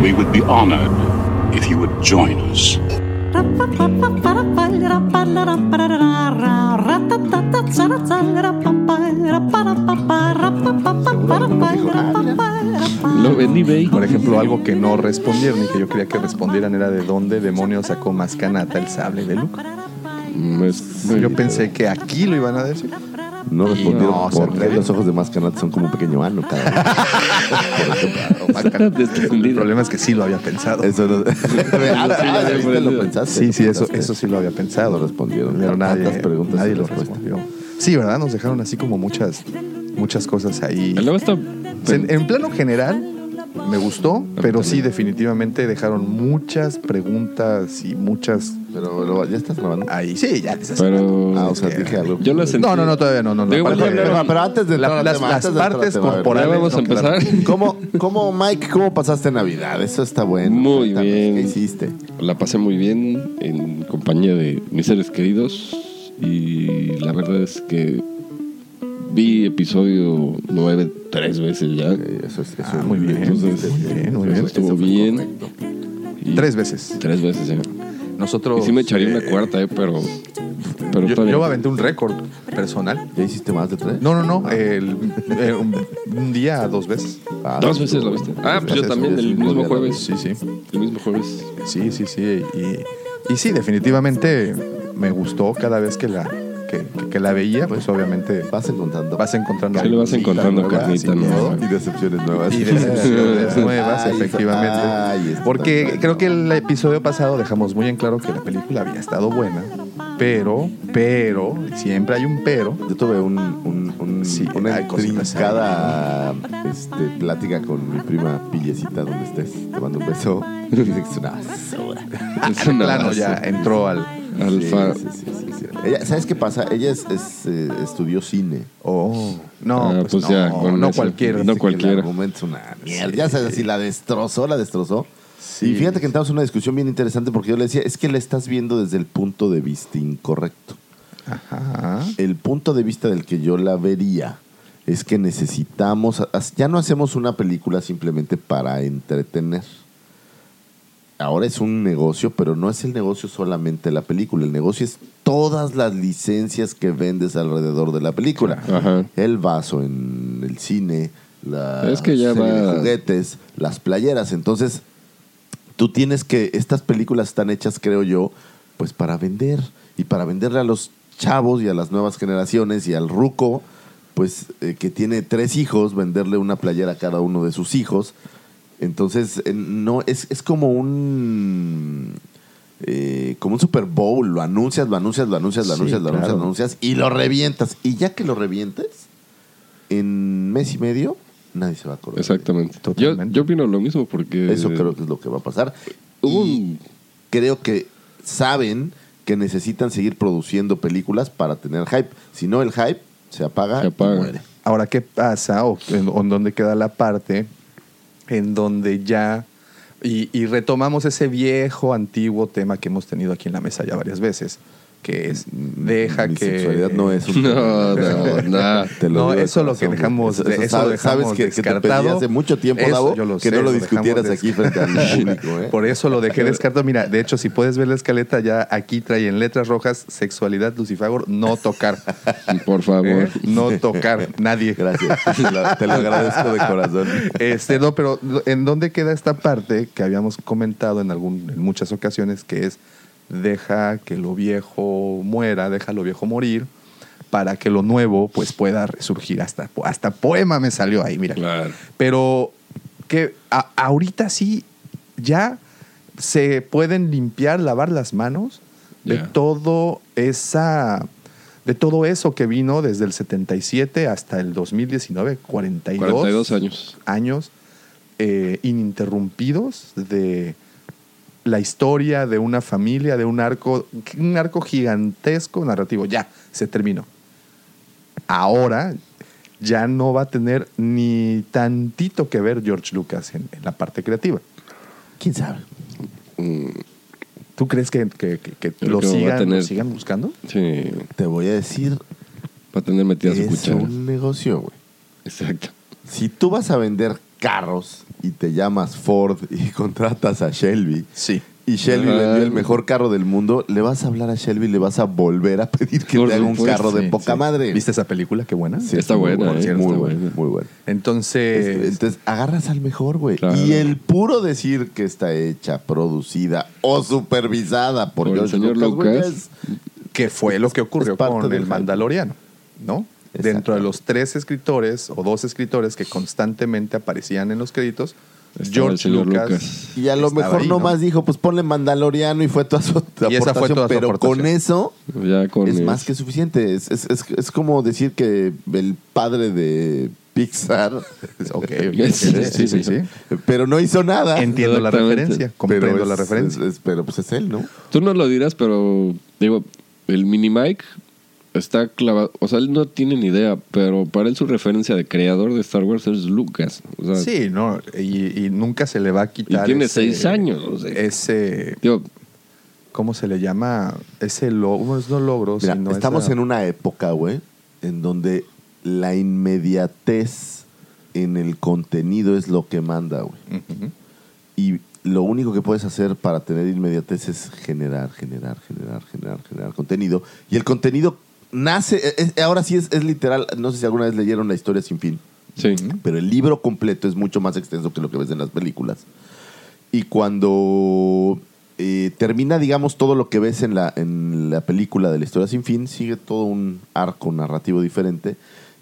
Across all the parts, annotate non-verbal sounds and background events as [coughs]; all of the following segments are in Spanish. We would be honored if you would join us. Lo en eBay. Por ejemplo, algo que no respondieron y que yo quería que respondieran era de dónde demonios sacó más canata el sable de Luke. Mm, es- Yo pensé que aquí lo iban a decir. No respondieron No, se por qué atreven. los ojos de Mascanat son como un pequeño ano, cabrón. Por ejemplo. El problema es que sí lo había pensado. Eso [laughs] no. [laughs] Ahora- ahora Ah, ya viste, lo pensaste. Sí, sí, eso, Pensaste. eso sí lo había pensado. No respondieron. Pero nadie, Tantas preguntas nadie y lo respuestas. respondió. Sí, ¿verdad? Nos dejaron así como muchas, muchas cosas ahí. luego está- O sea, Pues, En, en plano general, me gustó, pero sí, definitivamente dejaron muchas preguntas y muchas. Pero lo- ya estás grabando. Ahí sí, ya les Pero Ah, o sea, dije algo. yo la sentí. No, no, no, todavía no. no, no. Digo, Aparte- eh, bueno, Pero, pero antes de entrar al las, tema, las antes de entrar al partes tema, a ver, corporales. Ya vamos a no quedaron. empezar. [laughs] ¿Cómo, ¿Cómo, Mike, cómo pasaste Navidad? Eso está bueno. Muy Cuéntanos, bien. ¿Qué hiciste? La pasé muy bien en compañía de mis seres queridos y la verdad es que vi episodio 9 tres veces ya. Eh, Eso es, eso Ah, es- muy bien, entonces, muy bien, muy eso- bien. eso fue Estuvo bien. correcto. Y- Tres veces. Tres veces, ¿eh? Nosotros. Y Oh, sí me echaría una eh, cuarta, ¿eh? Pero. pero Yo, todavía- yo aventé un récord personal. ¿Ya hiciste más de tres? No, no, no. el- eh, un, un día, dos veces. Ah, Dos veces lo viste. Ah, pues yo Eso también, es el un mismo día, jueves. Sí, sí. El mismo jueves. Sí, sí, sí. Y, y sí, definitivamente me gustó cada vez que la, que, que- que la veía, pues obviamente Vas encontrando. vas encontrando Sí, le vas algo. encontrando nueva, carnita sí, nueva. Y decepciones nuevas. Y [laughs] decepciones nuevas, Ahí está, efectivamente. ahí está. Porque creo que el episodio pasado dejamos muy en claro que la película había estado buena, pero, pero, siempre hay un pero. Yo tuve un, un- un- Sí, una hay cositas intrincada este, plática con mi prima Pillecita, donde estés. Te mando un [laughs] beso. Dice que es una basura. [laughs] Es una Plano Ah, ya raza. entró al. Alfa. Sí, sí, sí, sí, sí. Ella- ¿Sabes qué pasa? Ella es, es, eh, estudió cine. Oh, no, Ah, pues, pues no, ya, con no eso. cualquiera. No Dice que cualquiera. El argumento es una mierda. Ya sabes, si la destrozó, la destrozó. Sí. Y fíjate que entramos en una discusión bien interesante porque yo le decía, es que la estás viendo desde el punto de vista incorrecto. Ajá. el punto de vista del que yo la vería es que necesitamos, ya no hacemos una película simplemente para entretener. Ahora es un negocio, pero no es el negocio solamente la película, el negocio es todas las licencias que vendes alrededor de la película. Ajá. El vaso en el cine, la Es que ya serie de va- juguetes, las playeras, entonces tú tienes que, estas películas están hechas, creo yo, pues para vender. Y para venderle a los chavos y a las nuevas generaciones y al ruco, pues eh, que tiene tres hijos, venderle una playera a cada uno de sus hijos. Entonces, eh, no, es, es como un... eh, como un Super Bowl, lo anuncias, lo anuncias, lo anuncias, lo Sí, anuncias, lo anuncias, claro. lo anuncias y lo revientas. Y ya que lo revientes, en mes y medio, nadie se va a acordar. de Exactamente. Yo, Totalmente. yo opino lo mismo porque. Eso creo que es lo que va a pasar. Hubo Y un- creo que saben que necesitan seguir produciendo películas para tener hype. Si no, el hype se apaga, Se apaga. y muere. Ahora, ¿qué pasa o en, o en dónde queda la parte en donde ya... Y, y retomamos ese viejo, antiguo tema que hemos tenido aquí en la mesa ya varias veces, que es deja Mi que... sexualidad no es un No, no, no. Te lo no, digo de eso lo que corazón, dejamos, porque de- eso lo sabes- sabes dejamos que, que te pedí descartado. hace mucho tiempo, Eso Davo, yo lo que sé, no lo dejamos discutieras des- aquí frente al [laughs] público. ¿eh? Por eso [laughs] lo dejé descartado. Mira, de hecho, si puedes ver la escaleta, ya aquí trae en letras rojas sexualidad, Lucifagor, no tocar. Por favor. ¿Eh? [laughs] No tocar, nadie. Gracias. [laughs] Te lo- te lo agradezco de corazón. Este, no, pero ¿en dónde queda esta parte que habíamos comentado en, algún, en muchas ocasiones, que es deja que lo viejo muera, deja lo viejo morir, para que lo nuevo pues pueda resurgir? Hasta, hasta poema me salió ahí, mira. Claro. Pero que a- ahorita sí ya se pueden limpiar, lavar las manos de Ya. todo esa de todo eso que vino desde el 77 hasta el 2019, 42, 42 años. años eh, ininterrumpidos de la historia de una familia, de un arco, un arco gigantesco narrativo. Ya, se terminó. Ahora ya no va a tener ni tantito que ver George Lucas en, en la parte creativa. ¿Quién sabe? Mm, ¿Tú crees que, que- que- que Creo lo, que va a sigan, lo tener- sigan buscando? Sí, Te voy a decir, va a tener metida su es cuchara. un negocio, güey. Exacto. Si tú vas a vender carros y te llamas Ford y [laughs] contratas a Shelby Sí. y Shelby Ajá. vendió el mejor carro del mundo, le vas a hablar a Shelby, le vas a volver a pedir que Por te haga un supuesto, carro de Sí, poca sí. madre. ¿Viste esa película? Qué buena. Sí, Está muy buena, bueno, eh, sí, está muy bueno, buena. muy bueno. Este, Entonces, Entonces, agarras al mejor, güey. Eh, Claro. Y el puro decir que está hecha, producida o supervisada por, Por el George señor Lucas, güey, Lucas. ya es- que fue lo que ocurrió es parte con del el hype. Mandaloriano, ¿no? Exacto. Dentro de los tres escritores o dos escritores que constantemente aparecían en los créditos, Estaba el George señor Lucas. Lucas. Y a lo estaba mejor ahí, nomás dijo, pues ponle Mandaloriano y fue toda su Y esa fue aportación, toda su pero aportación. con eso Ya con es el- más que suficiente. Es, es- es- es como decir que el padre de Pixar, [laughs] Ok, [laughs] Sí, sí, sí, sí, sí. sí. [laughs] pero no hizo nada. Entiendo la Exactamente. referencia, Pero comprendo Pero la es- referencia. es- es- pero pues es él, ¿no? Tú no lo dirás, pero digo, el mini Mike está clavado. O sea, él no tiene ni idea, pero para él su referencia de creador de Star Wars es Lucas. O sea, sí, no, y, y nunca se le va a quitar. Y tiene seis años, o sea. Ese, digo, ¿cómo se le llama? Ese logro, no logro, Mira, sino estamos esa- en una época, güey, en donde la inmediatez en el contenido es lo que manda, güey. Ujú. Y lo único que puedes hacer para tener inmediatez es generar, generar, generar, generar, generar contenido. Y el contenido nace, es- ahora sí es, es literal, no sé si alguna vez leyeron la historia sin fin, sí. pero el libro completo es mucho más extenso que lo que ves en las películas. Y cuando eh, termina, digamos, todo lo que ves en la, en la película de la historia sin fin, sigue todo un arco narrativo diferente,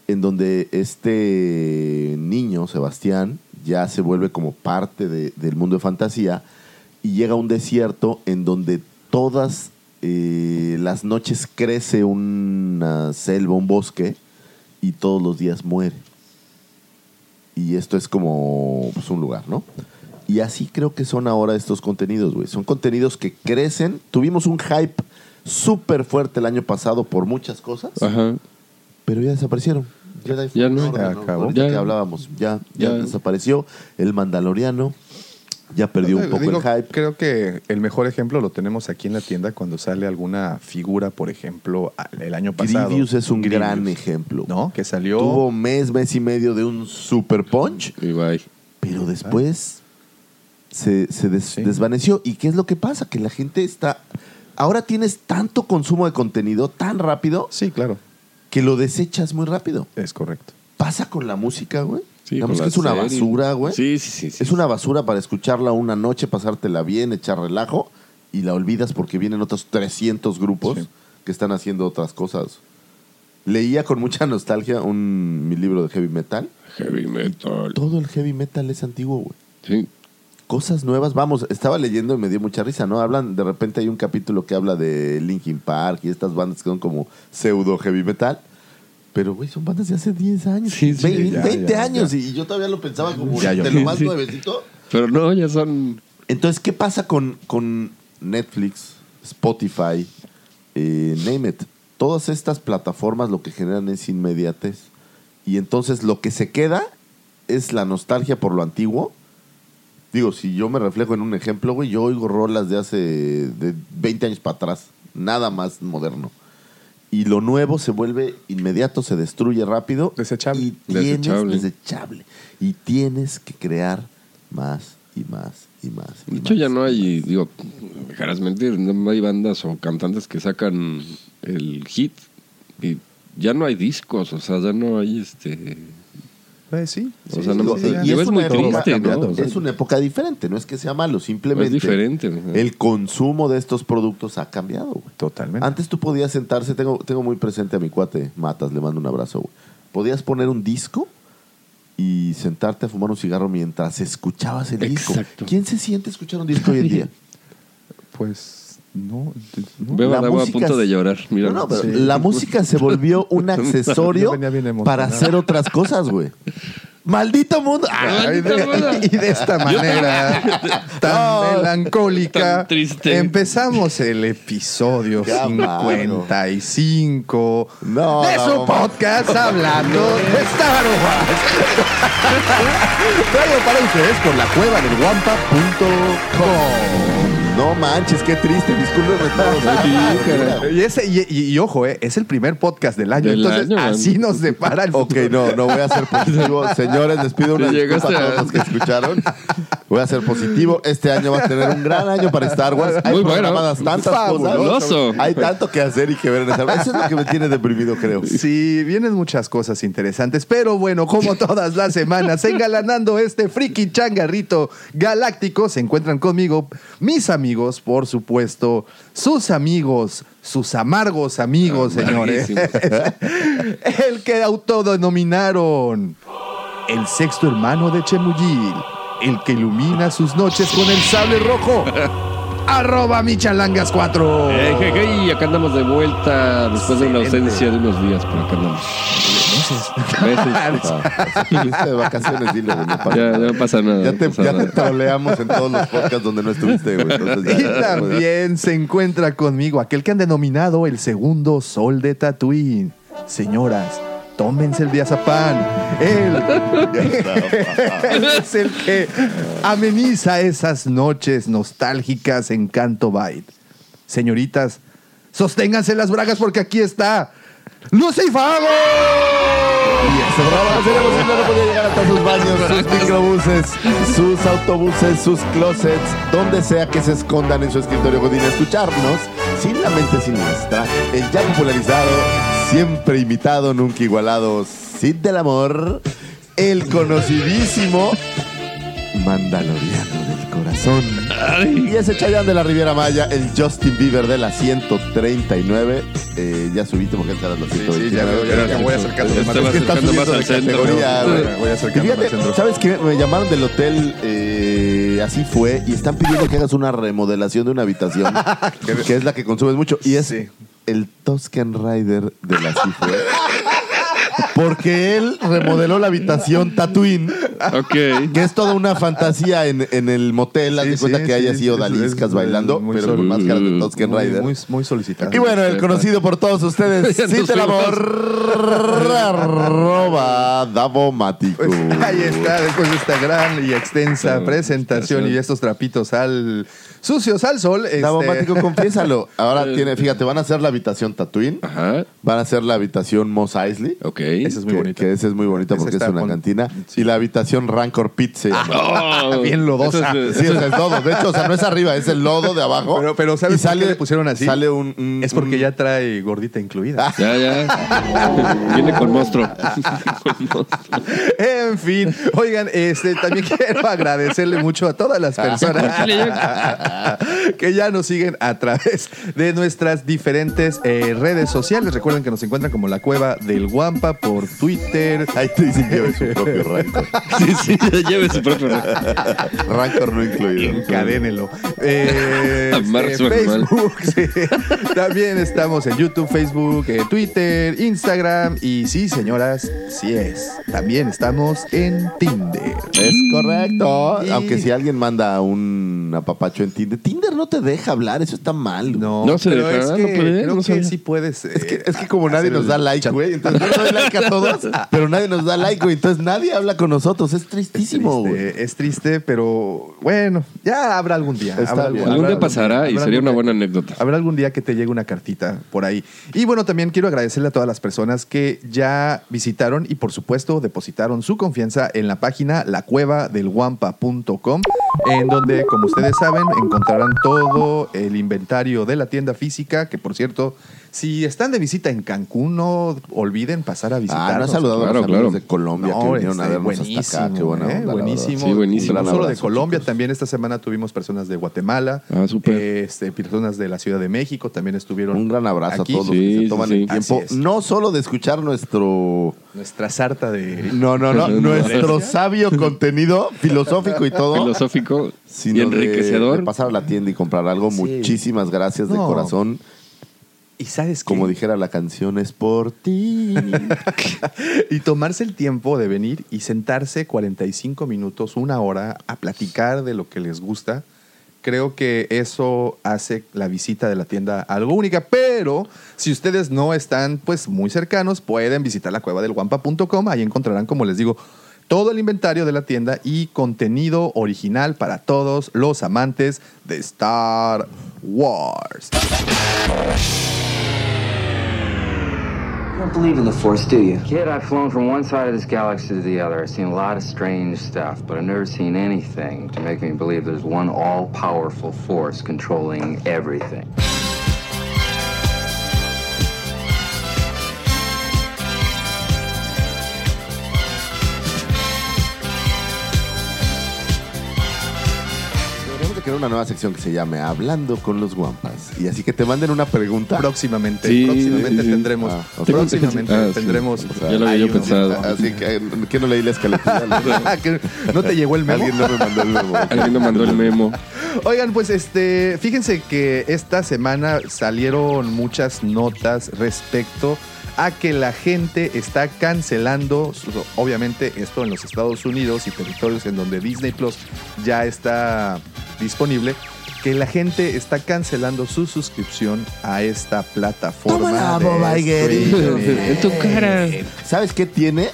en donde este niño, Sebastián, ya se vuelve como parte de- del mundo de fantasía y llega a un desierto en donde todas eh, las noches crece una selva, un bosque, y todos los días muere. Y esto es como pues, un lugar, ¿no? Y así creo que son ahora estos contenidos, güey. Son contenidos que crecen. Tuvimos un hype súper fuerte el año pasado por muchas cosas, Ajá. pero ya desaparecieron. Jedi Ya Fallen no. Order, Ya ¿no? acabó. Ahorita Ya. que hablábamos. Ya, ya, Ya. desapareció. El Mandaloriano ya perdió un poco Digo, el hype. Creo que el mejor ejemplo lo tenemos aquí en la tienda cuando sale alguna figura, por ejemplo, a- el año pasado. Grievous es un Grievous, gran ejemplo. ¿No? Que salió. Tuvo mes, mes y medio de un super punch. Y bye. Pero después se, se des- Sí. desvaneció. ¿Y qué es lo que pasa? Que la gente está... Ahora tienes tanto consumo de contenido tan rápido Sí, claro. que lo desechas muy rápido. Es correcto. Pasa con la música, güey. Sí, la con música la es una serie. basura, güey. Sí, sí, sí. sí. Es una basura para escucharla una noche, pasártela bien, echar relajo y la olvidas porque vienen otros 300 grupos Sí. que están haciendo otras cosas. Leía con mucha nostalgia un, mi libro de heavy metal. Heavy metal. Todo el heavy metal es antiguo, güey Sí. cosas nuevas. Vamos, estaba leyendo y me dio mucha risa, ¿no? Hablan, de repente hay un capítulo que habla de Linkin Park y estas bandas que son como pseudo heavy metal. Pero, güey, son bandas de hace 10 años. Sí, sí, Ve- ya, 20 ya, años. ya. Y yo todavía lo pensaba como Ya, ya. de lo más Sí. nuevecito. Pero no, ya son. Entonces, ¿qué pasa con, con Netflix, Spotify, eh, Name It? Todas estas plataformas lo que generan es inmediatez. Y entonces lo que se queda es la nostalgia por lo antiguo. Digo, si yo me reflejo en un ejemplo, güey, yo oigo rolas de hace de 20 años para atrás, nada más moderno. Y lo nuevo se vuelve inmediato, se destruye rápido. Desechable. Y tienes Desechable. desechable. Y tienes que crear más y más y más. y De hecho, más. ya no hay. Digo, me dejarás mentir. No hay bandas o cantantes que sacan el hit. Y ya no hay discos. O sea, ya no hay este. Eh, sí. O Pues, sí, sea, sí, no sí, me- sí, y ya. digo, es, es una muy época, triste, ¿no? cambiando. es una época diferente, no es que sea malo, simplemente Es diferente. o sea. el consumo de estos productos ha cambiado. güey. Totalmente. Antes tú podías sentarse, tengo, tengo muy presente a mi cuate Matas, le mando un abrazo. güey. Podías poner un disco y sentarte a fumar un cigarro mientras escuchabas el disco. Exacto. ¿Quién se siente a escuchar un disco hoy en [laughs] día? Pues no. no. Veo La a Davo a música punto es- de llorar. Mira. No, no, pero [laughs] Sí. la música se volvió un accesorio Yo venía bien emocionado. para hacer otras cosas, güey. ¡Maldito mundo! Ah, Ay, de- Maldita [laughs] y de esta [laughs] manera tan No, melancólica tan triste. empezamos el episodio Qué amargo. 55 No, de su no, podcast hablando de Star Wars. Traigo para ustedes por la cueva del guampa.com. no manches, qué triste. Disculpen [laughs] retardos. Y, ese- y- y- y ojo, eh, es el primer podcast del año, Del entonces año, así nos separa el Ok, futuro. no, no voy a ser positivo. [laughs] Señores, les pido una Te disculpa a llegaste todos a- los que escucharon. Voy a ser positivo. Este año va a tener un gran año para Star Wars. Hay Muy bueno. programadas tantas Fabuloso. cosas. Hay tanto que hacer y que ver en Star Wars. Eso es lo que me tiene deprimido, creo. Sí, vienen muchas cosas interesantes, pero bueno, como todas las semanas, engalanando este friki changarrito galáctico, se encuentran conmigo mis amigos, por supuesto, sus amigos, sus amargos Ah, amigos, [laughs] señores. [laughs] El que autodenominaron el sexto hermano de Chemuyil, el que ilumina sus noches con el sable rojo. [laughs] Arroba Michalangas 4. Ey, Eh, hey, hey, Eh, y acá andamos de vuelta después de una Excelente. ausencia de unos días, pero acá andamos. [laughs] Meses. Ah, Estuviste de vacaciones, dilo, güey, Ah, no pasa nada. Ya, pues, ya no pasa nada. Ya te, no pasa ya te nada. troleamos en todos los podcasts donde no estuviste, güey. [laughs] Entonces, Y ya- también se encuentra conmigo aquel que han denominado el segundo sol de Tatooine. Señoras, tómense el diazapán. Él [laughs] él es el que ameniza esas noches nostálgicas en Canto Bight. Señoritas, sosténganse las bragas porque aquí está Lucy Fago. Se brava, se brava, se brava, podía llegar hasta sus baños, sus microbuses, sus autobuses, sus closets, donde sea que se escondan en su escritorio Godín, escucharnos sin la mente siniestra, el ya popularizado, siempre imitado, nunca igualado, Cid del Amor, el conocidísimo mandaloriano del corazón. Y ese Chayán de la Riviera Maya, el Justin Bieber de la 139. eh, ya subiste porque entras a la 129. Te vas Es que está acercando subiendo más al de centro. categoría, Pero- güey. Voy a Y acercarme al fíjate, centro. ¿sabes qué? Me llamaron del hotel, eh, así fue, y están pidiendo que hagas una remodelación de una [laughs] habitación, que es la que consumes mucho, y es Sí. el Toscan Rider de la así fue. Porque él remodeló la habitación Tatooine, Ok. que es toda una fantasía en, en el motel. Haz Sí, de cuenta sí, que haya sí, sido es- es odaliscas muy- bailando, muy pero con sólido. máscaras de Toscan Muy, Rider. muy, muy solicitado. Y bueno, el conocido por todos [laughs] ustedes, Ya nos Cita el fuimos. amor, arroba Davo Matico. Pues, [laughs] ahí está, después de esta gran y extensa Claro, presentación y presentación. estos trapitos al sucios al sol. este, Davo Matico, confiésalo. [laughs] Ahora tiene, fíjate, van a hacer la habitación Tatooine, Ajá. van a hacer la habitación Mos Eisley. Ok. Esa es muy que, bonita. Que esa es muy bonita Esa porque es está una con- cantina. Y la habitación Rancor Pizza. [laughs] Oh, Bien lodosa. eso es de- Sí, o sea, es lodo. De hecho, o sea, no es arriba, es el lodo de abajo. Pero- pero ¿sabes Y por qué le pusieron así? Sale un. un- Es porque un- ya trae [laughs] gordita incluida. Ya, ya. Viene con monstruo. en fin, oigan, este, también [laughs] quiero agradecerle mucho a todas las personas [laughs] que ya nos siguen a través de nuestras diferentes eh, redes sociales. Recuerden que nos encuentran como la cueva del Guampa por Twitter. Ahí te dicen que lleve su propio [laughs] Rancor. Sí, sí, ya lleve su propio. Rancor no incluido. [laughs] Encadénelo. Eh, Amarra este, su animal. Facebook. [laughs] sí. También estamos en YouTube, Facebook, eh, Twitter, Instagram. Y sí, señoras, sí es. También estamos en Tinder. Es correcto. Y- Aunque si alguien manda un apapacho en Tinder, Tinder no te deja hablar, eso está mal. No, No se pero deja, es no que puede, creo no que sabe. sí puedes. eh, Es que, es que como nadie hacer nos el da like, chat. güey, entonces yo le doy like a [laughs] todos, pero nadie nos da like, güey, entonces nadie habla con nosotros, es Es tristísimo, güey. triste, es triste, pero bueno, ya habrá algún día. Está habrá algún- bien. habrá Algún día algún- pasará y habrá algún sería una día. buena anécdota. Habrá algún día que te llegue una cartita por ahí. Y bueno, también quiero agradecerle a todas las personas que ya visitaron y por supuesto depositaron su confianza en la página lacuevadelguampa.com, en donde, como ustedes saben, encontrarán todo el inventario de la tienda física, que por cierto, si están de visita en Cancún, no olviden pasar a visitarnos. Ah, no he saludado a Claro, los amigos claro. de Colombia que No, vinieron a este, vernos hasta acá, qué buena eh, onda, la buenísimo. Sí, buenísimo. No Un gran solo de abrazo, Colombia, chicos. también esta semana tuvimos personas de Guatemala, Ah, súper. eh, este, personas de la Ciudad de México también verdad. estuvieron. Un gran abrazo aquí. a todos los Sí, que se sí, toman sí. el tiempo, Así es. no solo de escuchar nuestro Nuestra sarta de. no, no, no, nuestro [laughs] sabio contenido filosófico y todo, Filosófico sino y de- enriquecedor. de pasar a la tienda y comprar algo. Muchísimas gracias de No. corazón. Y sabes qué? Como dijera la canción, es por ti. [laughs] y tomarse el tiempo de venir y sentarse 45 minutos, una hora, a platicar de lo que les gusta. Creo que eso hace la visita de la tienda algo única, pero si ustedes no están pues muy cercanos, pueden visitar la cueva del guampa.com, ahí encontrarán, como les digo, todo el inventario de la tienda y contenido original para todos los amantes de Star Wars. You don't believe in the Force, do you? Kid, I've flown from one side of this galaxy to the other. I've seen a lot of strange stuff, but I've never seen anything to make me believe there's one all powerful force controlling everything. Deberíamos de crear una nueva sección que se llame Hablando con los Guampas. Y así que te manden una pregunta. Próximamente, Sí, próximamente sí, sí. tendremos, Ah, ok. próximamente Ah, sí. tendremos. Ya lo había yo Hay uno. [laughs] pensado. Así que, eh, que no leí la escaleta. Que no te llegó el memo. Alguien no me mandó el memo. Alguien me mandó el [laughs] memo. Oigan, pues este, fíjense que esta semana salieron muchas notas respecto a que la gente está cancelando, su- obviamente esto en los Estados Unidos y territorios en donde Disney Plus ya está disponible, que la gente está cancelando su suscripción a esta plataforma. Tómala, de Bob Iger. streaming. En tu cara. ¿Sabes qué tiene?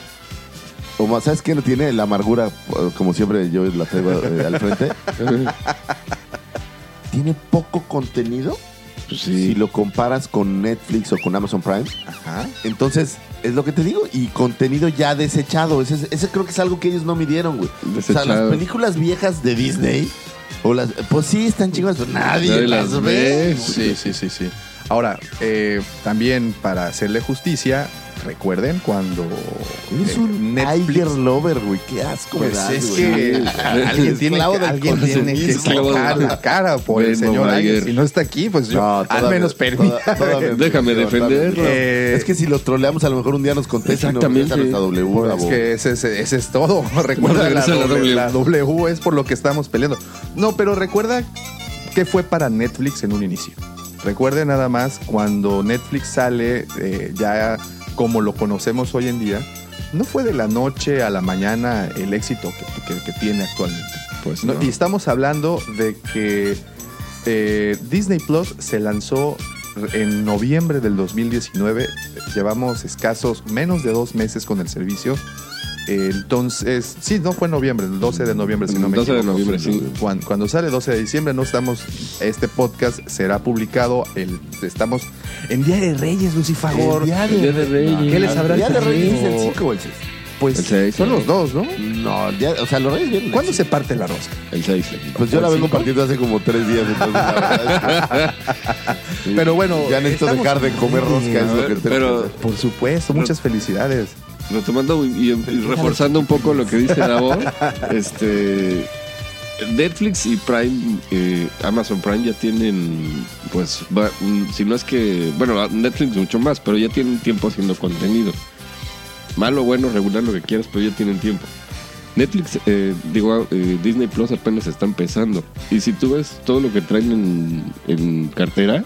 O más, ¿sabes qué no tiene? La amargura, eh, como siempre yo la traigo eh, al frente. Pues tiene poco contenido Pues si sí. lo comparas con Netflix o con Amazon Prime. Ajá. Entonces, es lo que te digo. Y contenido ya desechado. Ese, es- ese creo que es algo que ellos no midieron, güey. O sea, las Desechado. películas viejas de Disney. O las, pues sí, están chingonas, pero nadie, Nadie las, las ve. ve. Sí, sí, sí, sí. Ahora, eh, también para hacerle justicia, recuerden cuando Eres eh, un Tiger Lover, güey. Qué asco, me Pues das, es güey. que alguien tiene, que, Esclavo del alguien tiene que consumismo. sacar la cara por el Ven, señor Bob Iger. Iger. Si no está aquí, pues yo No, al todavía- menos [laughs] permito. toda- todavía- Déjame todavía- defenderlo. Eh, es que si lo troleamos, a lo mejor un día nos contesta y nos regresa Exactamente. nuestra W. la Es bo- que ese, ese- ese es todo. [laughs] Recuerda la, regresa la w, W. la W es por lo que estamos peleando. No, pero recuerda que fue para Netflix en un inicio. Recuerde nada más cuando Netflix sale eh, ya como lo conocemos hoy en día. No fue de la noche a la mañana el éxito que- que- que tiene actualmente. Pues No, no. Y estamos hablando de que eh, Disney Plus se lanzó en noviembre del 2019. Llevamos escasos menos de dos meses con el servicio. Eh, Entonces, sí, no fue en noviembre, el 12 de noviembre, si no me 12 de equivoco. noviembre, sí. Cuan- Cuando, sale 12 de diciembre, no estamos. Este podcast será publicado. El, estamos en Día de Reyes, Lucifago. El día de- El Día de Reyes. ¿Qué les habrá ¿El día de Reyes es el traído? 5 o el 6? Pues El seis, son ¿no? los dos, ¿no? No, el día- o sea, los Reyes vienen. ¿Cuándo se parte la rosca? El 6. Pues yo la vengo partiendo hace como tres días, entonces la verdad Pero bueno, es que ya necesito estamos- dejar de comer rosca, es lo que tengo Pero- que hacer. [laughs] Por supuesto, muchas felicidades. Retomando y, y reforzando un poco lo que dice Davo, este Netflix y Prime, eh, Amazon Prime ya tienen, pues, va- mm, si no es que, bueno, Netflix mucho más, pero ya tienen tiempo haciendo contenido. Malo, bueno, regular, lo que quieras, pero ya tienen tiempo. Netflix, eh, digo, eh, Disney Plus apenas está empezando. Y si tú ves todo lo que traen en, en cartera,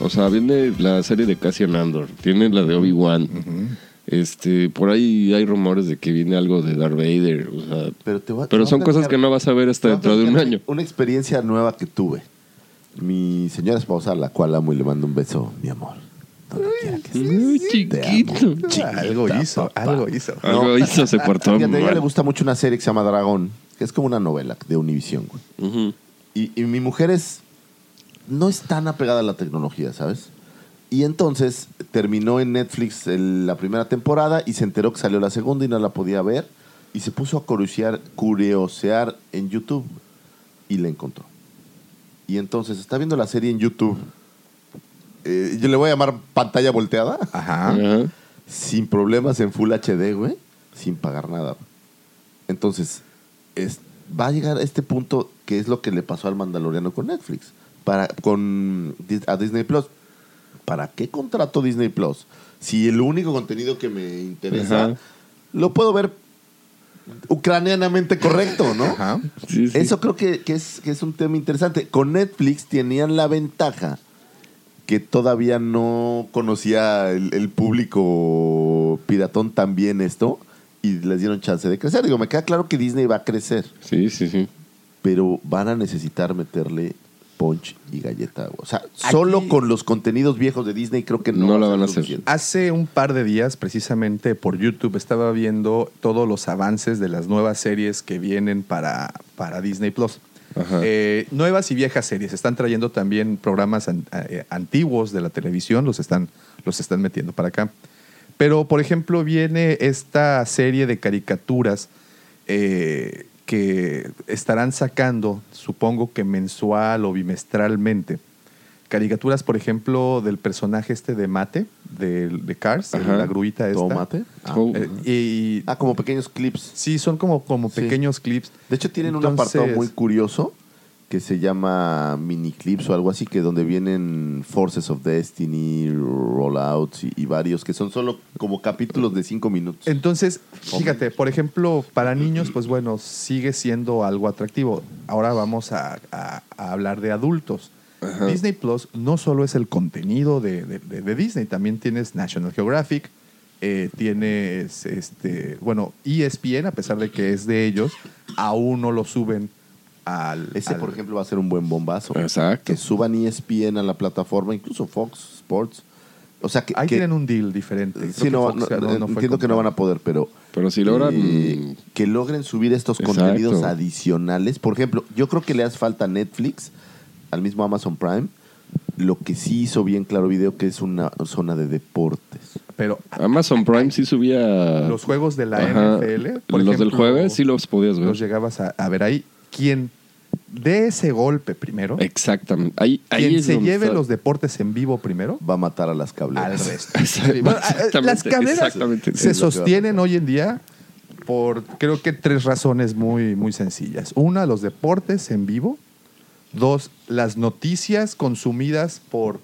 o sea, viene la serie de Cassian Andor, tiene la de Obi-Wan, este, por ahí hay rumores de que viene algo de Darth Vader, o sea, Pero, te voy a- te pero voy a son cosas platicar- que no vas a ver te hasta voy a dentro de [laughs] un platicar año. Una experiencia nueva que tuve. Mi señora esposa, la cual amo y le mando un beso, mi amor. Donde quiera que estés. Muy chiquito. algo hizo, papá. algo hizo. Algo hizo, se portó Fíjate, a ella mal. le gusta mucho una serie que se llama Dragón, que es como una novela de Univision, güey. Ujú. Y, y mi mujer es. No es tan apegada a la tecnología, ¿sabes? Y entonces terminó en Netflix el- la primera temporada y se enteró que salió la segunda y no la podía ver. Y se puso a curiosear, curiosear en YouTube y la encontró. Y entonces está viendo la serie en YouTube. Eh, yo le voy a llamar pantalla volteada. Ajá. Ajá. Sin problemas en Full HD, güey. Sin pagar nada. Entonces, es- va a llegar a este punto que es lo que le pasó al Mandaloriano con Netflix. Para, con, Dis- a Disney Plus. ¿Para qué contrato Disney Plus? Si el único contenido que me interesa Ajá. lo puedo ver ucranianamente correcto, ¿no? Ajá. Sí, sí. Eso creo que, que es, que es un tema interesante. Con Netflix tenían la ventaja que todavía no conocía el, el público piratón tan bien esto y les dieron chance de crecer. Digo, me queda claro que Disney va a crecer, Sí, sí, sí. pero van a necesitar meterle punch y galleta. O sea, solo con los contenidos viejos de Disney creo que no, va No la ser van a hacer. suficiente. Hace un par de días, precisamente por YouTube, estaba viendo todos los avances de las nuevas series que vienen para, para Disney Plus. Ajá. Eh, nuevas y viejas series. Están trayendo también programas an- eh, antiguos de la televisión, los están, los están metiendo para acá. Pero, por ejemplo, viene esta serie de caricaturas eh, que estarán sacando, supongo que mensual o bimestralmente. Caricaturas, por ejemplo, del personaje este de Mate, de, de Cars, Ajá. la gruita esta. Tomate. Ah, Oh, Eh, y, Ah, como pequeños clips. sí, son como, como Sí. pequeños clips. De hecho, tienen Entonces- un apartado muy curioso que se llama mini clips o algo así, que donde vienen Forces of Destiny, Rollouts y, y varios, que son solo como capítulos de cinco minutos. Entonces, fíjate, por ejemplo, para niños, pues bueno, sigue siendo algo atractivo. Ahora vamos a, a- a hablar de adultos. Disney Plus no solo es el contenido de, de- de- de Disney, también tienes National Geographic, eh, tienes, este, bueno, ESPN, a pesar de que es de ellos, aún no lo suben al... Ese, al- por ejemplo, va a ser un buen bombazo. Exacto. Que suban E ESPN a la plataforma, incluso Fox Sports. O sea, que... Ahí que- tienen un deal diferente. Creo sí, que no, Fox no, eh, no- no fue entiendo que no van a poder, pero... Pero si que- logran. que logren subir estos Exacto. contenidos adicionales. Por ejemplo, yo creo que le hace falta a Netflix, al mismo Amazon Prime, lo que sí hizo bien Claro Video, que es una zona de deportes. Pero Amazon Prime sí subía. los juegos de la Ajá. NFL... por Los del ejemplo, jueves sí los podías ver. los llegabas a, a ver ahí. Quien dé ese golpe primero, Exactamente. Ahí, ahí quien es se donde lleve está- los [laughs] deportes en vivo primero, Va a matar a las al cableras. resto. Exacto, Sí, bueno, a- a- las exactamente, cableras exactamente. se Es lo que va a sostienen hoy en día por creo que tres razones muy, muy sencillas. Una, los deportes en vivo. Dos, las noticias consumidas por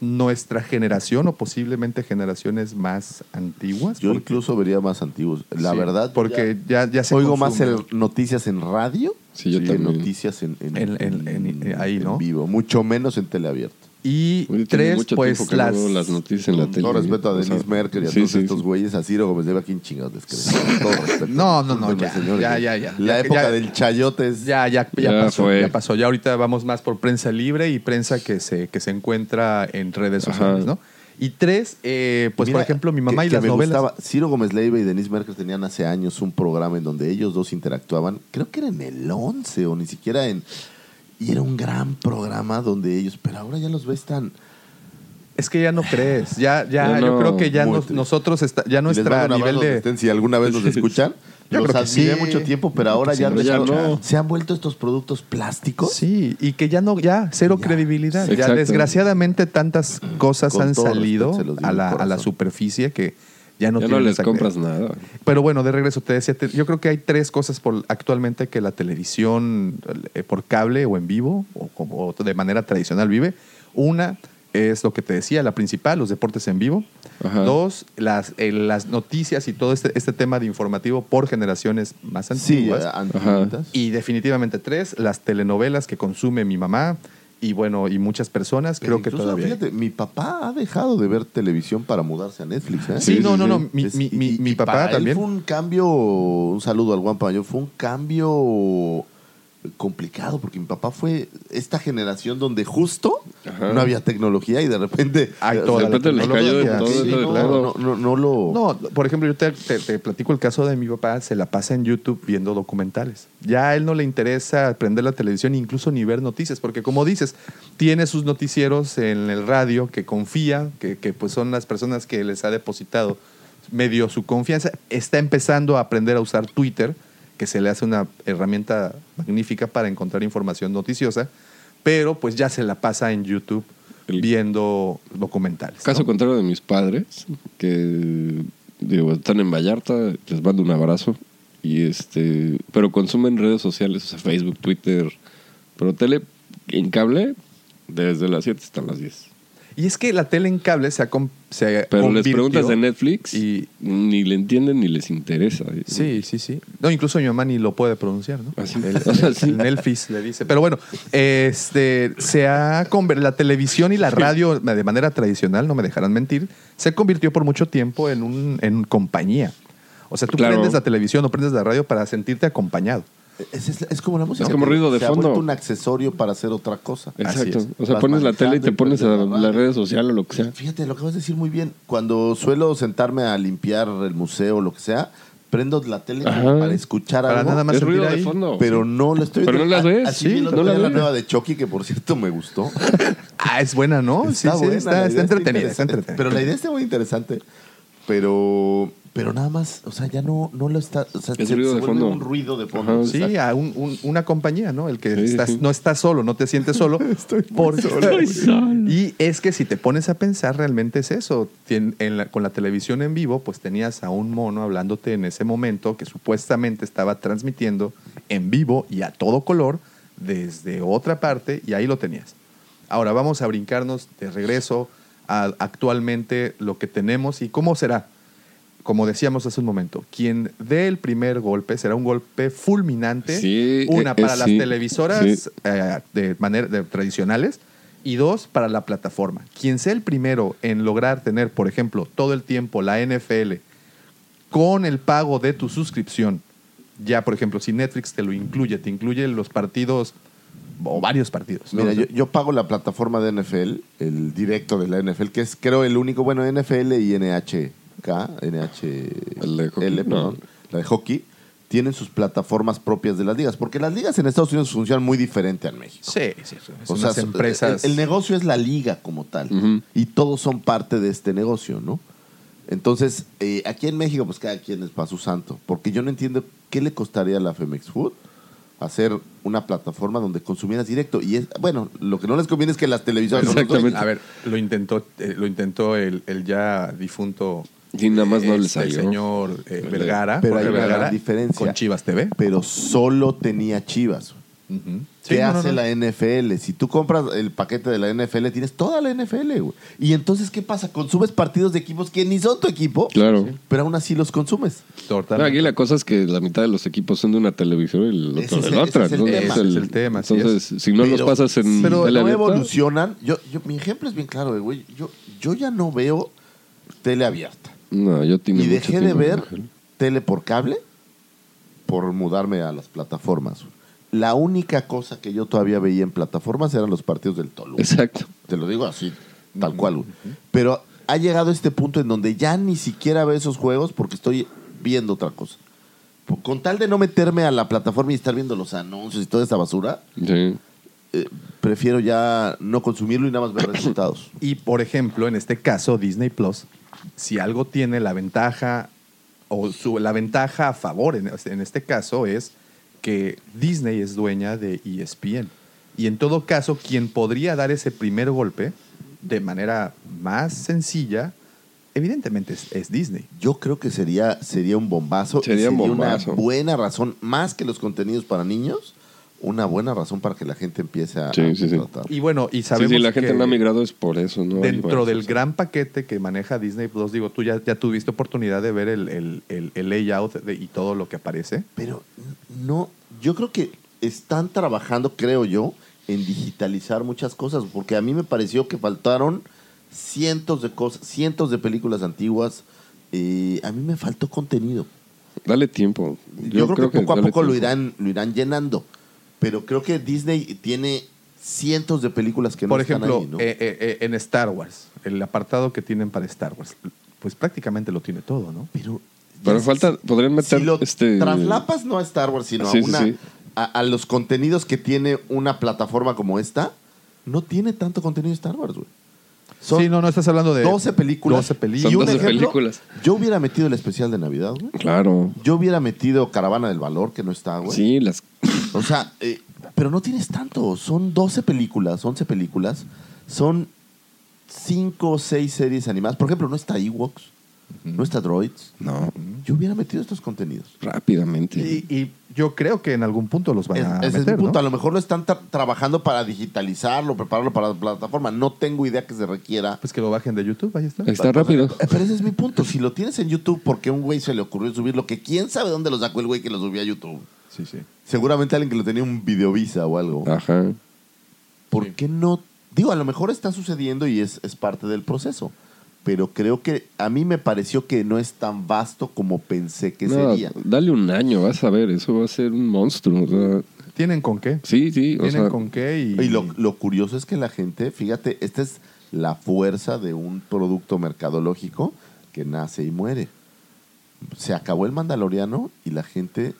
nuestra generación o posiblemente generaciones más antiguas. Yo Porque- incluso vería más antiguos. La sí, verdad, Porque ya ya, ya se oigo más consume. el- noticias en radio Sí, yo que también. noticias en, en- En- en- en- ahí, en ¿no? vivo. Mucho menos en teleabierto. Y Oye, tiene tres, mucho pues tiempo que no las, veo las noticias en la Con tele. todo respeto a O sea, Denise Merkel y a sí, todos sí, estos sí. güeyes, a Ciro Gómez Debe, ¿a quién chingados les creen? Con todo respeto. No, no, no, Discúlpenme, ya, ya, ya, ya. La Ya, época ya. del chayote es... Ya, ya, ya, Ya pasó, fue. ya pasó. Ya ahorita vamos más por prensa libre y prensa que se, que se encuentra en redes sociales, Ajá. ¿no? Y tres, eh, pues Mira, por ejemplo, mi mamá que- y que las me novelas. gustaba. Ciro Gómez Leiva y Denise Merkel tenían hace años un programa en donde ellos dos interactuaban, creo que era en el 11 o ni siquiera en... Y era un gran programa donde ellos, pero ahora ya los ves tan... Es que ya no crees. Ya, ya, Ya yo no, creo que ya muy nos- triste. nosotros, está, ya nuestra Les mando un nivel abrazo donde de. estén, si alguna [laughs] vez nos escuchan. Yo los creo que admiré sí. mucho tiempo, pero ahora sí, ya, pero ya han dejado- no. se han vuelto estos productos plásticos. Sí, y que ya no, ya, cero Ya. credibilidad. Ya, Exacto. desgraciadamente, tantas cosas Con han todo salido respeto, se los digo a de la, a la corazón. superficie que ya no ya no tienen les esa compras credibilidad. nada. Pero bueno, de regreso te decía, te- yo creo que hay tres cosas por, actualmente que la televisión eh, por cable o en vivo o, como- o de manera tradicional vive. Una es lo que te decía, la principal, los deportes en vivo. Ajá. Dos, las, eh, las noticias y todo este, este tema de informativo por generaciones más Sí, eh, antiguas. antiguitas. y definitivamente tres, las telenovelas que consume mi mamá y bueno, y muchas personas. Creo que pues Incluso, todavía. hay. Fíjate, mi papá ha dejado de ver televisión para mudarse a Netflix. ¿eh? Sí, Sí, no, sí, no, sí. no. Mi, Es- mi- y- mi- y mi papá para él también. fue un cambio, un saludo al Juan Paño, fue un cambio complicado porque mi papá fue esta generación donde justo Ajá. no había tecnología y de repente Ay, eh, toda De la repente les tecnología, cayó de sí, todo sí, de no, lado. no, no, no lo No, por ejemplo, yo te, te- te platico el caso de mi papá, se la pasa en YouTube viendo documentales. Ya a él no le interesa prender la televisión, incluso ni ver noticias, porque como dices, tiene sus noticieros en el radio que confía, que, que, pues son las personas que les ha depositado medio su confianza. Está empezando a aprender a usar Twitter, que se le hace una herramienta magnífica para encontrar información noticiosa, pero pues ya se la pasa en YouTube El- viendo documentales. Caso ¿no? contrario de mis padres, que digo, están en Vallarta, les mando un abrazo. Y este, pero consumen redes sociales, o sea, Facebook, Twitter, pero tele en cable desde las 7 hasta las 10. Y es que la tele en cable se ha... com- se Pero les convirtió- preguntas de Netflix y- y ni le entienden ni les interesa. Sí, sí, sí. No, incluso mi mamá ni lo puede pronunciar, ¿no? Ah, sí. El, O sea, [laughs] sí. el Nelfis le dice. Pero bueno, este, se ha conver- la televisión y la radio de manera tradicional, no me dejarán mentir, se convirtió por mucho tiempo en un en compañía. O sea, tú Claro. prendes la televisión o prendes la radio para sentirte acompañado. Es, es- es como la música. Es como ruido de Se ha fondo. vuelto un accesorio para hacer otra cosa. Exacto. Así es. O sea, Vas pones la tele y te manejando y pones a prendes la las radio. redes sociales o lo que sea. Fíjate, lo acabas de decir muy bien. Cuando suelo sentarme a limpiar el museo o lo que sea, prendo la tele Ajá. para escuchar Para algo. nada más Es ruido sentir ahí. de fondo. Pero no la estoy Pero no las A- ves, Así sí, vi el otro no la día la ves. nueva de Chucky, que por cierto me [laughs] gustó. Ah, es buena, ¿no? sí, sí, buena, la está, idea está entretenida, está interesante. entretenida. Pero la idea está muy interesante. Pero, pero nada más, o sea, ya no, no lo está. O sea, Es ruido de vuelve fondo. un ruido de fondo. Ajá. Sí, a un- un- una compañía, ¿no? El que Sí, estás- sí. no estás solo, no te sientes solo. [laughs] Estoy solo. [laughs] Y es que si te pones a pensar, realmente es eso. Tien- en la- con la televisión en vivo, pues tenías a un mono hablándote en ese momento que supuestamente estaba transmitiendo en vivo y a todo color desde otra parte y ahí lo tenías. Ahora vamos a brincarnos de regreso a actualmente lo que tenemos y cómo será como decíamos hace un momento, quien dé el primer golpe será un golpe fulminante. Sí, una, eh, para eh, las sí, televisoras sí. eh, de manera de- tradicionales y dos, para la plataforma. Quien sea el primero en lograr tener, por ejemplo, todo el tiempo la NFL con el pago de tu suscripción, ya por ejemplo, si Netflix te lo incluye, te incluye los partidos o varios partidos. ¿no? Mira, yo, yo pago la plataforma de NFL, el directo de la NFL, que es creo el único, bueno, NFL y NHK, NH, El de hockey, L, no. perdón, la de hockey, tienen sus plataformas propias de las ligas, porque las ligas en Estados Unidos funcionan muy diferente al México. Sí, sí, sí, son O sea, unas empresas. El, el negocio es la liga como tal. Ujú. Y todos son parte de este negocio, ¿no? Entonces, eh, aquí en México, pues cada quien es para su santo. Porque yo no entiendo qué le costaría a la Femex Food hacer una plataforma donde consumieras directo. Y es, bueno, lo que no les conviene es que las televisoras son los Exactamente. A ver, lo intentó, eh, lo intentó el, el ya difunto. Y nada más no este, les El salió. señor eh, Vergara. Pero Jorge hay una gran Vergara, diferencia. Con Chivas TV. dueños. Pero solo tenía Chivas. Ujú. ¿Qué Sí, no, no, hace no. la NFL? Si tú compras el paquete de la NFL, tienes toda la NFL, güey. Y entonces, ¿qué pasa? Consumes partidos de equipos que ni son tu equipo, Claro. pero aún así los consumes. No, Totalmente. aquí la cosa es que la mitad de los equipos son de una televisora y el Ese otro es de el- la otra. ese es el entonces, tema. Ese es el tema, así Entonces, si no los Pero- pasas en pero tele no abierta, evolucionan. Yo, yo, mi ejemplo es bien claro, eh, güey. Yo, yo ya no veo tele abierta. No, yo tengo Y mucho dejé de tiempo, ver Ángel. tele por cable por mudarme a las plataformas. güey. La única cosa que yo todavía veía en plataformas eran los partidos del Toluca. Exacto. Te lo digo así, tal cual. güey. Pero ha llegado este punto en donde ya ni siquiera veo esos juegos porque estoy viendo otra cosa. Por- Con tal de no meterme a la plataforma y estar viendo los anuncios y toda esa basura, Sí. eh, prefiero ya no consumirlo y nada más [coughs] ver resultados. Y por ejemplo, en este caso, Disney Plus, si algo tiene la ventaja o su, la ventaja a favor en, en este caso es que Disney es dueña de E ESPN. Y en todo caso, quien podría dar ese primer golpe de manera más sencilla, evidentemente es, es Disney. Yo creo que sería, sería un bombazo. y Sería un bombazo. una buena razón, más que los contenidos para niños, una buena razón para que la gente empiece a, Sí, a sí, sí. contratar. Y bueno, y Sí, sabemos sí, la gente que no ha migrado es por eso, ¿no? dentro Bueno, del sí, sí. gran paquete que maneja Disney Plus, digo, tú ya, ya tuviste oportunidad de ver el, el- el- el layout de- y todo lo que aparece. Pero no, yo creo que están trabajando, creo yo, en digitalizar muchas cosas, porque a mí me pareció que faltaron cientos de cosas, cientos de películas antiguas. eh, a mí me faltó contenido. Dale tiempo. Yo, creo, que, poco a dale poco lo tiempo. irán, lo irán llenando. Pero creo que Disney tiene cientos de películas que no Por están ejemplo, ahí, ¿no? eh, eh, eh, en Star Wars, el apartado que tienen para Star Wars, pues prácticamente lo tiene todo, ¿no? pero Pero ya falta, podrían meter si lo este. traslapas no a Star Wars, sino Sí, a, sí, una, sí. A, a los contenidos que tiene una plataforma como esta, no tiene tanto contenido de Star Wars, güey. Son sí, no, no estás hablando de 12 películas. 12 Y un películas. Son 12 ejemplo, películas. Yo hubiera metido el especial de Navidad, güey. Claro. Yo hubiera metido Caravana del Valor, que no está, güey. Sí, las. O sea, eh, pero no tienes tanto. Son 12 películas, 11 películas. Son 5 o 6 series animadas. Por ejemplo, no está Ewoks. no está Droids, No, yo hubiera metido estos contenidos. rápidamente. Y, y yo creo que en algún punto los van Es- a ese es mi meter, ¿no? punto. A lo mejor lo están tra- trabajando para digitalizarlo, prepararlo para la plataforma. No tengo idea que se requiera. Pues que lo bajen de YouTube, ahí está. Está rápido. Eh, Pero ese es mi punto. Si lo tienes en YouTube, ¿por qué a un güey se le ocurrió subirlo? Que quién sabe dónde lo sacó el güey que lo subió a YouTube. Sí, sí. Seguramente alguien que lo tenía en un videovisa o algo. Ajá. ¿Por qué no? Digo, a lo mejor está sucediendo y es, es parte del proceso. Pero creo que a mí me pareció que no es tan vasto como pensé que No, sería. Dale un año, vas a ver, eso va a ser un monstruo. o sea, ¿Tienen con qué? sí, sí, o ¿Tienen sea, con qué? Y, Y lo, lo curioso es que la gente, fíjate, esta es la fuerza de un producto mercadológico que nace y muere. Se acabó el Mandaloriano y la gente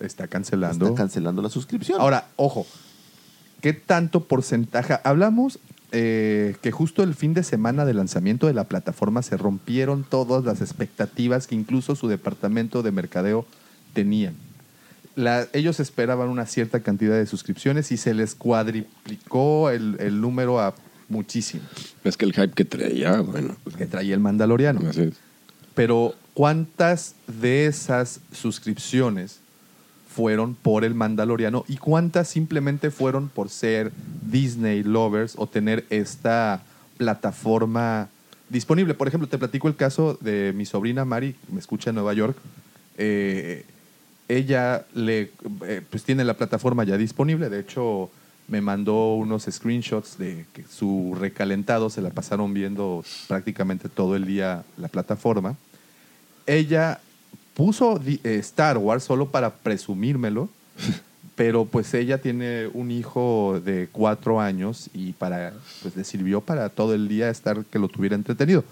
está cancelando. está cancelando la suscripción. Ahora, ojo, ¿qué tanto porcentaje? Hablamos eh, que justo el fin de semana de lanzamiento de la plataforma se rompieron todas las expectativas que incluso su departamento de mercadeo tenían. La- ellos esperaban una cierta cantidad de suscripciones y se les cuadriplicó el, el número a muchísimo es que el hype que traía, bueno, pues, que traía el mandaloriano. así es. Pero ¿cuántas de esas suscripciones fueron por el Mandaloriano y cuántas simplemente fueron por ser Disney lovers o tener esta plataforma disponible? Por ejemplo, te platico el caso de mi sobrina Mari, que me escucha en Nueva York. Eh, ella le, eh, pues tiene la plataforma ya disponible. De hecho, me mandó unos screenshots de que su recalentado se la pasaron viendo prácticamente todo el día la plataforma. Ella puso di- eh, Star Wars solo para [laughs] presumírmelo, pero pues ella tiene un hijo de cuatro años y para, pues le sirvió para todo el día estar que lo tuviera entretenido.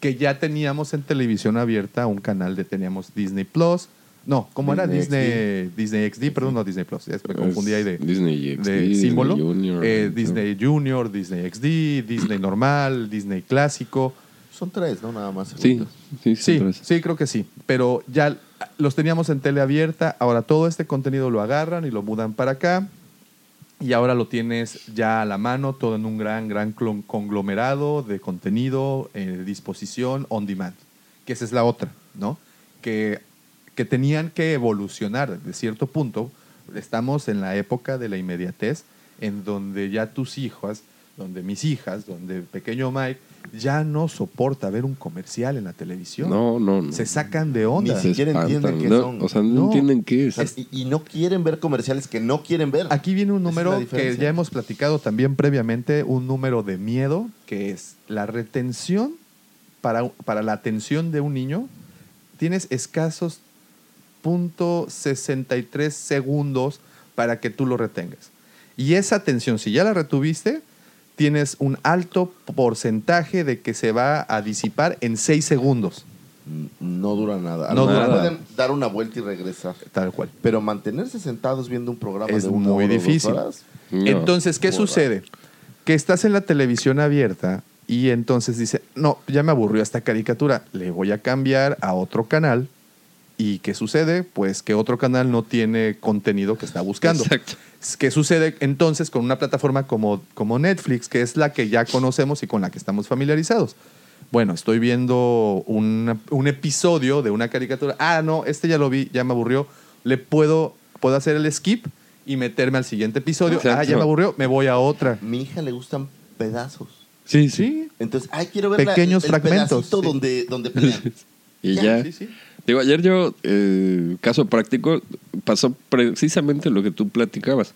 Que ya teníamos en televisión abierta un canal de teníamos Disney Plus. No, ¿cómo era? Disney Disney, Disney XD, perdón, no Disney Plus. ya me confundí ahí de, Es Disney XD, de Disney símbolo. Junior, Eh, ¿no? Disney Junior, Disney XD, Disney normal, Disney clásico. Son tres, ¿no? Nada más. Sí, sí, Sí, otra vez. sí, creo que sí. Pero ya los teníamos en tele abierta. Ahora todo este contenido lo agarran y lo mudan para acá. Y ahora lo tienes ya a la mano, todo en un gran, gran clon- conglomerado de contenido, eh, disposición, on demand. Que esa es la otra, ¿no? Que, que tenían que evolucionar de cierto punto. Estamos en la época de la inmediatez, en donde ya tus hijas, donde mis hijas, donde el pequeño Mike, ya no soporta ver un comercial en la televisión. No, no, no. Se sacan de onda. Ni siquiera espantan, entienden qué no, son. O sea, no, No. entienden qué O es. sea, y, y no quieren ver comerciales que no quieren ver. Aquí viene un Esa es la número que diferencia. ya hemos platicado también previamente, un número de miedo, que es la retención para, para la atención de un niño. Tienes escasos .63 segundos para que tú lo retengas. Y esa atención, si ya la retuviste, tienes un alto porcentaje de que se va a disipar en 6 segundos. N- No dura nada. A No lo mejor dura nada. Pueden dar una vuelta y regresar. Tal cual. Pero mantenerse sentados viendo un programa Es de una muy hora o dos difícil. horas, No. Entonces, ¿qué Borra. sucede? Que estás en la televisión abierta y entonces dice, no, ya me aburrió esta caricatura, le voy a cambiar a otro canal. ¿Y qué sucede? Pues que otro canal no tiene contenido que está buscando. Exacto. ¿Qué sucede entonces con una plataforma como, como Netflix, que es la que ya conocemos y con la que estamos familiarizados? Bueno, estoy viendo un, un episodio de una caricatura. Ah, no, este ya lo vi, ya me aburrió. Le puedo, puedo hacer el skip y meterme al siguiente episodio. Ah, Exacto. ya me aburrió, me voy a otra. mi hija le gustan pedazos. Sí, Sí, Entonces, ay, quiero ver la- Pequeños el fragmentos, pedacito sí. donde, donde [laughs] pelean. Y Ya, ya. sí, sí. Digo, ayer yo, eh, caso práctico, pasó precisamente lo que tú platicabas.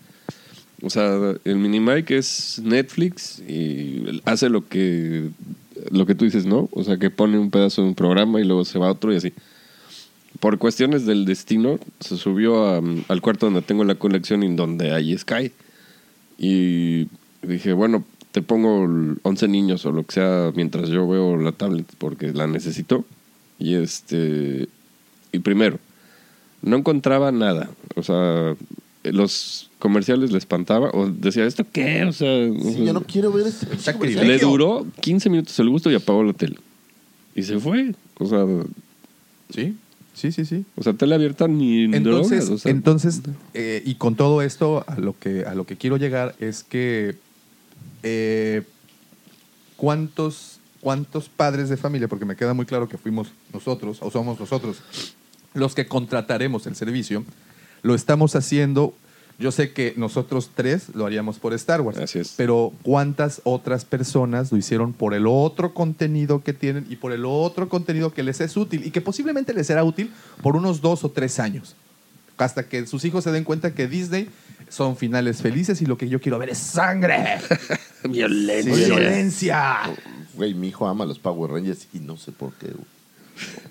O sea, el Minimike es Netflix y hace lo que, lo que tú dices, ¿no? O sea, que pone un pedazo de un programa y luego se va a otro y así. Por cuestiones del destino, se subió a, mm, al cuarto donde tengo la colección y donde hay Sky. Y dije, bueno, te pongo el 11 niños o lo que sea mientras yo veo la tablet porque la necesito. Y este. Y primero, no encontraba nada. O sea, los comerciales le espantaba. O decía, ¿esto qué? O sea. Sí, yo no quiero ver este pinche Sacrilegio. le comercial. duró 15 minutos el gusto y apagó la tele. Y se fue. O sea, o sí, sí, sí, sí. sea tele abierta ni Entonces, drogas, o sea, entonces eh, y con todo esto, a lo que, a lo que quiero llegar es que eh, cuántos cuántos padres de familia, porque me queda muy claro que fuimos nosotros, o somos nosotros, los que contrataremos el servicio, lo estamos haciendo. Yo sé que nosotros tres lo haríamos por Star Wars. Así es. Pero ¿cuántas otras personas lo hicieron por el otro contenido que tienen y por el otro contenido que les es útil y que posiblemente les será útil por unos dos o tres años? Hasta que sus hijos se den cuenta que Disney son finales felices y lo que yo quiero ver es sangre, [laughs] Sí, güey. violencia. Güey, mi hijo ama los Power Rangers y no sé por qué, güey.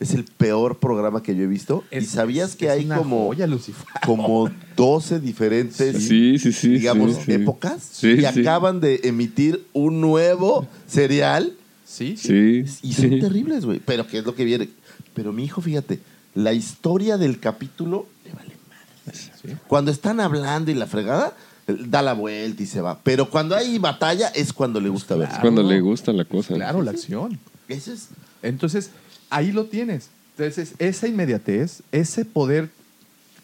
Es el peor programa que yo he visto. y Es- sabías es- que es hay una como, [laughs] joya, Lucifer. como 12 diferentes, Sí, sí, sí. digamos, sí, sí. épocas. Sí, y sí. acaban de emitir un nuevo serial. Sí, sí. Sí. Y sí. son terribles, güey. Pero ¿qué es lo que viene? Pero mi hijo, fíjate, la historia del capítulo le vale madre. Cuando están hablando y la fregada, él da la vuelta y se va. Pero cuando hay batalla es cuando le gusta ver. Es cuando le gusta la cosa. Claro, la acción. Ese es Entonces, ahí lo tienes. Entonces, esa inmediatez, ese poder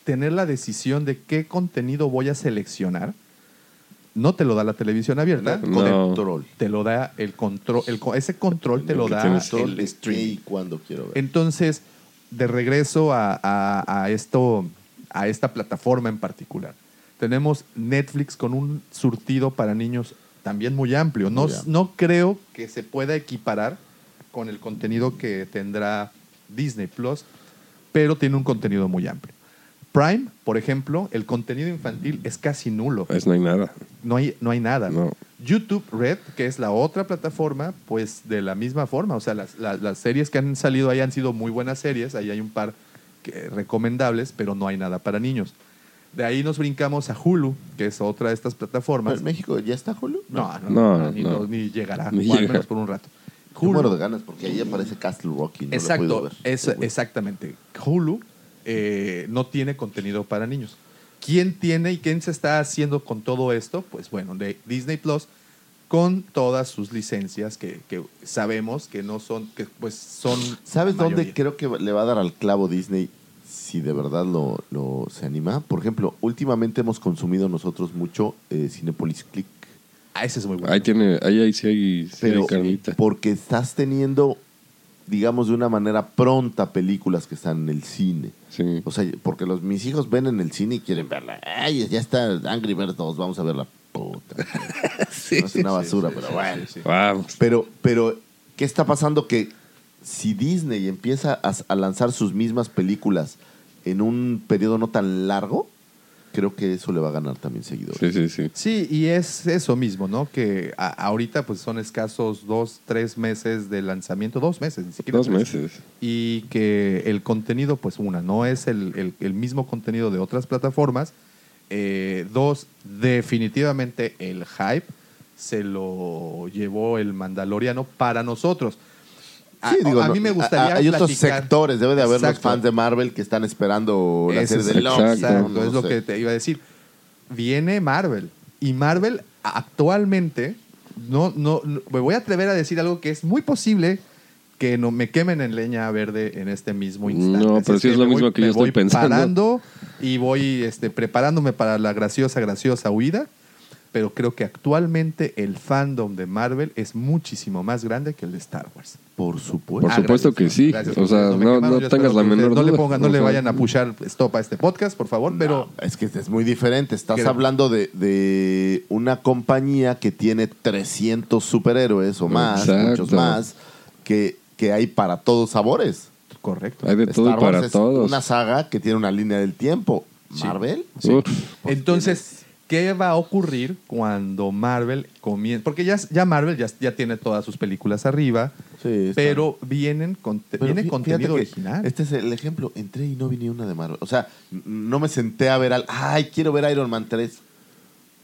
tener la decisión de qué contenido voy a seleccionar, no te lo da la televisión abierta, No. control. te lo da el control, el co- ese control te Lo lo que da tienes. el Control de streaming. qué y cuándo quiero ver. Entonces, de regreso a, a- a esto, a esta plataforma en particular, tenemos Netflix con un surtido para niños también muy amplio. No, Muy amplio. no creo que se pueda equiparar con el contenido que tendrá Disney Plus, pero tiene un contenido muy amplio. Prime, por ejemplo, el contenido infantil es casi nulo Es Pues no hay nada. no hay, no hay nada. No. YouTube Red, que es la otra plataforma, pues de la misma forma. O sea, las, las- las series que han salido ahí han sido muy buenas series. Ahí hay un par que- recomendables, pero no hay nada para niños. De ahí nos brincamos a Hulu, que es otra de estas plataformas. ¿En México ya está Julio? No, no, No, ni, no. no- ni llegará, Ni o al llega. menos por un rato. Yo muero de ganas porque ahí aparece Castle Rocky. No Lo puedo Exacto, ver. eso- exactamente. Hulu eh, no tiene contenido para niños. ¿Quién tiene y quién se está haciendo con todo esto? Pues bueno, de Disney Plus con todas sus licencias que, que sabemos que no son, que pues son. ¿Sabes la dónde mayoría. creo que le va a dar al clavo Disney si de verdad lo, lo- se anima? Por ejemplo, últimamente hemos consumido nosotros mucho eh, Cinepolis Click, Ah, ese es muy bueno. Ahí tiene, ahí, ahí sí hay, sí hay pero carnita. porque estás teniendo, digamos, de una manera pronta películas que están en el cine. Sí. O sea, porque los, mis hijos ven en el cine y quieren verla. Ay, ya está Angry Birds 2, vamos a verla. [laughs] Puta. No es una basura, pero bueno. Vamos. Pero, pero, ¿qué está pasando? Que si Disney empieza a, a lanzar sus mismas películas en un periodo no tan largo, creo que eso le va a ganar también seguidores. Sí, sí, sí. Sí, y es eso mismo, ¿no? Que a- ahorita pues son escasos dos, tres meses de lanzamiento, dos meses, ni siquiera. Dos tres. meses. y que el contenido, pues una, no es el, el- el mismo contenido de otras plataformas. Eh, dos, definitivamente el hype se lo llevó el mandaloriano para nosotros. A, Sí, digo, a no, mí me gustaría. a- Hay otros platicar- sectores, debe de haber los Exacto. fans de Marvel que están esperando la serie Ese es de el- Loki. Exacto, ¿no? es No lo que sé. te iba a decir. Viene Marvel. Y Marvel actualmente, no, no, no- me voy a atrever a decir algo que es muy posible que no me quemen en leña verde en este mismo instante. No, Así pero sí es que lo me mismo voy- que yo me estoy voy pensando. Parando y voy este, preparándome para la graciosa, graciosa huida. Pero creo que actualmente el fandom de Marvel es muchísimo más grande que el de Star Wars. Por supuesto. Por supuesto que sí. Gracias, O sea, ustedes me no, quemaron, no yo espero tengas la que ustedes menor No le, duda. pongan, no O le sea, vayan a pushar stop a este podcast, por favor, pero Es que es muy diferente. Estás Creo- hablando de, de una compañía que tiene 300 superhéroes o más, Exacto. muchos más, que, que hay para todos sabores. correcto. Hay de todo y Star Wars para es todos. Una saga que tiene una línea del tiempo. Marvel. Uf. Pues Entonces, ¿qué va a ocurrir cuando Marvel comienza? Porque ya, ya Marvel ya, ya tiene todas sus películas arriba, Sí, está- pero vienen con, Pero viene fí- fíjate contenido que original. Este es el ejemplo. Entré y no vi ni una de Marvel. O sea, n- no me senté a ver al. Ay, quiero ver Iron Man 3.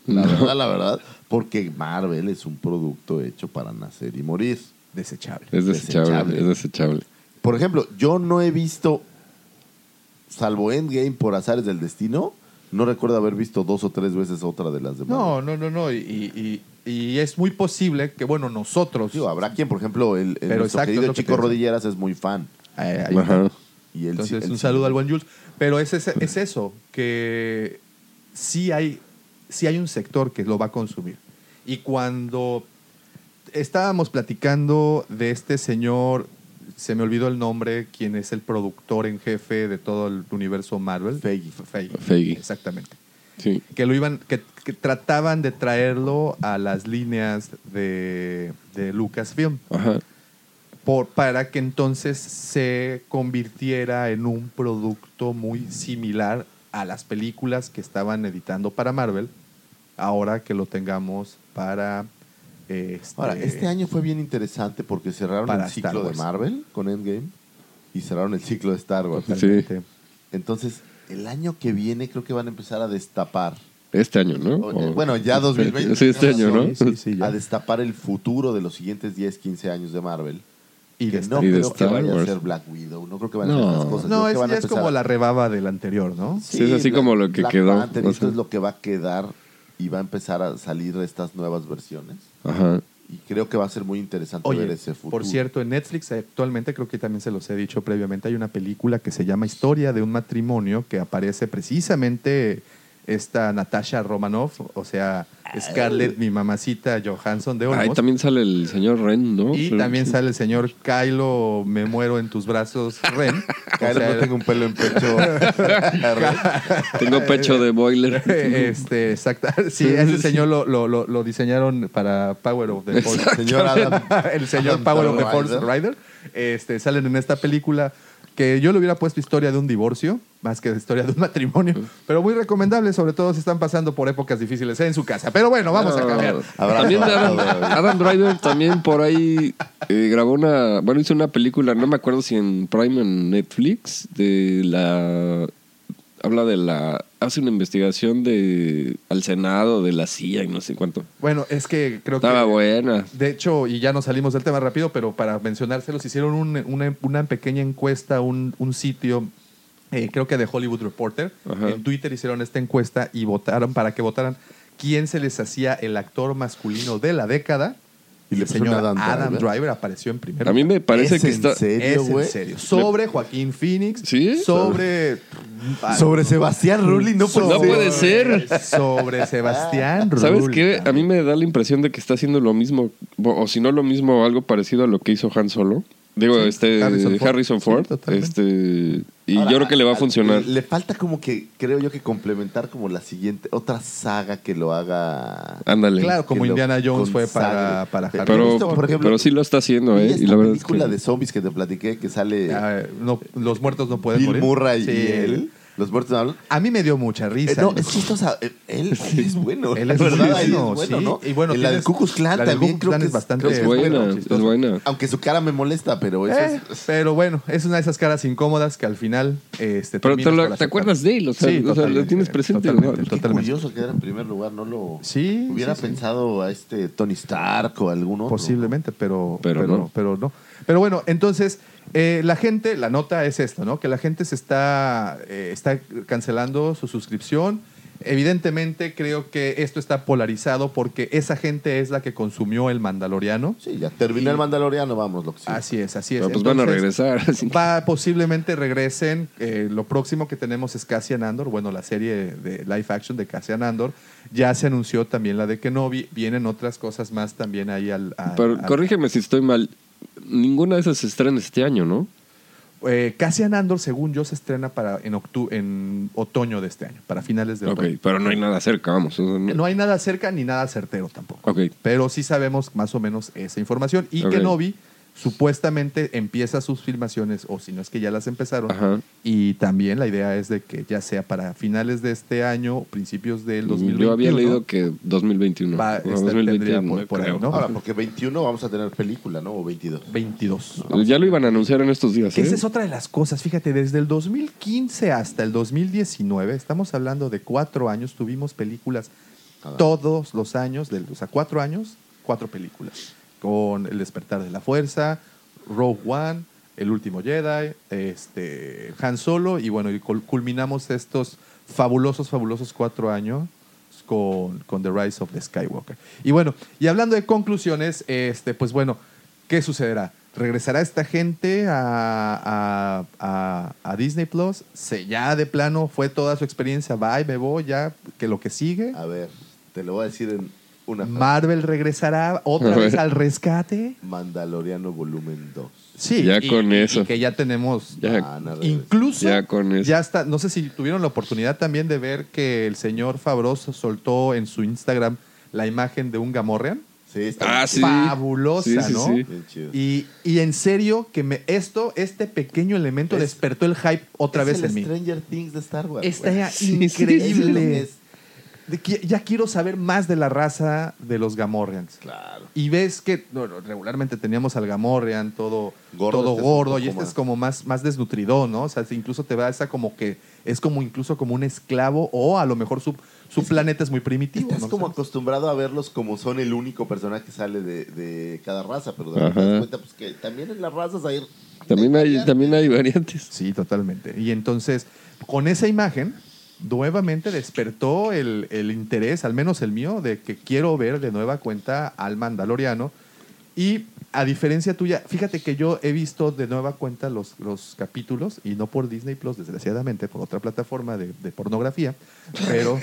La verdad, la verdad. Porque Marvel es un producto hecho para nacer y morir. desechable. Es desechable, Desechable. es desechable. Por ejemplo, yo no he visto, salvo Endgame por azares del destino, no recuerdo haber visto dos o tres veces otra de las de Marvel. No, no, no, no. Y, y- y- y es muy posible que, bueno, nosotros. Digo, habrá quien, por ejemplo, el, el Pero nuestro exacto, es querido lo que Chico te digo. Rodilleras es muy fan. Eh, ahí está. Ajá. Y él sí- Entonces, él un sí- saludo al buen Jules. Pero es, ese- es eso, que sí hay, sí hay un sector que lo va a consumir. Y cuando estábamos platicando de este señor, se me olvidó el nombre, quien es el productor en jefe de todo el universo Marvel. Feige. Feige. Feige. Exactamente. Sí. Que lo iban, que, que trataban de traerlo a las líneas de, de Lucasfilm Ajá. por, para que entonces se convirtiera en un producto muy similar a las películas que estaban editando para Marvel, ahora que lo tengamos para... Este, Ahora, Eh, este año fue bien interesante porque cerraron Para el Star ciclo de Wars. Marvel con Endgame y cerraron el ciclo de Star Wars. totalmente. Entonces, el año que viene creo que van a empezar a destapar. Este año, ¿no? o- O- bueno, ya 2020. Sí, este tienes año, razón, Sí, ¿no? sí, ya. A destapar el futuro de los siguientes 10, 15 años de Marvel. Y que de este no Y de creo que Star vaya Wars. a ser Black Widow, no creo que van a No. ser esas cosas. No, creo que es, van a ya es empezar como a- la rebaba del anterior, ¿no? Sí, es así como lo que Black quedó, Panther, o esto sea. es lo que va a quedar y va a empezar a salir estas nuevas versiones. Ajá. Y creo que va a ser muy interesante ver Oye, ese futuro. por cierto, en Netflix eh, actualmente, creo que también se los he dicho previamente, hay una película que se llama Historia de un matrimonio que aparece precisamente esta Natasha Romanoff, o sea, Scarlett, mi mamacita Johansson de Ahí Olmos. también sale el señor Ren, ¿no? y Creo también que sí. sale el señor Kylo, me muero en tus [laughs] brazos, Ren. O Caer sea, no tengo un pelo en [laughs] pecho. Tengo pecho de boiler. este, exacta- [laughs] Sí, ese señor lo, lo- lo- lo diseñaron para Power of the Force. [laughs] Señor Adam. [laughs] el señor Adam Power of the Force Driver. Rider, este, salen en esta película que yo le hubiera puesto historia de un divorcio más que de historia de un matrimonio, pero muy recomendable, sobre todo si están pasando por épocas difíciles en su casa. Pero bueno, vamos Ah, a cambiar. Abrazo, También de Adam, abrazo. Adam Driver también por ahí eh, grabó una, bueno, hizo una película, no me acuerdo si en Prime o en Netflix, de la habla de la hace una investigación de al Senado, de la CIA y no sé cuánto. Bueno, es que creo que Estaba buena. De hecho, y ya nos salimos del tema rápido, pero para mencionárselos, hicieron un- una, una pequeña encuesta, un, un sitio, eh, creo que de Hollywood Reporter, Ajá. en Twitter hicieron esta encuesta y votaron para que votaran quién se les hacía el actor masculino de la década. Y le el pusieron señor Adam, Adam Driver. Driver. apareció en primer A mí me parece ¿Es que en está Es serio, en güey? serio. Sobre Joaquín Phoenix. ¿Sí? Sobre. Sobre Sebastián Rulli, no puede No ser. puede ser. Sobre Sebastián Rulli. [laughs] ¿Sabes qué? A mí me da la impresión de que está haciendo lo mismo, bo- o si no lo mismo, algo parecido a lo que hizo Han Solo. Digo, Sí, este Harrison Harrison Ford. Ford. Sí, totalmente. este, y Ahora, ah, yo creo que le va a funcionar. Le, le falta como que, creo yo, que complementar como la siguiente, otra saga que lo haga. Ándale. Claro, como que lo Indiana Jones fue para, consagre. para Pero- Harry. Pero, visto, por ejemplo, pero sí lo está haciendo, y ¿eh? esta Y la verdad es que- película de zombies que te platiqué que sale Ah, no, los muertos no pueden Bill morir. Murray Sí. y él. Los muertos no hablan. A mí me dio mucha Eh, risa. no, es chistosa. Él, [laughs] él es bueno. Él la es verdad, él bueno, es bueno, sí. ¿no? Y bueno, En la del tienes- Cucus Clan la del también Ku creo Klux Klan que es bastante creo que es buena, bueno, es chistoso. buena. Aunque su cara me molesta, pero eso Eh, es. pero bueno, es una de esas caras incómodas que al final este, Pero te, terminas lo- por te aceptar. acuerdas de él, o sea, Sí, o sea, totalmente, lo tienes presente. totalmente, ¿no? Qué totalmente. curioso que era en primer lugar, no lo Sí, hubiera sí, sí. pensado a este Tony Stark o algún otro. Posiblemente, pero, pero, Pero no. no. pero no. Pero bueno, entonces, eh, la gente, la nota es esta, ¿no? Que la gente se está, eh, está cancelando su suscripción. Evidentemente, creo que esto está polarizado porque esa gente es la que consumió el Mandaloriano. Sí, ya terminó el Mandaloriano, vamos, lo que sí. Así es, así es. Pero pues van a Entonces, regresar. [laughs] así que- Va, posiblemente regresen. Eh, lo próximo que tenemos es Cassian Andor, bueno, la serie de live action de Cassian Andor. Ya se anunció también la de Kenobi. Vienen otras cosas más también ahí al. al- Pero al- corrígeme si estoy mal. Ninguna de esas se estrena este año, ¿no? Eh, Cassian Andor, según yo, se estrena para en, octu- en otoño de este año, para finales de Ok, otoño. pero no hay nada cerca, vamos. o sea, no- No hay nada cerca ni nada certero tampoco. Ok. Pero sí sabemos más o menos esa información. Y Ok. Kenobi supuestamente empieza sus filmaciones, o si no es que ya las empezaron. Ajá. Y también la idea es de que ya sea para finales de este año, o principios del 2021. Mm, Yo había leído que 2021. Va, no, este, 2021, tendría por- por ahí, creo. ¿no? Ahora, porque 21 vamos a tener película, ¿no? O 22. 22. Ya lo iban a anunciar en estos días. Que ¿eh? esa es otra de las cosas. Fíjate, desde el 2015 hasta el 2019, estamos hablando de cuatro años, tuvimos películas Cada- todos los años, del- o sea, cuatro años, cuatro películas. Con El Despertar de la Fuerza, Rogue One, El Último Jedi, este, Han Solo, y bueno, y cul- culminamos estos fabulosos, fabulosos cuatro años con, con The Rise of the Skywalker. Y bueno, y hablando de conclusiones, este, pues bueno, ¿qué sucederá? ¿Regresará esta gente a, a- a- a Disney Plus? ¿Se, ya de plano fue toda su experiencia, bye, me voy, ya, que lo que sigue. A ver, te lo voy a decir en Una frase. Marvel regresará otra A ver. vez al rescate. Mandaloriano volumen 2. Sí, Ya y- con y- y eso. que ya tenemos Ya. Van a regresar. Incluso Ya con eso. ya está, no sé si tuvieron la oportunidad también de ver que el señor Fabros soltó en su Instagram la imagen de un Gamorrean. Sí, está Ah, sí. Fabulosa, Sí, sí, ¿no? sí. bien chido. Y, y en serio que me, esto, este pequeño elemento Es- despertó el hype otra Es vez el en mí. Stranger Things de Star Wars. güey. Está Sí, sí, increíble. Es- De que ya quiero saber más de la raza de los Gamorreans. Claro. Y ves que no, no, regularmente teníamos al Gamorrean todo Gordo, este gordo, todo es un gordo poco y este más. es como más, más desnutrido, ¿no? O sea, si incluso te da esa como que es como incluso como un esclavo o a lo mejor su, su planeta es muy primitivo. Estás ¿no? como ¿Sabes? acostumbrado a verlos como son el único personaje que sale de, de cada raza, pero de Ajá. repente te das cuenta pues, que también en las razas hay... También hay, también hay variantes. Sí, totalmente. Y entonces, con esa imagen, nuevamente despertó el, el interés, al menos el mío, de que quiero ver de nueva cuenta al Mandaloriano. Y a diferencia tuya, fíjate que yo he visto de nueva cuenta los, los capítulos, y no por Disney Plus, desgraciadamente, por otra plataforma de, de pornografía, [laughs] pero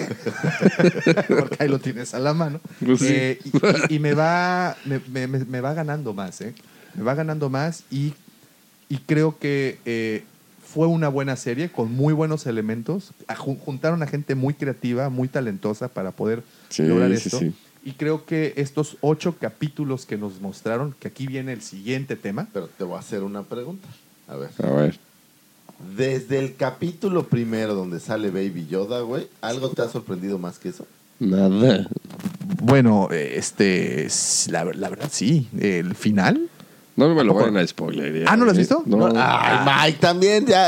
porque ahí lo tienes a la mano. Pues sí. Eh, y, y- y me va me, me- me- me va ganando más, ¿eh? Me va ganando más y, y creo que eh, fue una buena serie con muy buenos elementos. A- jun- Juntaron a gente muy creativa, muy talentosa para poder Sí, lograr sí, esto. sí. Y creo que estos ocho capítulos que nos mostraron, que aquí viene el siguiente tema, Pero te voy a hacer una pregunta. A ver. A ver. Desde el capítulo primero donde sale Baby Yoda, güey, ¿algo te ha sorprendido más que eso? Nada. Bueno, eh, este, s- la, ver- la verdad sí, el final. No me lo ¿A poco? vayan a spoiler. Ah, ¿no lo has visto? Ah, No. Ah. Ay, Mike, también ya.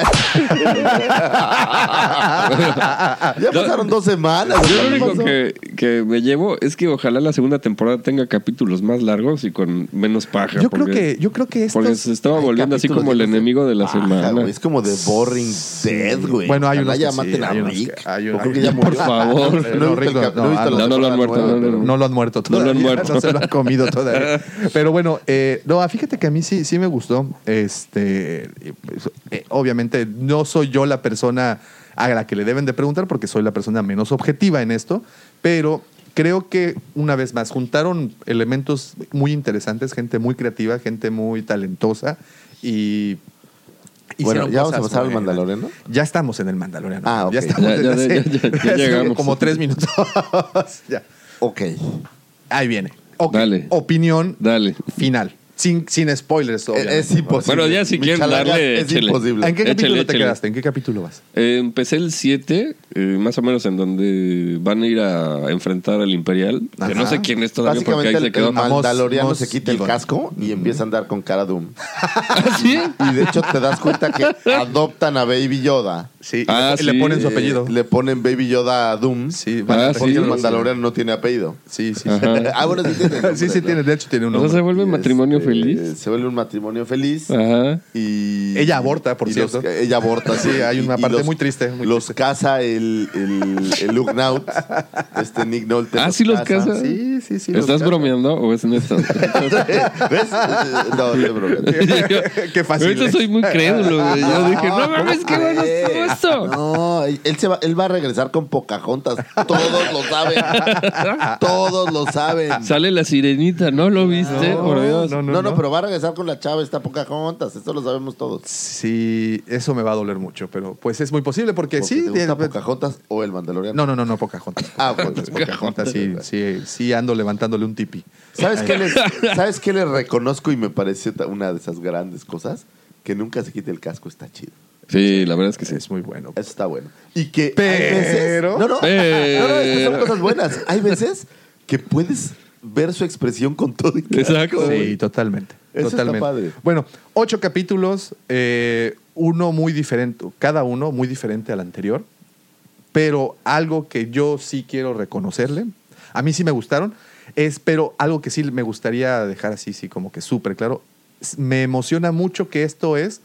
ya pasaron dos semanas. Yo lo ¿Qué único pasó? que, que me llevo es que ojalá la segunda temporada tenga capítulos más largos y con menos paja. Yo creo porque- que, yo creo que Porque estos... se estaba Hay volviendo así capítulos como el llenos de enemigo de la paja, semana. Ah, güey. Es como de Boring Dead, güey. Bueno, hay Ojalá unos que ya sí, maten a hay unos que- Rick. hay Yo unos- [laughs] creo que ya Por murió. favor. [laughs] No, he visto Rick, el cap- no, no he visto no, la no lo han temporada muerto, nueva, no, no, pero- No lo han muerto todavía. han [laughs] muerto. no se lo han comido todavía. Pero bueno, eh, no, fíjate que a mí sí, sí me gustó. Este, eh, pues, eh, obviamente no soy yo la persona a la que le deben de preguntar porque soy la persona menos objetiva en esto, pero creo que una vez más juntaron elementos muy interesantes, gente muy creativa, gente muy talentosa y Bueno, hicieron ya vamos a cosas pasar al buenas. Mandaloriano. Ya estamos en el Mandaloriano. Ah, ok. [laughs] Ya estamos Ya, ya, desde ya, ya, ya [laughs] hace llegamos. Como tres minutos. [laughs] ya. Ok. Ahí viene. Ok, Dale. Opinión Dale. final. Sin, sin spoilers, obviamente. Eh, Es imposible. Bueno, ya si Mi quieren chalaca darle, Es échele. imposible. ¿En qué Échale, capítulo te échale. quedaste? ¿En qué capítulo vas? Eh, empecé el 7, eh, más o menos en donde van a ir a enfrentar al Imperial. Que no Ajá. sé quién es todavía porque Básicamente ahí el, se quedó. el mandaloriano Mos- se quita el Mos- casco y empieza a andar con cara Doom. [laughs] ¿Ah, sí? Y de hecho te das cuenta que adoptan a Baby Yoda. Sí, Ah, le, le sí. ponen su Eh, apellido. le ponen Baby Yoda a Doom. sí, Ah, van- sí. Porque el mandaloriano no tiene apellido. sí, sí. sí. [laughs] Ajá. [laughs] Ah, bueno, sí tiene. nombre, Sí, sí, ¿no? tiene, de hecho tiene un O sea, se nombre. vuelve Y, matrimonio este, feliz. Ah. Se vuelve un matrimonio feliz. Ajá. Y, Ella aborta, por y los- cierto. ella aborta, sí. [laughs] Sí, hay una y parte muy triste, muy los triste. casa el, el, el Luke Naut. Este Nick Nolte. Ah, sí los casa. Sí, sí, sí. ¿Estás bromeando o [laughs] es neta? [laughs] ¿Ves? No, no, broma. Qué fácil, Ahorita ¿eh? soy muy crédulo, güey. Yo [laughs] [laughs] dije, no mames, qué bueno estuvo esto. No, él, se va, él va a regresar con Pocahontas. Todos lo saben. Todos lo [laughs] saben. Ah, Sale la sirenita, ¿no lo viste? Por Dios. no, No, no, pero va a regresar con la chava esta Pocahontas. Esto lo sabemos todos. Sí, eso me va a doler mucho, pero pues es muy posible porque, Porque sí. ¿Te gusta tiene- Pocahontas o el Mandaloriano? no, no, no, no, Pocahontas. Ah, Pocahontas. Pocahontas, sí, sí, sí ando levantándole un tipi. ¿Sabes qué, [laughs] les, ¿Sabes qué les reconozco y me pareció ta- una de esas grandes cosas? Que nunca se quite el casco, está chido. Sí, la verdad es que sí. Es muy bueno. Eso está bueno. Y que hay Pero- veces- no, [laughs] no, Pero- no, no, es que son cosas buenas. Hay veces que puedes ver su expresión con todo y casco. Exacto. Sí, totalmente. Eso está totalmente. padre. Bueno, ocho capítulos, eh, uno muy diferente, cada uno muy diferente al anterior, pero algo que yo sí quiero reconocerle, a mí sí me gustaron, es, pero algo que sí me gustaría dejar así, sí, como que súper claro, s- me emociona mucho que esto es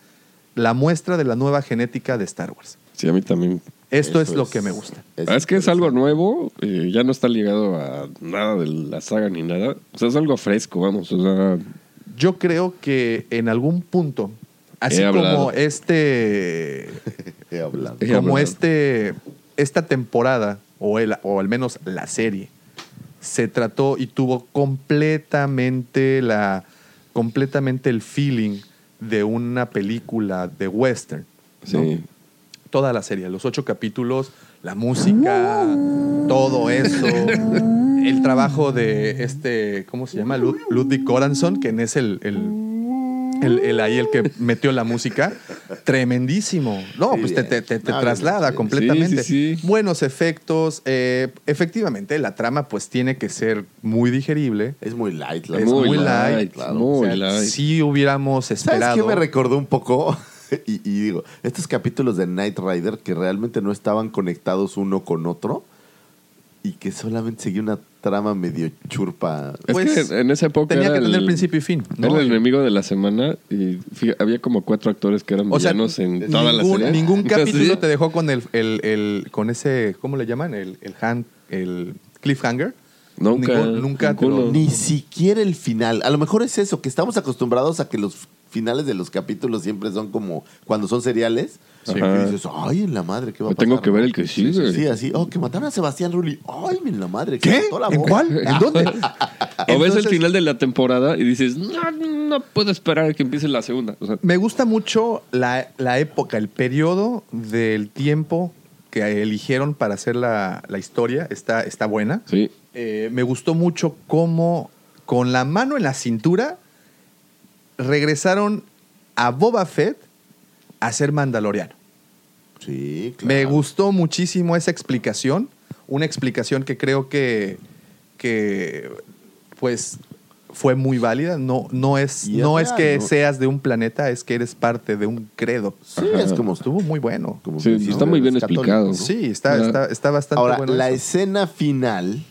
la muestra de la nueva genética de Star Wars. Sí, a mí también. Ah, Esto es, Eso lo que me gusta. Es, que es algo nuevo, eh, ya no está ligado a nada de la saga ni nada. O sea, es algo fresco, vamos. O sea, Yo creo que en algún punto, así hablado. como este He hablado. Eh, como ¿verdad? este esta temporada o el, o al menos la serie se trató y tuvo completamente la completamente el feeling de una película de western. ¿no? Sí. Toda la serie, los ocho capítulos, la música, todo eso, el trabajo de este, ¿cómo se llama? Lud- Ludwig Göransson, quien es el, el- el- el ahí el que metió la música. Tremendísimo. No, Sí, pues te, te- te- te Ah, traslada sí, completamente. sí, sí. Buenos efectos. eh, efectivamente, la trama pues tiene que ser muy digerible. Es muy light. la Es verdad. muy light, claro. Muy O sea, light. Si hubiéramos ¿Sabes esperado. qué me recordó un poco? [laughs] y, y digo, estos capítulos de Knight Rider que realmente no estaban conectados uno con otro y que solamente seguía una trama medio churpa. Es Pues, que en esa época tenía era que tener el- principio y fin, ¿no? Era el enemigo de la semana y fí- había como cuatro actores que eran O sea, villanos en toda la ningún, serie. ningún capítulo [laughs] Sí. te dejó con el, el- el- con ese, ¿cómo le llaman? El, el, hand- el cliffhanger. Nunca, Ningún- nunca te ninguno. lo- Ni siquiera el final. A lo mejor es eso, que estamos acostumbrados a que los finales de los capítulos siempre son como cuando son seriales. Sí. Que dices, ay, en la madre, ¿qué va a Me pasar? tengo que ver el que Sí, sí, sigue. sí, así. Oh, que mataron a Sebastián Rulli. Ay, en la madre. que ¿Qué? mató la ¿En boca. Ah. cuál? ¿En dónde? [laughs] O ves el Entonces- final de la temporada y dices, no, no puedo esperar a que empiece la segunda. O sea, Me gusta mucho la, la época, el periodo del tiempo que eligieron para hacer la, la historia. Está, está buena. sí. Eh, me gustó mucho cómo con la mano en la cintura regresaron a Boba Fett a ser mandaloriano. Sí, claro. Me gustó muchísimo esa explicación, una explicación que creo que, que pues fue muy válida. No, no es, Y no es es real, que ¿no? seas de un planeta, es que eres parte de un credo. Sí, es como Estuvo muy bueno. como Sí, si está no muy eres bien católico, explicado. ¿no? Sí, está, Ah. está, está bastante Ahora, bueno. la eso. escena final.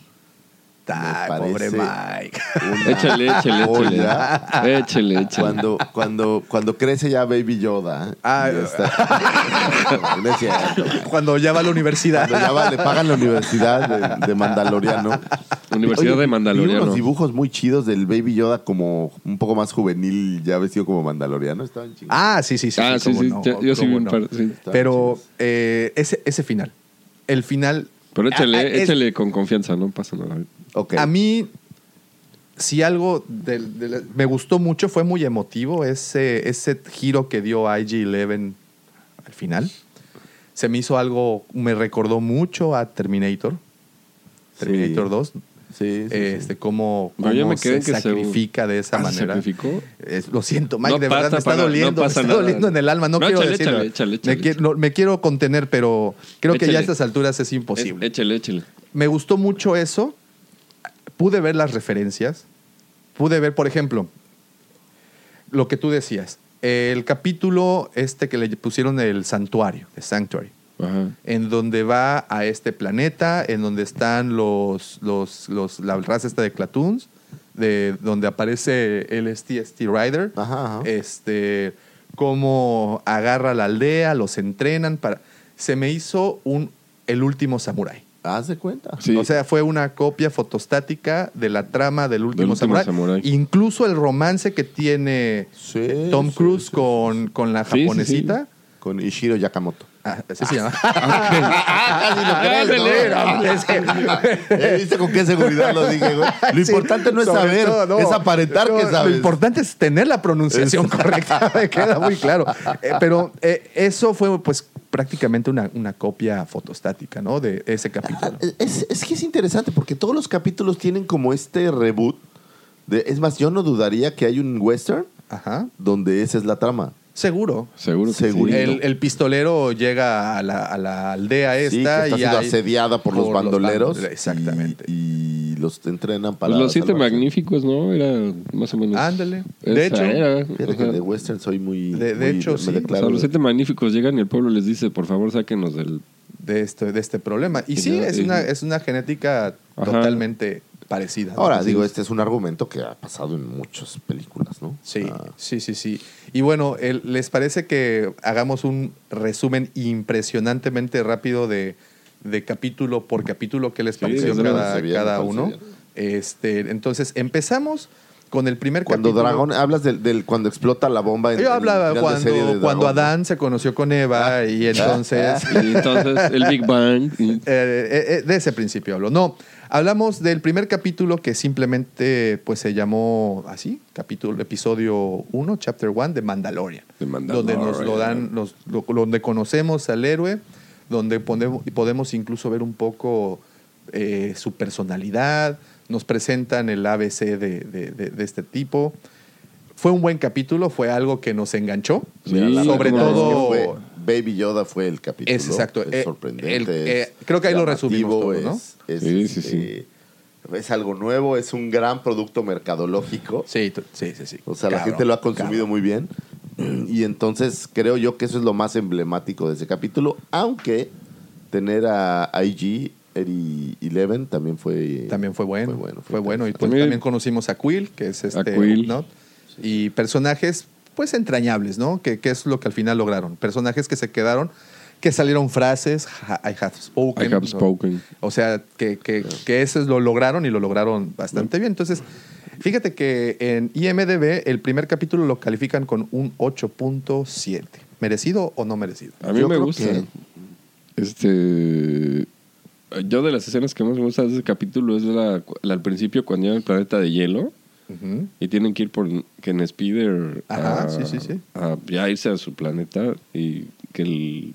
Ay, me pobre parece- Mike. una Échale, [laughs] échale, joya. échale. Échale, échale. Cuando, cuando, cuando crece ya Baby Yoda. Ah. y ya está. [laughs] No es cierto. [laughs] Cuando ya va a la universidad. Cuando ya va- le pagan la universidad de, de Mandaloriano. Universidad Oye, de Vi unos Mandaloriano. dibujos muy chidos del Baby Yoda como un poco más juvenil, ya vestido como Mandaloriano. Estaban chingados. Ah, sí, sí, sí. Ah, sí, cómo sí. no, ya- yo sí vi cómo un no. par. sí. Pero eh, ese, ese final, el final... Pero échale, Ah, ah, es- échale con confianza, no pasa nada. Ok. A mí, si algo del- del- me gustó mucho, fue muy emotivo ese, ese giro que dio IG-11 al final. Se me hizo algo, me recordó mucho a Terminator, Terminator Sí. 2. Sí, sí, sí. Este, cómo, Pero yo cómo me quedé se en que se- sacrifica de esa Ah, ¿se manera. sacrificó? Es- lo siento, Mike, No de verdad pasa me está para- no doliendo, me pasa está nada. doliendo en el alma, no, No, quiero échale, decirlo. échale, échale, me, échale, qui- échale. no, me quiero contener, pero creo que ya a Échale. estas alturas es imposible Échale, échale. me gustó mucho eso. Pude ver las referencias. Pude ver, por ejemplo, lo que tú decías. El capítulo este que le pusieron el santuario, el sanctuary, Ajá. en donde va a este planeta, en donde están los, los, los la raza esta de Clatoons, de donde aparece el STST Rider, Ajá, ajá. este, cómo agarra la aldea, los entrenan para. Se me hizo un el último samurái. Haz de cuenta. Sí. O sea, fue una copia fotostática de la trama del último, Último Samurai. Samurái. Incluso el romance que tiene Sí, Tom sí, Cruise sí, Con, con la Sí, sí, japonesita. Con Ishiro [laughs] Yakamoto. Ah, así se llama. [laughs] Ah, ándale, Es que- Eh, ¿Viste con qué seguridad lo dije, güey? Lo Sí, importante no es sobre saber, todo, no. es aparentar No, que sabes. Lo importante es tener la pronunciación correcta, [laughs] me queda muy claro. Eh, pero eh, eso fue pues prácticamente una, una copia fotostática, ¿no? De ese capítulo. Es, es que es interesante porque todos los capítulos tienen como este reboot. de- es más, yo no dudaría que hay un western Ajá. donde esa es la trama. Seguro. Seguro que sí. Seguro. El, el pistolero llega a la, a la aldea esta sí, que está y siendo hay- asediada por, los por bandoleros. bandoleros, Exactamente. Y, y los entrenan para. Pues los siete salvarse. magníficos, ¿no? Era más o menos. Ándale. Esa De hecho, era. Fíjate O que sea, de western soy muy. De- de muy- hecho, me sí. o sea, declaro- los siete magníficos llegan y el pueblo les dice, por favor, sáquenos del... de, este, de este problema. Y Y sí, ya, es, y- una, es una genética Ajá. totalmente parecida. ¿no? Ahora, Sí. digo, este es un argumento que ha pasado en muchas películas, ¿no? Sí, Ah, sí, sí, sí. Y bueno, el- ¿les parece que hagamos un resumen impresionantemente rápido de, de capítulo por capítulo que les Sí, pareció desde luego, cada, se viene, cada parece uno? bien. Este, entonces, empezamos con el primer cuando capítulo. Dragón, hablas del, del- cuando explota la bomba. en- Yo en hablaba el final de cuando, serie de Ah, cuando Dragón. Adán se conoció con Eva y entonces... ah, [laughs] Y entonces el Big Bang... y- Eh, eh, eh, de ese principio hablo. No, Hablamos del primer capítulo que simplemente pues se llamó así, capítulo episodio 1, chapter 1 de Mandalorian, De Mandalorian. donde nos lo dan nos- lo- donde conocemos al héroe, donde ponemos- podemos incluso ver un poco eh, su personalidad, nos presentan el ABC de, de- de- de este tipo. Fue un buen capítulo, fue algo que nos enganchó, Sí, sobre como- todo Es que fue- Baby Yoda fue el capítulo. Es exacto. Es Eh, sorprendente. el- es eh, creo que ahí lo resumimos llamativo, todo, ¿no? es- es, Sí, sí, sí. eh, es algo nuevo, es un gran producto mercadológico. Sí, t- sí, sí, sí. O sea, la Cabrón, gente lo ha consumido cabrón. muy bien. Y entonces creo yo que eso es lo más emblemático de ese capítulo. Aunque tener a IG, Eri Eleven, también fue. También fue bueno. Fue bueno. bueno, Y pues También- también, conocimos a Quill, que es este. A Quill. ¿no? Y personajes, pues entrañables, ¿no? Que, que es lo que al final lograron. Personajes que se quedaron, que salieron frases, "Ha- I have spoken. I have ¿no? spoken. O sea, que, que, que eso es- lo lograron y lo lograron bastante bien. Entonces, fíjate que en IMDB el primer capítulo lo califican con un 8.7. ¿Merecido o no merecido? A mí Yo me creo gusta. que- Este. Yo de las escenas que más me gusta de ese capítulo es la, la al principio cuando llegan al planeta de hielo Ujú. y tienen que ir por que en Spider Ajá, sí, sí, sí. a ya irse a su planeta y que el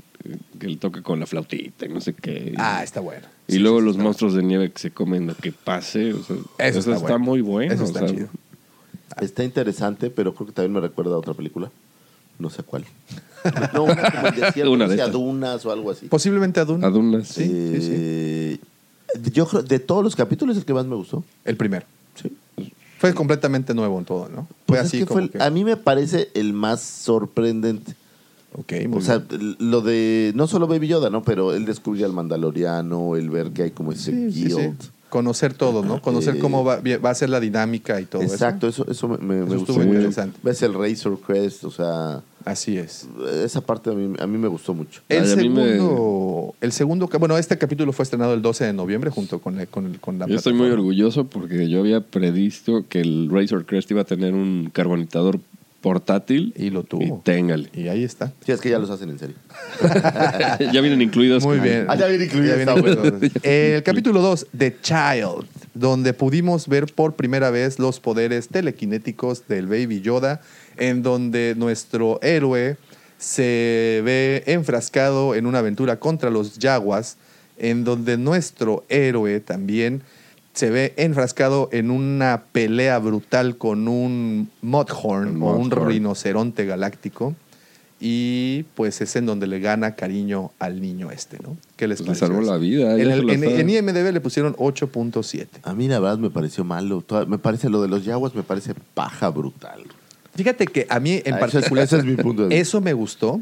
que el toque con la flautita y no sé qué. Ah, está bueno. Y Sí, luego sí, sí, los está monstruos de nieve que se comen lo que pase. O sea, Eso eso, está, está bueno. muy bueno. Eso o está sea, chido. Está interesante, pero creo que también me recuerda a otra película. No sé [laughs] cuál. No, una como el desierto, Una una de de estas. dunas o algo así. Posiblemente a Dune. A Dunas. Pues, sí, sí. Eh, Yo creo, de todos los capítulos, el que más me gustó. El primero. Fue completamente nuevo en todo, ¿no? Fue Pues es así que como fue el- que... A mí me parece el más sorprendente. Ok, muy O sea, bien. lo de no solo Baby Yoda, ¿no? Pero él descubre al Mandaloriano, pues, el ver que hay como ese Sí, sí, sí. guild. Conocer todo, ¿no? Conocer Eh, cómo va, vi- va a ser la dinámica y todo Exacto, eso, eso me, me- me Eso gustó estuvo mucho. interesante. Ves el Razor Crest, o sea, eso. Así es. esa parte a mí, a mí me gustó mucho. El Ay, a mí me- segundo, el segundo, ca- bueno, este capítulo fue estrenado el 12 de noviembre junto con la, con, el- con la Yo estoy muy plataforma. orgulloso porque yo había predisto que el Razor Crest iba a tener un carbonitador portátil. Y lo tuvo. Y [laughs] téngale. [laughs] Y ahí está. Sí, es que ya los hacen en serio. ya vienen incluidos. Muy con- bien. Ah, ya viene incluido, Ya viene está bueno. incluido. [laughs] El capítulo 2, The Child, donde pudimos ver por primera vez los poderes telequinéticos del Baby Yoda, en donde nuestro héroe se ve enfrascado en una aventura contra los Jaguas, en donde nuestro héroe también se ve enfrascado en una pelea brutal con un Mudhorn Un o un Mudhorn. rinoceronte galáctico. Y pues es en donde le gana cariño al niño este, ¿no? ¿Qué les Pues pareció le salvó eso? la vida, En, ya el- se lo en- está- en IMDB le pusieron 8.7. A mí la verdad me pareció malo. Toda- Me parece lo de los yaguas, me parece paja brutal. Fíjate que a mí en Ah, eso es- particular. [laughs] ese es mi punto de vista. Eso me gustó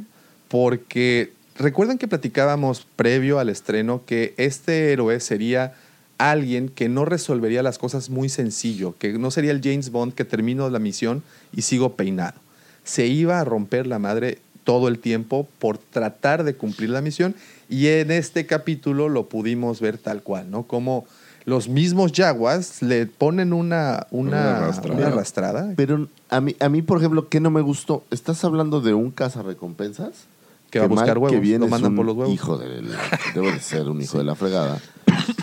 porque recuerdan que platicábamos previo al estreno que este héroe sería alguien que no resolvería las cosas muy sencillo, que no sería el James Bond que termino la misión y sigo peinado. Se iba a romper la madre todo el tiempo por tratar de cumplir la misión y en este capítulo lo pudimos ver tal cual, ¿no? Como los mismos Jaguars le ponen una, Una una, arrastrada. una arrastrada Pero a mí, a mí, por ejemplo, ¿qué no me gustó? ¿Estás hablando de un cazarrecompensas? Que va a mal buscar huevos, que viene lo es mandan un por los huevos. Hijo de la- debo de ser un [laughs] hijo de la fregada.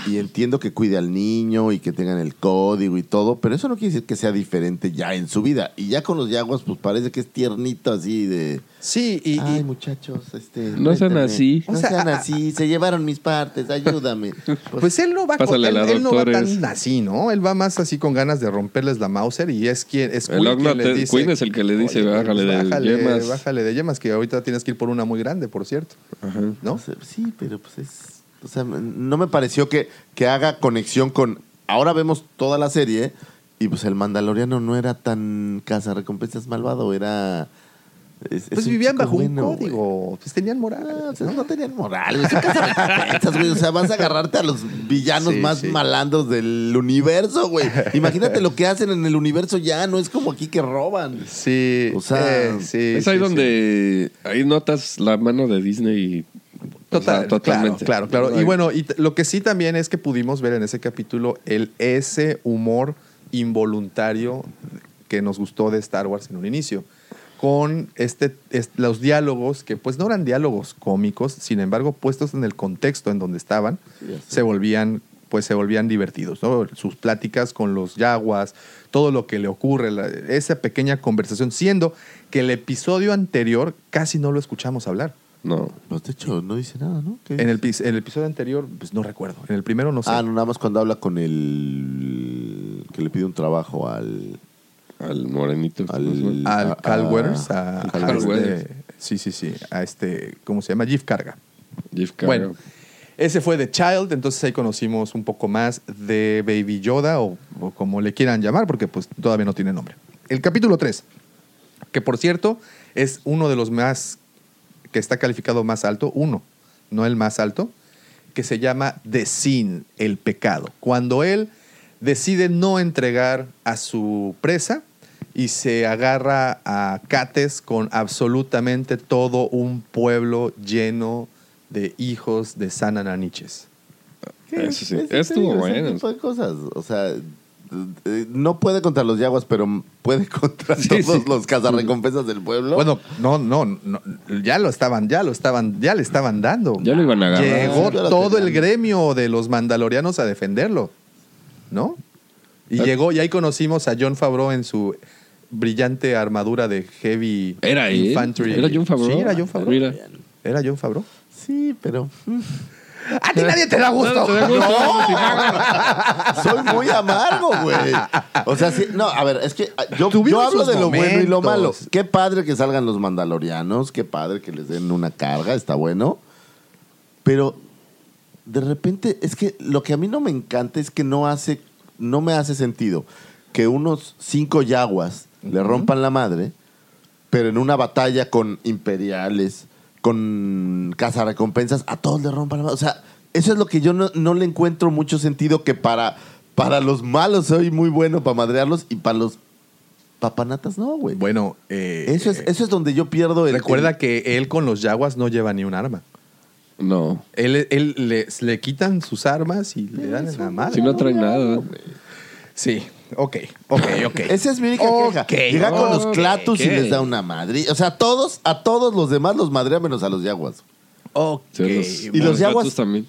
Y entiendo que cuide al niño y que tengan el código y todo, pero eso no quiere decir que sea diferente ya en su vida. Y ya con los yaguas, pues parece que es tiernito así de. Sí, y, y- Ay, muchachos, este. No sean rétenme. así. No O sea, sean a- así, se llevaron mis partes, ayúdame. [laughs] pues, él no va con- pásale a él, la él no va doctores. tan así, ¿no? Él va más así con ganas de romperles la Mauser y es quien es El Queen Ogna quien les te- Queen es el que le dice, "Oye, "Bájale de bájale, yemas". Bájale de yemas que ahorita tienes que ir por una muy grande, por cierto. ¿No? O sea, sí, pero pues es. O sea, no me pareció que, que haga conexión con. Ahora vemos toda la serie y pues el Mandaloriano no era tan cazarrecompensas malvado, era. es- es Pues un vivían chico bajo bueno, un código, pues tenían moral. güey. O sea, no tenían moral, güey, son [laughs] cazarrecompensas, güey. O sea, vas a agarrarte a los villanos Sí, más sí. malandros del universo, güey. Imagínate lo que hacen en el universo ya, no es como aquí que roban. Sí, O sea, eh, sí, Es sí, sí. ahí donde ahí notas la mano de Disney. Pues, o sea, Total, totalmente. Claro, claro, claro. Ay, Y bueno, y t- lo que sí también es que pudimos ver en ese capítulo el ese humor involuntario que nos gustó de Star Wars en un inicio. Con este, est- los diálogos que pues no eran diálogos cómicos, sin embargo, puestos en el contexto en donde estaban, ya sé. se volvían pues se volvían divertidos. ¿no? Sus pláticas con los yaguas, todo lo que le ocurre, la- esa pequeña conversación, siendo que el episodio anterior casi no lo escuchamos hablar. No. Pues, de hecho, no dice nada, ¿no? ¿Qué En el, dice? pis- en el episodio anterior, pues no recuerdo. En el primero no sé. Ah, no, nada más cuando habla con el. que le pide un trabajo al. Al morenito. Al- al a- Cal a- Weathers, Ah, a, Cal a este- Weathers. sí, sí, sí, a este, ¿cómo se llama? Jeff Carga. Jeff Bueno, ese fue The Child, entonces ahí conocimos un poco más de Baby Yoda o, o como le quieran llamar, porque pues todavía no tiene nombre. El capítulo 3, que por cierto es uno de los más, que está calificado más alto, uno, no el más alto, que se llama The Sin, el pecado. Cuando él decide no entregar a su presa y se agarra a Cates con absolutamente todo un pueblo lleno de hijos de San Ananiches. Eso sí. Ese Estuvo digo, ese bueno. tipo de cosas. O sea, eh, no puede contra los yaguas, pero puede [laughs] contra Sí, todos sí. los cazarrecompensas del pueblo. Bueno, no, no, no, ya lo estaban, ya lo estaban, ya le estaban dando. Ya lo iban a agarrar. Llegó Sí, ya lo todo el tenían. gremio de los mandalorianos a defenderlo, ¿no? Y Ah. llegó, y ahí conocimos a John Favreau en su brillante armadura de heavy Era él. infantry. Era John Favreau. Sí, era John Favreau. Mira. Era John Favreau. sí, pero A ti nadie te da gusto. ¿Te da gusto? soy muy amargo, güey. O sea, sí, no, a ver, es que ah, yo, yo Tuvimos hablo sus de lo bueno y lo momentos. malo. Qué padre que salgan los mandalorianos, qué padre que les den una carga, está bueno. Pero de repente, es que lo que a mí no me encanta es que no hace, no me hace sentido que unos cinco yaguas le rompan la madre, pero en una batalla con imperiales, con cazarrecompensas, a todos le rompan la madre. O sea, eso es lo que yo no, no le encuentro mucho sentido que para, para los malos soy muy bueno para madrearlos y para los papanatas no, güey. [laughs] Bueno, eh, Eso es, eso es donde yo pierdo el... recuerda el- que él con los yaguas no lleva ni un arma. No. Él, él les- le quitan sus armas y le dan en la madre. Si no traen nada. Sí, ok, ok, [laughs] ok. Esa es mi única queja. Ok, Llega con los ok, clatus y ok. les da una madre. O sea, a todos, a todos los demás los madrea menos a los yaguas. Ok. Sí, los- Y los yaguas- gatos también.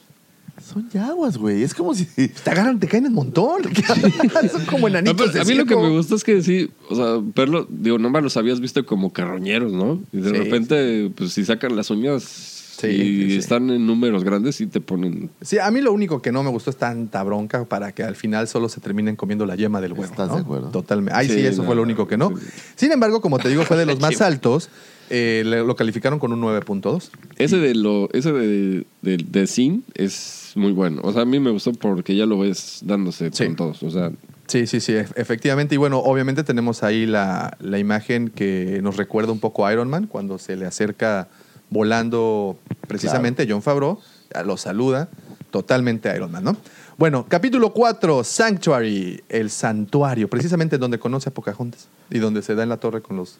Son yaguas, güey. Es como si. Te agarran, te caen en montón. [laughs] Son como Ah, pero enanitos. de a mí lo que circo. me gusta es que sí, o sea, verlo, digo, nomás los habías visto como carroñeros, ¿no? Y de Sí, repente, pues si sacan las uñas y sí, sí. están en números grandes y te ponen. Sí, a mí lo único que no me gustó es tanta bronca para que al final solo se terminen comiendo la yema del huevo. ¿Estás ¿no? de acuerdo? Totalmente. Ay, sí, Sí, eso no, fue lo único que no. sí. Sin embargo, como te digo, fue de [laughs] los más altos. Eh, le- lo calificaron con un 9.2. Ese de lo, ese de, de, de Sin es muy bueno. O sea, a mí me gustó porque ya lo ves dándose Sí. con todos. O sea, Sí, sí, sí, ef- efectivamente. Y bueno, obviamente tenemos ahí la, la imagen que nos recuerda un poco a Iron Man cuando se le acerca volando precisamente John Favreau, a- lo saluda totalmente a Iron Man, ¿no? Bueno, capítulo 4, Sanctuary, el santuario, precisamente donde conoce a Pocahontas y donde se da en la torre con los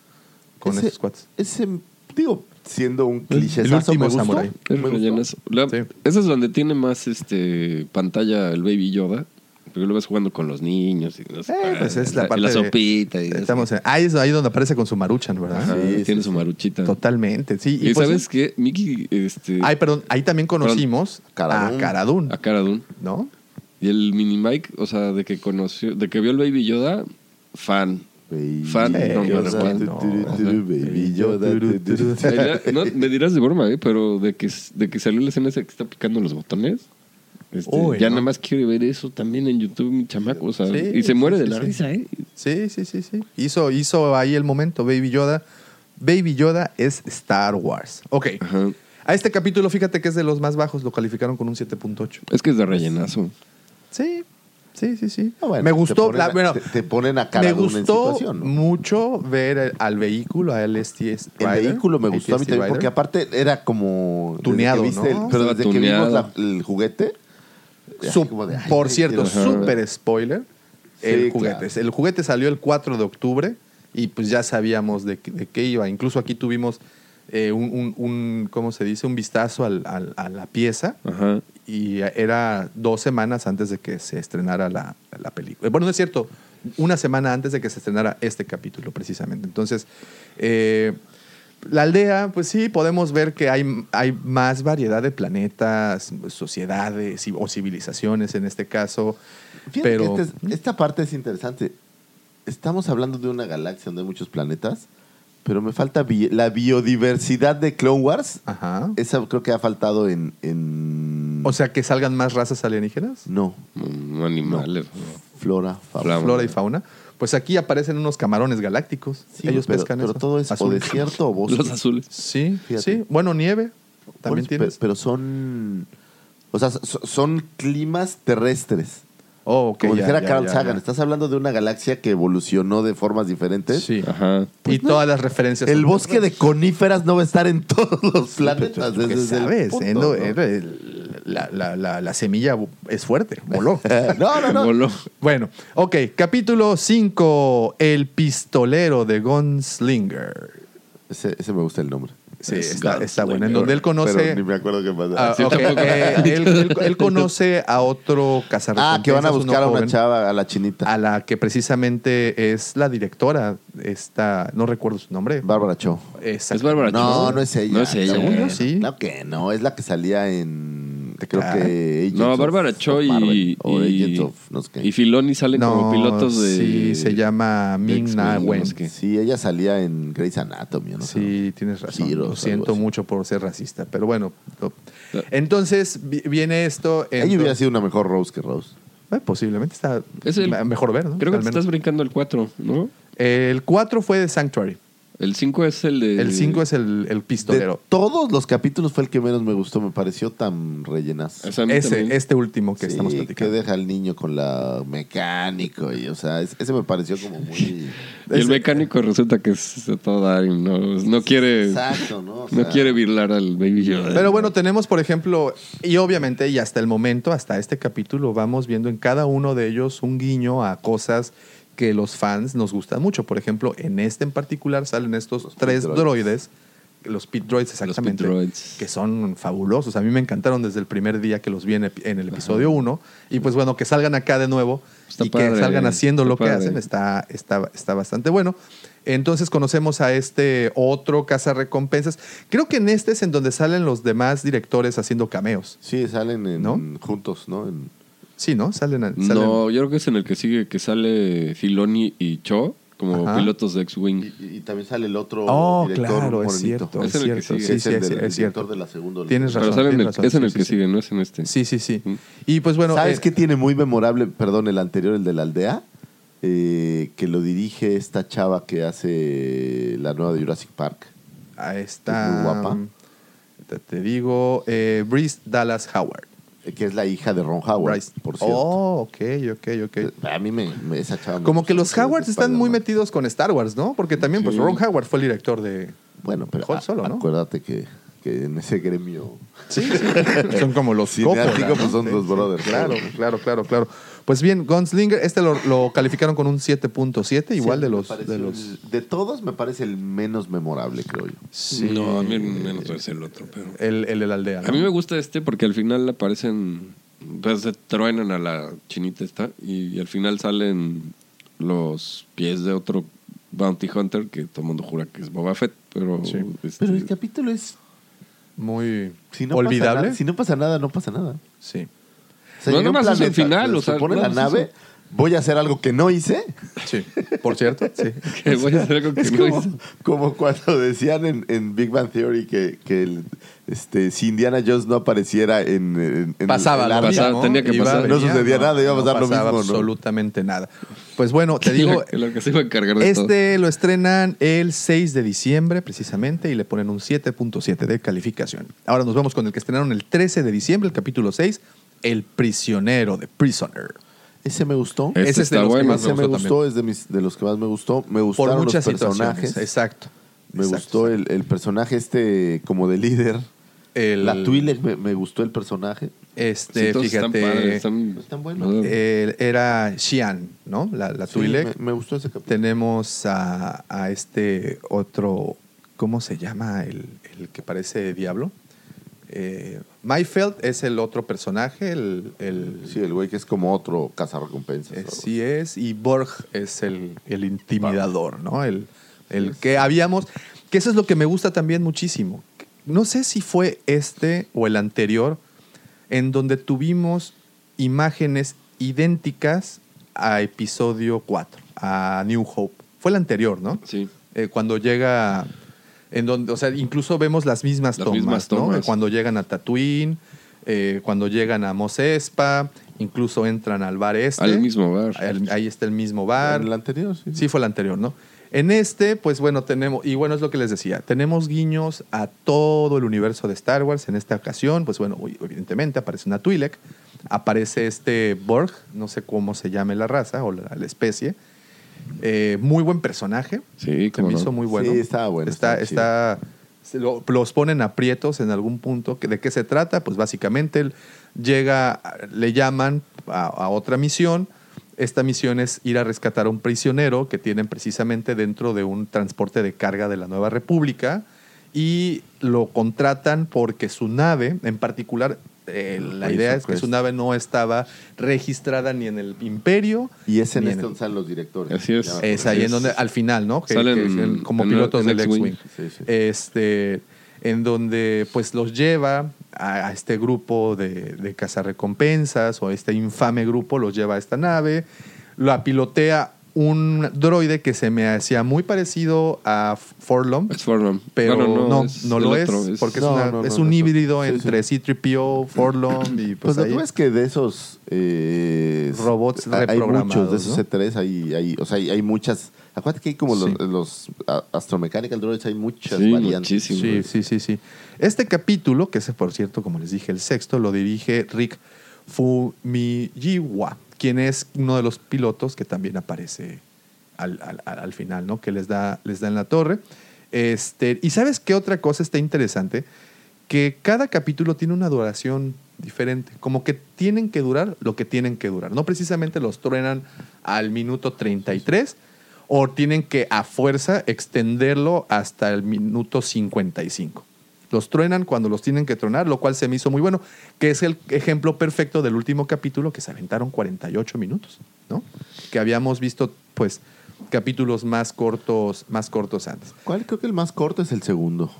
con ese, esos cuates. Ese, digo, siendo un El- cliché. el último samurái. es relleno eso. La- Sí. Ese es donde tiene más este pantalla el Baby Yoda. Porque lo ves jugando con los niños. Y, no sé, Eh, pues es la parte la de- sopita. y- Estamos en- ahí es ahí donde aparece con su maruchan, ¿verdad? Ajá, Sí, sí, tiene sí. su maruchita. Totalmente, sí. Y, pues, sabes qué, Mickey, este, Ay, perdón, ahí también conocimos a Caradún. Caradún, a Cara Dune. ¿no? Y el mini Mike, o sea, de que conoció, de que vio el Baby Yoda, fan. Fan, no, no, no, Yoda, fan. no. Baby Yoda, tu, tu, tu. Era- no, me dirás de broma, ¿eh? pero de que, de que salió la escena esa que está picando los botones. este, Uy, ya no. nada más quiere ver eso también en YouTube, mi chamaco. O sea, Sí, y se muere sí, de sí, la sí. risa, ¿eh? Sí, sí, sí, sí. Hizo, hizo ahí el momento, Baby Yoda. Baby Yoda es Star Wars. Ok. Ajá. A este capítulo, fíjate que es de los más bajos, lo calificaron con un 7.8. Es que es de rellenazo. Sí, sí, sí, sí. Ah, bueno, me te gustó, ponen la- a- bueno, te- te ponen a me Cara Dune en gustó situación, ¿no? mucho ver el- al vehículo, a este, LSTS El Rider, vehículo me gustó a mí AT-ST también, Rider. porque aparte era como. desde Tuneado, que viste ¿no? el- pero Estaba desde que vimos la- tuneado. el juguete. así Sup- como de, ay, por sí, cierto, quiero- súper spoiler. Sí, el claro. juguete. El juguete salió el 4 de octubre y pues ya sabíamos de, qué- de qué iba. Incluso aquí tuvimos eh, un, un- un- ¿cómo se dice? Un vistazo al- al- a la pieza Ajá. y era dos semanas antes de que se estrenara la, la película. Bueno, no es cierto, una semana antes de que se estrenara este capítulo, precisamente. Entonces, eh, La aldea, pues sí, podemos ver que hay, hay más variedad de planetas, sociedades y- o civilizaciones en este caso. Fíjate pero ¿Mm? que este es- esta parte es interesante. Estamos hablando de una galaxia donde hay muchos planetas, pero me falta bi- la biodiversidad de Clone Wars. Ajá. Esa creo que ha faltado en... en- O sea, que salgan más razas alienígenas, no, Mm, animales. flora, fauna. Flama. flora y fauna. Pues aquí aparecen unos camarones galácticos. Sí, Ellos pero, pescan pero eso. todo es o Azul. desierto o bosque. Los azules. Sí, Fíjate. sí. Bueno, nieve Por también eso, pe- tienes. Pero son... O sea, so- son climas terrestres. Oh, ok, Como ya, dijera ya, Carl ya, Sagan, ya. estás hablando de una galaxia que evolucionó de formas diferentes. Sí. Ajá. y todas las referencias. pues, El son- bosque de coníferas no va a estar en [laughs] todos los planetas. Porque ese es el sabes, punto, eh, no, ¿no? eh, la, la- la- la semilla es fuerte, [laughs] voló. no, no, no. Voló. bueno, ok, capítulo 5, El pistolero de Gunslinger. Ese, ese me gusta el nombre. Sí, Es está, está bueno. En Gunslinger, donde él conoce... Pero ni me acuerdo qué pasa. Ah, Ah, sí, ok, tampoco. [laughs] eh, él, él- él conoce a otro cazarrecompensas. Ah, que van a uno buscar a una joven, Ah, chava, a la chinita. A la que precisamente es la directora, esta, no recuerdo su nombre. Bárbara Cho. Exacto. Es Bárbara No, Chow. no es ella. No es ella. Según yo, sí. Claro que no, es la que salía en. Creo Ah. que. Agents No, of- Bárbara of Cho Marvel, y, O Agents y, of. No sé qué. y Filoni salen como pilotos de. Sí, se llama Ming X-Men, Na no Wen. sé qué. Sí, ella salía en Grey's Anatomy, ¿no? Sí, tienes razón. Giros, Lo algo siento así. mucho por ser racista, pero bueno. lo- No. Entonces vi- viene esto. Ella hubiera entonces- sido una mejor Rose que Rose. Eh, posiblemente está Es el- ma- mejor ver, ¿no? Creo que Al te menos. estás brincando el 4, ¿no? El 4 fue de Sanctuary. El 5 es el Eh, de. El 5 es el, el De pistolero. todos los capítulos fue el que menos me gustó, me pareció tan rellenazo. O sea, a mí Ese, también. este último que Sí, estamos Que platicando. deja al niño con la mecánico y, o sea, es- ese me pareció como [laughs] muy... Y el mecánico resulta que es de todo dar y no, pues, no quiere. Exacto, ¿no? O No sea, quiere virlar al Baby Yoda. Pero bueno, tenemos, por ejemplo, y obviamente, y hasta el momento, hasta este capítulo, vamos viendo en cada uno de ellos un guiño a cosas que los fans nos gustan mucho. Por ejemplo, en este en particular salen estos Los tres pit droides, los pit droids exactamente, pit droids. que son fabulosos. A mí me encantaron desde el primer día que los vi en, epi- en el episodio 1. Y pues bueno, que salgan acá de nuevo Está y que padre, salgan haciendo está lo que padre. hacen está, está, está bastante bueno. Entonces conocemos a este otro cazarrecompensas. Creo que en este es en donde salen los demás directores haciendo cameos. Sí, salen en- ¿No? juntos, ¿no? En- Sí, ¿no? Salen. a- salen- No, yo creo que es en el que sigue que sale Filoni y Cho como Ajá. pilotos de X-Wing. y, y también sale el otro Oh, director claro, es morenito. cierto. Es Es en el que cierto. sigue. Sí, Es sí, el es, del- es el cierto. director de la segunda. Tienes Pero razón, sale en el, tienes razón, es en el sí, que sí, sigue, no es en este. Sí, sí, sí. Mm. Y pues bueno. ¿Sabes eh, qué tiene muy memorable, perdón, el anterior, el de la aldea? Eh, que lo dirige esta chava que hace la nueva de Jurassic Park. a esta- Es muy guapa. Te, te digo, eh, Bryce Dallas Howard. eh, Que es la hija de Ron Howard, Bryce. por cierto. Eh, Oh, ok, ok, ok. A mí me, me- esa chava me Como gustó que los mucho desde Howards están muy Spider-Man. metidos con Star Wars, ¿no? Porque también, pues, Ron Howard fue el director de. Bueno, pero Han a- Solo, ¿no? acuérdate que, que en ese gremio Sí, [laughs] son como los Cineático, Coppola, pues, son los brothers. Claro, claro, claro, claro. Pues bien, Gunslinger, este lo, lo calificaron con un 7.7, igual Sí, de me los pareció de los el- de todos me parece el menos memorable, creo yo. sí, No, a mí menos es el otro, pero. el, el de la aldea. ¿no? A mí me gusta este porque al final aparecen, pues se truenan a la chinita esta y, y al final salen los pies de otro bounty hunter que todo el mundo jura que es Boba Fett, pero... Sí. este, Pero el capítulo es muy si no Pasa olvidable. nada, si no pasa nada, no pasa nada. Sí. O No, llega un nomás es el planeta, final, o se sea, pone no, la pues, nave, eso. voy a hacer algo que no hice. Sí. Por cierto, [laughs] sí. que voy a hacer algo que Es no como, [laughs] hice. como cuando decían en, en Big Bang Theory que, que el- este, si Indiana Jones no apareciera en, en- en Pasaba, el lo arca, pasaba, mismo, tenía que iba, pasar. No sucedía nada, iba a pasar lo pasaba mismo, ¿no? absolutamente nada. Pues [laughs] bueno, te Lo digo, que- lo que se iba a encargar de todo. Este lo estrenan el 6 de diciembre, precisamente, y le ponen un 7.7 de calificación. Ahora nos vamos con el que estrenaron el 13 de diciembre, el capítulo 6, El prisionero de Prisoner. Ese me gustó. Este Ese es de está los que bueno. más Ese me gustó gustó, es de, mis, de los que más me gustó. Me Por gustaron muchas los situaciones. personajes. Exacto. Me Exacto. gustó el, el personaje este como de líder. El- La Twi'lek me, me gustó el personaje. Sí, Este, todos están padres, fíjate. Eh, están- Pues Están buenos. el- era Xian, ¿no? La, la Twi'lek. Sí, me, me gustó ese capítulo. Tenemos a, a este otro, ¿cómo se llama? El, el que parece diablo. Eh, Mayfeld es el otro personaje, el... el- Sí, el güey que es como otro cazarrecompensas. eh, o- sí es, y Borg es el, el intimidador, ¿no? El, el que habíamos... Que eso es lo que me gusta también muchísimo. No sé si fue este o el anterior, en donde tuvimos imágenes idénticas a episodio 4, a New Hope. Fue el anterior, ¿no? Sí. Eh, cuando llega en donde o sea incluso vemos las mismas Las tomas, mismas ¿no? tomas. Eh, cuando llegan a Tatooine eh, cuando llegan a Mos Espa incluso entran al bar este Al mismo bar. Al- ahí está el mismo En bar el anterior, sí. sí fue el anterior no en este pues bueno tenemos y bueno es lo que les decía tenemos guiños a todo el universo de Star Wars en esta ocasión pues bueno uy, evidentemente aparece una Twi'lek aparece este Borg no sé cómo se llame la raza o la, la especie Eh, muy buen personaje Sí, se como me hizo muy bueno. Sí, estaba bueno, Está, estaba chido. está, se lo- los ponen aprietos en algún punto. ¿Que- ¿De qué se trata? Pues básicamente él llega, le llaman a, a otra misión. Esta misión es ir a rescatar a un prisionero que tienen precisamente dentro de un transporte de carga de la Nueva República y lo contratan porque su nave, en particular, eh, la Por idea eso, es que su pues. nave no estaba registrada ni en el imperio. Y es en ni este el- donde salen los directores. Así es. Ya pues, me acuerdo. es ahí Así en es. donde al final, ¿no? Que, Salen que es el- como en- pilotos en del X-Wing. X-Wing. Sí, sí. Este, en donde pues los lleva a, a este grupo de, de cazarrecompensas o este infame grupo los lleva a esta nave, la pilotea un droide que se me hacía muy parecido a Forlom. Es Forlom. Pero Bueno, no, no, es el lo otro, es, porque No, es, una- no, no, es no, un no. híbrido Sí, sí. entre C-3PO, Forlom y Pues, pues, lo ahí- que ves que de esos eh, Robots hay- hay reprogramados, muchos de esos ¿no? C3, hay, hay, o sea, hay, hay muchas. Acuérdate que hay como Sí. los, los a- astromechanical droids, hay muchas Sí, variantes. muchísimo. Sí, sí, sí, sí. Este capítulo, que es por cierto, como les dije, el sexto, lo dirige Rick Fumiyiwa, quien es uno de los pilotos que también aparece al, al- al- al final, ¿no? Que les da, les da en la torre. Este, y sabes qué otra cosa está interesante? Que cada capítulo tiene una duración diferente. Como que tienen que durar lo que tienen que durar. No precisamente los truenan al minuto 33 o tienen que a fuerza extenderlo hasta el minuto 55. Los truenan cuando los tienen que tronar, lo cual se me hizo muy bueno, que es el ejemplo perfecto del último capítulo que se aventaron 48 minutos, ¿no? Que habíamos visto, pues, capítulos más cortos, más cortos antes. ¿Cuál creo que el más corto es el segundo?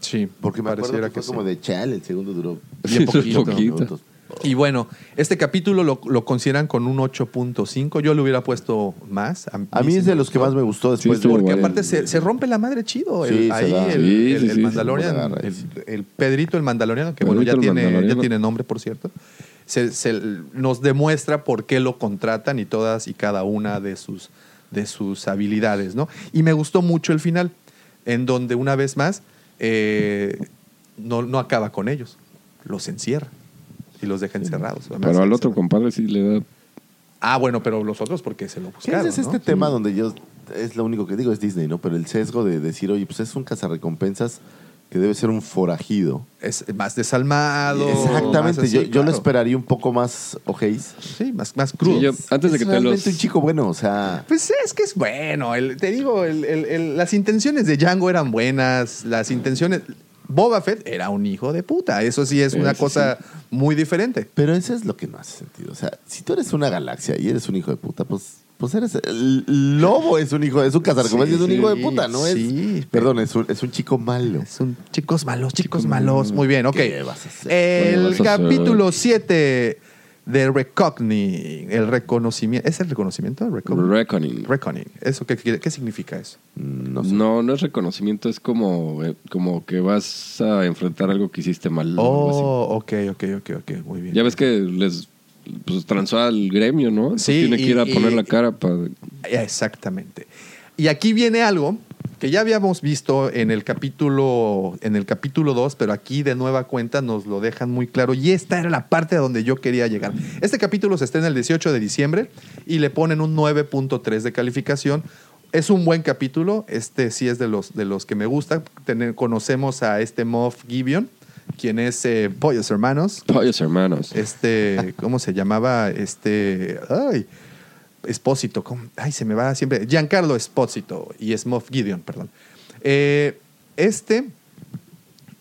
Sí, Porque me acuerdo que, fue como sí. de chale, el segundo duró [laughs] Bien Sí, poquito. poquito. minutos. Y bueno, este capítulo lo, lo consideran con un 8.5. Yo le hubiera puesto más. A mí sí es me de los que gustó. más me gustó después estuvo de Porque bueno. aparte se, se rompe la madre chido. El, Sí, se ahí da. el, Sí, el- sí, el sí. Se Mandalorian, agarra, el, sí. el Pedrito el Mandalorian, que bueno, Pedrito ya el tiene, ya Mandaloriano. tiene nombre, por cierto, se, se- nos demuestra por qué lo contratan y todas y cada una de sus, de sus habilidades, ¿no? Y me gustó mucho el final, en donde una vez más eh, no, no acaba con ellos, los encierra y los deja encerrados. Pero al otro compadre sí le da. Ah, bueno, pero los otros porque se lo ¿Qué buscaron. es este ¿no? tema donde yo es lo único que digo es Disney, ¿no? Pero el sesgo de decir, oye, pues es un cazarrecompensas que debe ser un forajido. Es más desalmado. más Exactamente, así, yo, yo lo claro. esperaría un poco más ojéis. Sí, más, más crudo. Sí, yo- antes de Es que te realmente los. un chico bueno, o sea, Pues es que es bueno. el- te digo, el- el- el- las intenciones de Django eran buenas. Las intenciones. Boba Fett era un hijo de puta. Eso sí es una Eso cosa muy diferente. pero eso es lo que no hace sentido. O sea, si tú eres una galaxia y eres un hijo de puta, pues, pues eres el lobo es un hijo, es un cazarrecompensas, Sí, es un hijo de puta, no es. sí. Perdón, es un, es un chico malo. Son chicos malos, chicos malos. Muy bien, ok. ¿Qué vas a hacer? El ¿Qué vas a hacer? capítulo 7 de Recogning. El reconocimiento. ¿Es el reconocimiento? Recogni- Reckoning. Reckoning. ¿Eso qué, qué- qué significa eso? No No, sé. no, es reconocimiento, es como, eh, como que vas a enfrentar algo que hiciste mal. o algo así. Oh, ok, ok, ok, ok. Muy bien. Ya ves que les pues, transó al gremio, ¿no? Entonces Sí, Tiene que y- ir a y- poner la cara para. Exactamente. Y aquí viene algo que ya habíamos visto en el capítulo en el capítulo 2, pero aquí de nueva cuenta nos lo dejan muy claro y esta era la parte a donde yo quería llegar. Este capítulo se estrena el 18 de diciembre y le ponen un 9.3 de calificación. Es un buen capítulo, este sí es de los de los que me gusta. Tener- conocemos a este Moff Gibeon, quien es eh, Pollos Hermanos, Pollos hermanos. este, ¿cómo se llamaba? Este, ay, Espósito, ¿cómo? ay, se me va siempre, Giancarlo Espósito y Smoff Gideon, perdón. Eh, este,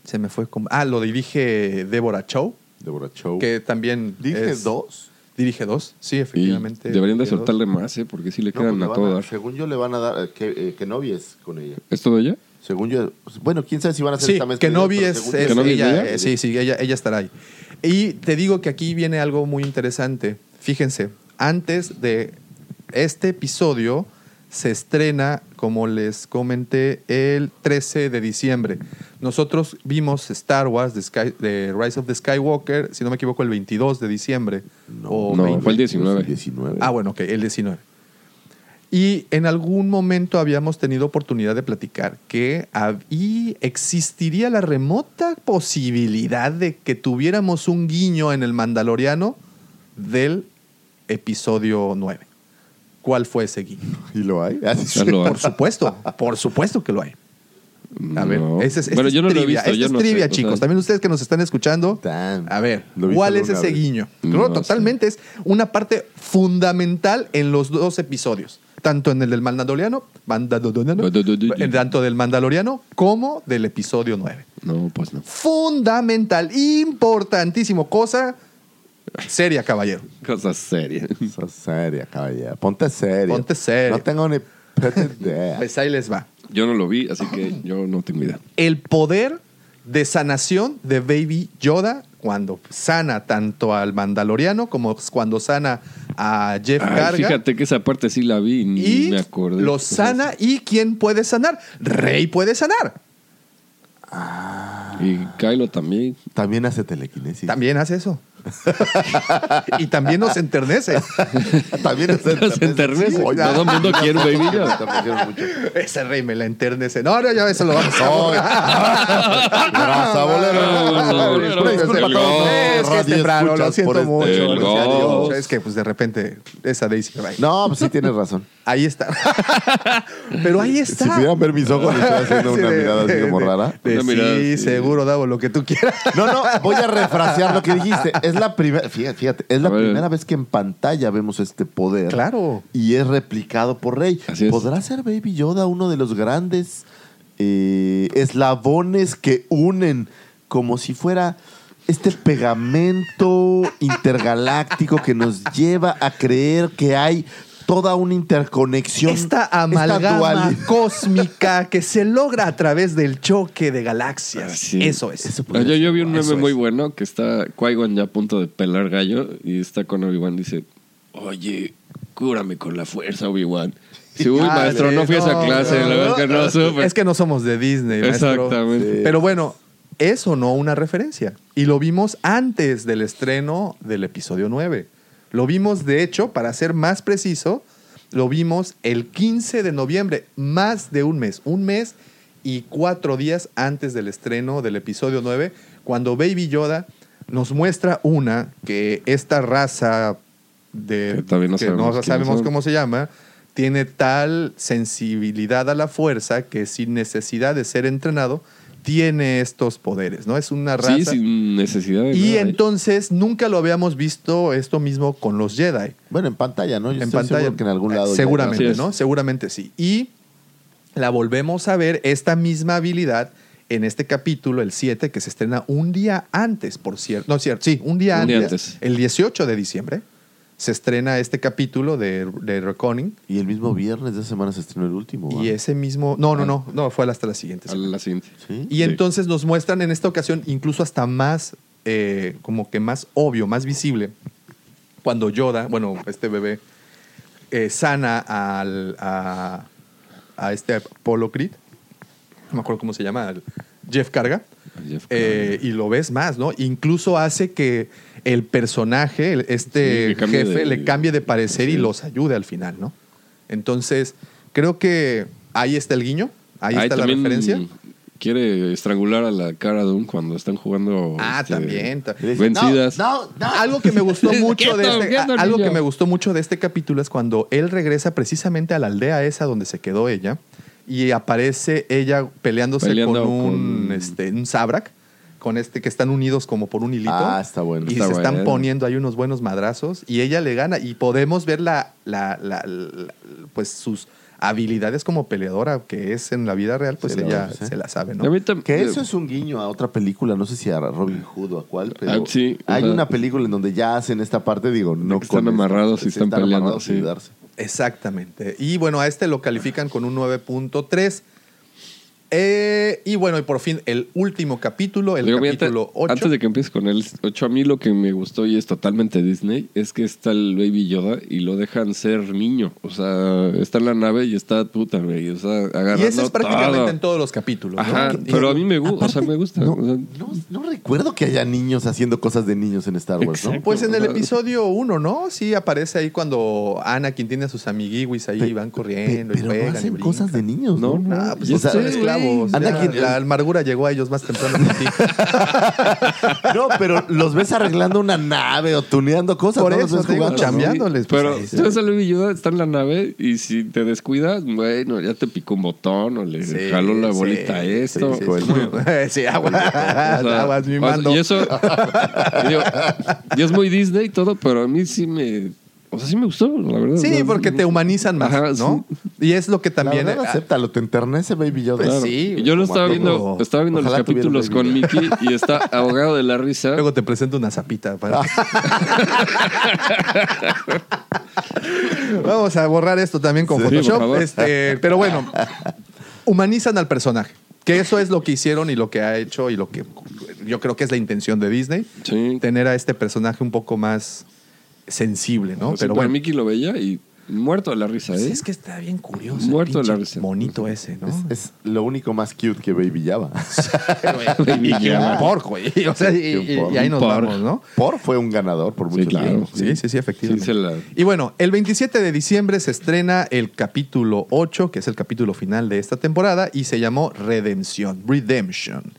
se me fue como, ah, lo dirige Débora Chow, Deborah Chow. que también ¿Dije es- dos? Dirige dos, sí, Y efectivamente. deberían de dirige dos. soltarle más, ¿eh? Porque sí le No, pues quedan le a van todo a- dar. Según yo le van a dar eh, que, eh, Kenobi es con ella. ¿Es todo ya? Según yo, pues, bueno, quién sabe si van a hacer Sí, esta mezcla. que Novi pero es, según yo- es ¿Kenobi es ella. ella? eh, sí, sí, ella, ella estará ahí. Y te digo que aquí viene algo muy interesante. Fíjense, antes de este episodio se estrena, como les comenté, el 13 de diciembre. Nosotros vimos Star Wars, The, Sky- The Rise of the Skywalker, si no me equivoco, el 22 de diciembre. o no, 20. fue el 19. 19. Ah, bueno, ok, el 19. Y en algún momento habíamos tenido oportunidad de platicar que hab- y existiría la remota posibilidad de que tuviéramos un guiño en el Mandaloriano del episodio 9. ¿Cuál fue ese [laughs] guiño? ¿Y lo hay? Ah, sí. Ya lo hay. Por supuesto, por supuesto que lo hay. A ver, No. ese es, esta Bueno, es yo no lo he trivia, visto, esta yo es no sé, trivia, o sea- chicos. También ustedes que nos están escuchando, Tan. a ver, Lo vi ¿cuál solo es una ese vez. guiño? No, Claro, sí. totalmente es una parte fundamental en los dos episodios, tanto en el del Mandaloriano, Mandaloriano, en tanto del Mandaloriano como del episodio 9. No, pues no. Fundamental, importantísimo, cosa seria, caballero. [laughs] Cosa seria. Esa seria, caballero. Ponte serio. Ponte serio. No tengo ni puta idea. [laughs] Pues ahí les va. Yo no lo vi, así [gasps] que yo no tengo idea. el poder de sanación de Baby Yoda cuando sana tanto al Mandaloriano como cuando sana a Jeff Ay, Carga. fíjate que esa parte sí la vi y ni y me acordé. lo sana. ¿Y quién puede sanar? Rey puede sanar. Y Kylo también. También hace telequinesis. También hace eso. [laughs] y también nos enternece. [laughs] También hace Los internet. Sí, oiga. Todo el mundo quiere [laughs] un baby. Me Yoda. interrumpieron mucho. Ese rey me la enternece. No, no, ya eso lo vamos a [laughs] Raza bolero. Disculpe, Disculpe, el todos. gol. Es que Radio es temprano, lo escuchas siento por este mucho. El lo gol. siento. Es que pues de repente esa Daisy Ray. No, pues sí tienes razón. Ahí está. [laughs] Pero ahí está. Si pudieran ver mis ojos, me estoy haciendo [laughs] Sí, una de- mirada así de- como de- rara. de Una sí, mirada así. seguro, Davo, lo que tú quieras. No, no, voy a refrasear lo que dijiste. Es la primera, fíjate, fíjate, es la A ver. primera vez que en pantalla vemos este poder. Claro. Y es replicado por Rey. Así es. ¿Podrá ser Baby Yoda uno de los grandes eh, eslabones que unen como si fuera este pegamento intergaláctico que nos lleva a creer que hay toda una interconexión? Esta dualidad? amalgama cósmica que se logra a través del choque de galaxias. Así es. Eso es. Eso Ah, yo, yo vi un meme Eso es. muy bueno que está Qui-Gon ya a punto de pelar gallo y está con Obi-Wan. Dice: Oye, cúrame con la fuerza, Obi-Wan. Dice: Uy, Madre, maestro, no fui a esa no, clase. no, la verdad que no supe. Es que no somos de Disney, maestro. Exactamente. Sí. Pero bueno, eso no una referencia. Y lo vimos antes del estreno del episodio 9. Lo vimos, de hecho, para ser más preciso, lo vimos el 15 de noviembre, más de un mes. Un mes y cuatro días antes del estreno del episodio 9, cuando Baby Yoda nos muestra una que esta raza de Que todavía no que sabemos no quiénes sabemos son. cómo se llama, tiene tal sensibilidad a la fuerza que sin necesidad de ser entrenado, tiene estos poderes, ¿no? Es una raza. Sí, sin necesidad de. y nada. entonces nunca lo habíamos visto esto mismo con los Jedi. Bueno, en pantalla, ¿no? Yo en estoy pantalla. seguro que en algún lado. ya- Seguramente, Así es. ¿no? Seguramente sí. Y la volvemos a ver, esta misma habilidad, en este capítulo, el 7, que se estrena un día antes, por cierto. No, cierto, sí, un día, Un día antes, antes. El 18 de diciembre se estrena este capítulo de, de Reconning. Y el mismo viernes de esa semana se estrenó el último. ¿va? Y ese mismo. No, no, no, no, fue hasta la siguiente. A la siguiente. ¿Sí? Y entonces nos muestran en esta ocasión, incluso hasta más, eh, como que más obvio, más visible, cuando Yoda, bueno, este bebé, eh, sana al, a, a este Apolo Creed, no me acuerdo cómo se llama, al Jeff Carga. Jeff Eh, y lo ves más, ¿no? Incluso hace que el personaje, el- este Sí, que cambie jefe, de- le cambie de parecer y Sí. los ayude al final, ¿no? Entonces, creo que ahí está el guiño, ahí, está la también referencia. Quiere estrangular a la cara Dune cuando están jugando. Ah, este, también. ta- Le dice, Vencidas. No, no, no. Algo que me gustó mucho de Quieto, este, quieto, a- algo niño. que me gustó mucho de este capítulo es cuando él regresa precisamente a la aldea esa donde se quedó ella y aparece ella peleándose Peleando con un con- este un Sabrak con este que están unidos como por un hilito Ah, está bueno. y Está se están bueno. poniendo ahí unos buenos madrazos y ella le gana y podemos ver la, la- la- la- pues sus habilidades como peleadora que es en la vida real, pues Se la ella ofrece. se la sabe, A ¿no? mí tam- Que eso es un guiño a otra película, no sé si a Robin Hood o a cuál, pero Ah, sí, hay ajá. una película en donde ya hacen esta parte, digo, no que están con- amarrados y se están peleando, amarrados sin sí. darse. Exactamente. Y bueno, a este lo califican con un 9.3. Eh, y bueno, y por fin el último capítulo, el Digo, mira, capítulo ta- 8. Antes de que empieces con el 8, a mí lo que me gustó y es totalmente Disney es que está el Baby Yoda y lo dejan ser niño. O sea, está en la nave y está puta, güey. O sea, agarrando y eso es prácticamente todo. en todos los capítulos. ¿no? Ajá, Que- pero a mí me gusta. O sea, me gusta. No, o sea, no- no recuerdo que haya niños haciendo cosas de niños en Star Wars, ¿no? Exacto. Pues en el O sea, episodio 1, ¿no? Sí, aparece ahí cuando Anakin tiene a sus amiguiwis ahí, Pe- van Pe- corriendo y pero juegan no y hacen brincan. cosas de niños, ¿no? No, no. Ah, pues Ya o sea, sé, güey. esclavos. Anakin- ya, la amargura llegó a ellos más temprano que [laughs] a ti. [laughs] No, pero los ves arreglando una nave o tuneando cosas, Por ¿no? Los eso ves te digo, jugando, ¿no? chambeándoles. pues, Pero ahí se- tú ves al Baby Yoda, está en la nave y si te descuidas, bueno, ya te picó un botón o le Sí, jaló la sí, bolita a sí, esto. pues, sí, Bueno, sí, [laughs] Sí, aguas, O sea, Ah, aguas, mi o sea, mando. [laughs] Y eso. digo, y es muy Disney y todo, pero a mí sí me. O sea, sí me gustó, la verdad. O Sí, sea, porque te humanizan más, Ajá, sí. ¿no? Y es lo que también... La verdad, ah, acéptalo, te enternece Baby Yoda. Pues Claro. sí, Y yo lo como estaba a viendo, todo. estaba viendo los Ojalá tuviera capítulos un con baby. Mickey y está ahogado de la risa. luego te presento una zapita. Ah. para- Vamos a borrar esto también con Sí, por Photoshop. favor. Este, pero bueno, humanizan al personaje. Que eso es lo que hicieron y lo que ha hecho y lo que yo creo que es la intención de Disney. Sí. Tener a este personaje un poco más sensible, ¿no? Pues Sí, pero Mickey lo veía y muerto de la risa, Sí, ¿eh? es que está bien curioso. Muerto el la pinche risa. Monito ese, ¿no? Es lo único más cute que Baby [laughs] Yoda. este [laughs] y que un porco, güey. O sea, y, Que un y- y ahí nos porco. vamos, ¿no? Por fue un ganador por mucho claro. tiempo. Sí, sí, sí, efectivamente. Sí, se la- Y bueno, el 27 de diciembre se estrena el capítulo 8, que es el capítulo final de esta temporada, y se llamó Redención, Redemption.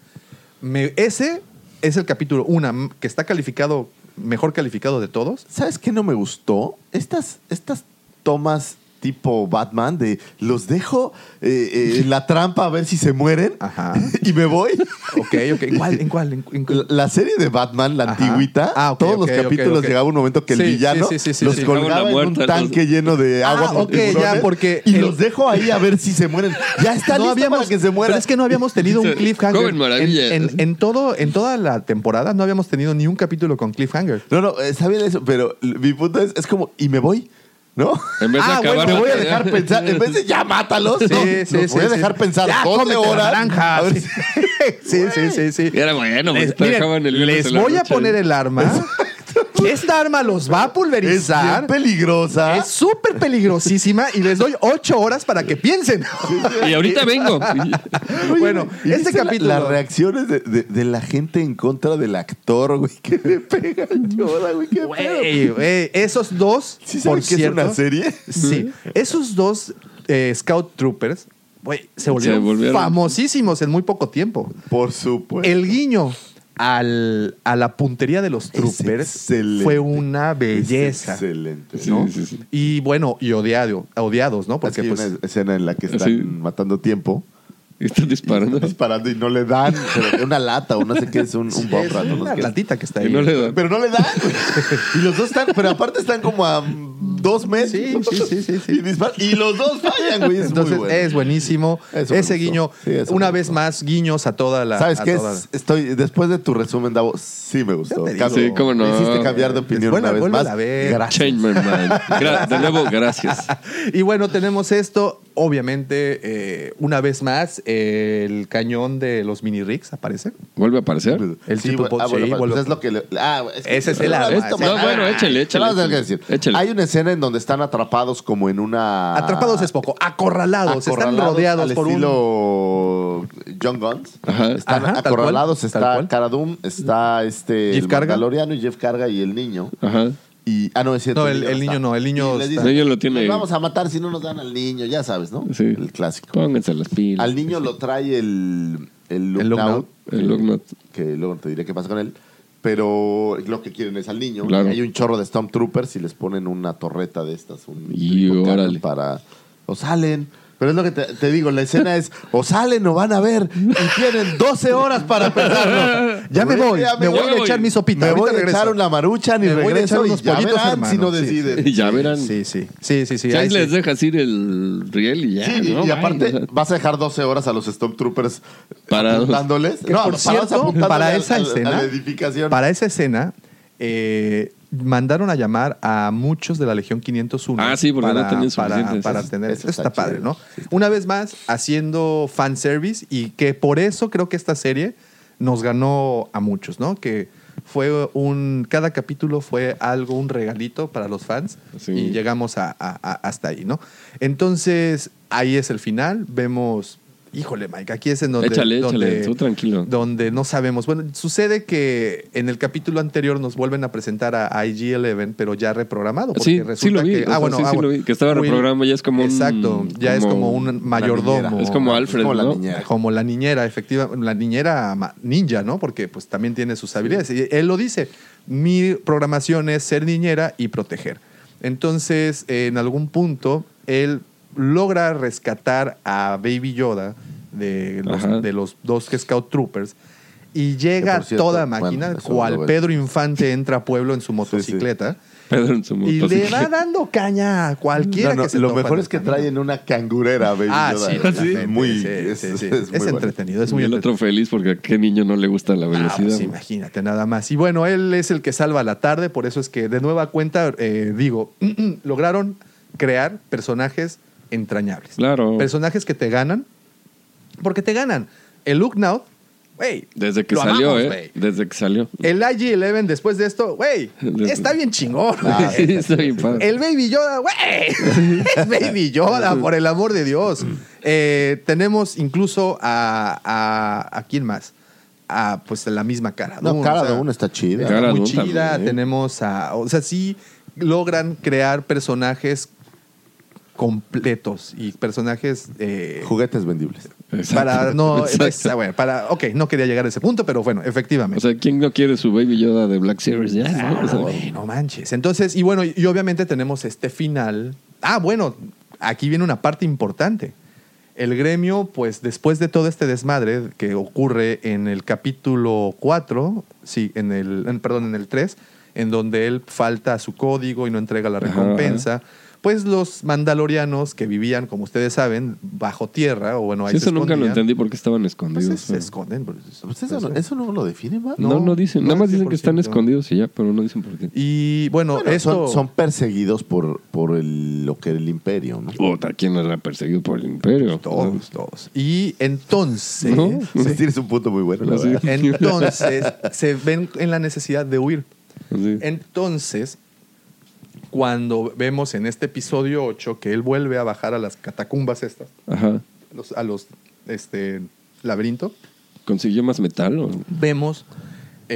Me- ese es el capítulo 1, que está calificado, mejor calificado de todos. ¿Sabes qué no me gustó? Estas, estas tomas tipo Batman de los dejo eh, eh, en la trampa a ver si se mueren Ajá. [laughs] y me voy. Ok, ok. ¿En cuál? ¿En cuál? ¿En, en cuál? La serie de Batman, la Ajá. antigüita, Ah, ok, todos ok, los ok, capítulos ok. llegaba un momento que el Sí, sí, villano sí, sí, sí, los sí. Dejaba colgaba una en muerta, un tanque los- lleno de agua Ah, con ok, ya, tiburones, porque y el- los dejo ahí a ver si se mueren. Ya está listo para que se mueran. Pero es que no habíamos tenido un Sí, cliffhanger. joven maravilla. En, en- en todo, en toda la temporada no habíamos tenido ni un capítulo con cliffhanger. No, no, está bien eso, pero mi punto es, es como, y me voy, ¿no? En vez de ah, acabar bueno, me voy a la dejar pelea. pensar, en vez de ya mátalos, Sí, no, sí, los sí, voy a sí. dejar pensar Ya, doce cómete la horas. naranja. A ver [laughs] Sí, si- sí, sí, sí, sí. Y era bueno, pues, porque Les, te miren, dejaban el viernes les en la voy a noche. poner [laughs] el arma. Esta arma los va a es bien pulverizar. peligrosa. Es súper peligrosísima y les doy ocho horas para que [laughs] piensen. Y [laughs] ahorita vengo. Oye, bueno, ¿y este viste la- capítulo. Las reacciones de, de- de la gente en contra del actor, güey, [laughs] que le pega llora, güey, qué pedo. Güey, güey, esos dos, ¿Sí saben por que cierto, es una serie? Sí, esos dos eh, Scout Troopers, güey, se volvieron, volvieron- famosísimos en muy poco tiempo. Por supuesto. El guiño al, a la puntería de los Troopers excelente. fue una Es belleza. Excelente. Sí, ¿no? sí, sí. Y bueno, y odiado, odiados, ¿no? Porque Porque hay pues, una escena en la que están Sí. matando tiempo. Y [laughs] Están disparando. pues, Están disparando y no le dan pero una lata o no sé qué es un, un bomb es rat, no sé una qué es. platita que está Y ahí. no le dan. Pero no le [laughs] dan. güey. y los dos están, pero aparte están como a mm, dos metros. Sí, sí, sí, sí, sí. Y, disparan, y los dos fallan, güey. Es Entonces muy bueno. es buenísimo. Eso me Ese gustó. guiño, Sí, eso una me vez gustó. más, guiños a toda la. ¿Sabes a qué? toda la- Estoy, después de tu resumen, Davo, sí me gustó. Ya te Cambio- digo. Sí, cómo no. Me hiciste cambiar de opinión Vuelve- una vez vuélvela más. a ver. Gracias. Change my mind. Gra- de nuevo, gracias. Y bueno, tenemos esto. Obviamente, eh, una vez más, eh, el cañón de los mini rigs aparece. ¿Vuelve a aparecer? El sí, tipo bueno, Pop, ah, bueno, sí, pues vuelvo- es lo que le- ah, es que- Ese es el este. no lo arma, he visto, sí. man. No, bueno, échale, échale, Te lo vas a tener que échale. decir. Échale. Hay una escena en donde están atrapados como en una Atrapados es poco, acorralados, están rodeados Ah. al por un. estilo John Guns. Ajá. Están Ajá, tal acorralados, cual, tal está cual. Cara Dune, está este Jeff el Carga. Mandaloriano y Jeff Carga y el niño. Ajá. Y, ah, no, es cierto. No, el- el niño está. no, el niño Y les está- dicen, El niño lo tiene- "Nos Vamos a matar si no nos dan al niño, ya sabes, ¿no? Sí. El clásico. Pónganse las pilas. Al niño lo trae el, el El Lugnaut, El Lugnaut. que luego te diré qué pasa con él. Pero lo que quieren es al niño. Claro. Hay un chorro de Stormtroopers y les ponen una torreta de estas. Un Y tipo cannon órale. Para, o salen. Pero es lo que te, [laughs] te digo, la escena es o salen o van a ver y tienen 12 horas para pensarlo. Ya me voy, Ya me me voy a voy. echar mi sopita. Me ahorita voy a regreso. echar una maruchan y Me voy a echar regreso y unos ya pollitos, verán si no hermano, sí. deciden. Y [laughs] ya verán. Sí, sí, sí, sí. sí, Si ahí ahí sí. les dejas ir el riel y ya. Sí, y- ¿no? y, Bye, aparte o sea, vas a dejar 12 horas a los Stormtroopers Parados. apuntándoles. Que, por parados cierto, apuntándole para al- esa al- escena- A la edificación. Para esa escena, eh, mandaron a llamar a muchos de la Legión 501. Ah, sí, porque para, no tenían para, suficientes. para Eso- tener. eso Eso está está, chido. padre, ¿no? Una vez más, haciendo fanservice y que por eso creo que esta serie nos ganó a muchos, ¿no? Que fue un. Cada capítulo fue algo, un regalito para los fans Sí. y llegamos a- a- a- hasta ahí, ¿no? Entonces, ahí es el final. Vemos. Híjole, Mike, aquí es en donde. Échale, échale, donde- tú tranquilo. donde no sabemos. Bueno, sucede que en el capítulo anterior nos vuelven a presentar a IG-11, pero ya reprogramado. Porque Sí, resulta sí lo vi, que, ah, o sea, sí, sí lo vi, que estaba reprogramado, ya es como un- Exacto, ya es como como un mayordomo. Ah, niñera. Es como Alfred, como la ¿no? niñera. Como la niñera, efectiva, la niñera ma- ninja, ¿no? Porque pues también tiene sus habilidades. Y él lo dice, mi programación es ser niñera y proteger. Entonces, en algún punto, él logra rescatar a Baby Yoda de Ajá. los, de los dos Scout Troopers y Que, llega por cierto, toda máquina, bueno, eso lo cual veo. Pedro Infante entra a Pueblo en su motocicleta [laughs] Pedro en su y le motocicleta. va dando caña a cualquiera No, no, que se lo topa en mejor el es que camino. traen una cangurera, baby. Ah, Yoda. sí, Es totalmente, Muy, sí, es, sí, sí. es muy Es bueno. entretenido, es Y muy el entretenido. otro feliz porque a qué niño no le gusta la Ah, pues velocidad. güey? imagínate nada más. Y bueno, él es el que salva la tarde, por eso es que de nueva cuenta, eh, digo, [clears throat] lograron crear personajes entrañables. Claro. Personajes que te ganan, porque te ganan. El Look Now, güey. Desde que lo salió, amamos, ¿eh? güey. Desde que salió. El IG-11 después de esto, güey, Desde- está bien chingón. [laughs] Ah, güey. [laughs] sí, está bien padre. El Baby Yoda, güey. Es Baby Yoda, por el amor de Dios. Eh, tenemos incluso a, a. ¿A quién más? A pues la misma cara. No, Dune, cara o sea, de uno está chida. está Cara muy Dune chida. también, ¿eh? Tenemos a. O sea, sí logran crear personajes completos y personajes. eh, Juguetes vendibles. Exacto. [laughs] para no [laughs] pues, Exacto. esa, güey, para ok no quería llegar a ese punto pero bueno efectivamente O sea, ¿quién no quiere su Baby Yoda de Black Series ya? no? O sea, Güey, Ah, no manches. Entonces, y bueno, y, y obviamente tenemos este final. Ah, bueno, aquí viene una parte importante. El gremio, pues después de todo este desmadre que ocurre en el capítulo 4, sí, en el, en- perdón, en el 3, en donde él falta a su código y no entrega la Ajá, recompensa, pues los mandalorianos que vivían, como ustedes saben, bajo tierra, o bueno, ahí sí, se eso nunca lo escondían, entendí porque estaban pues, escondidos. se, se o sea. esconden. pues, Pues eso, no, eso no lo define, man. no, no, no, dicen. no Nada más al dicen que están 100%. escondidos y ya, pero no dicen por qué. Y bueno, Bueno, esto... son, son perseguidos por, por el- lo que era el imperio, ¿no? Puta, ¿quién era perseguido por el imperio? Pues Todos, todos. Y entonces, ¿No? [laughs] Pues Sí, Pues Tienes un punto muy bueno, la Sí. verdad. entonces se ven en la necesidad de huir. Sí. Entonces, cuando vemos en este episodio 8 que él vuelve a bajar a las catacumbas estas, Ajá. a los, a los, este laberinto, ¿Consiguió más metal? o? vemos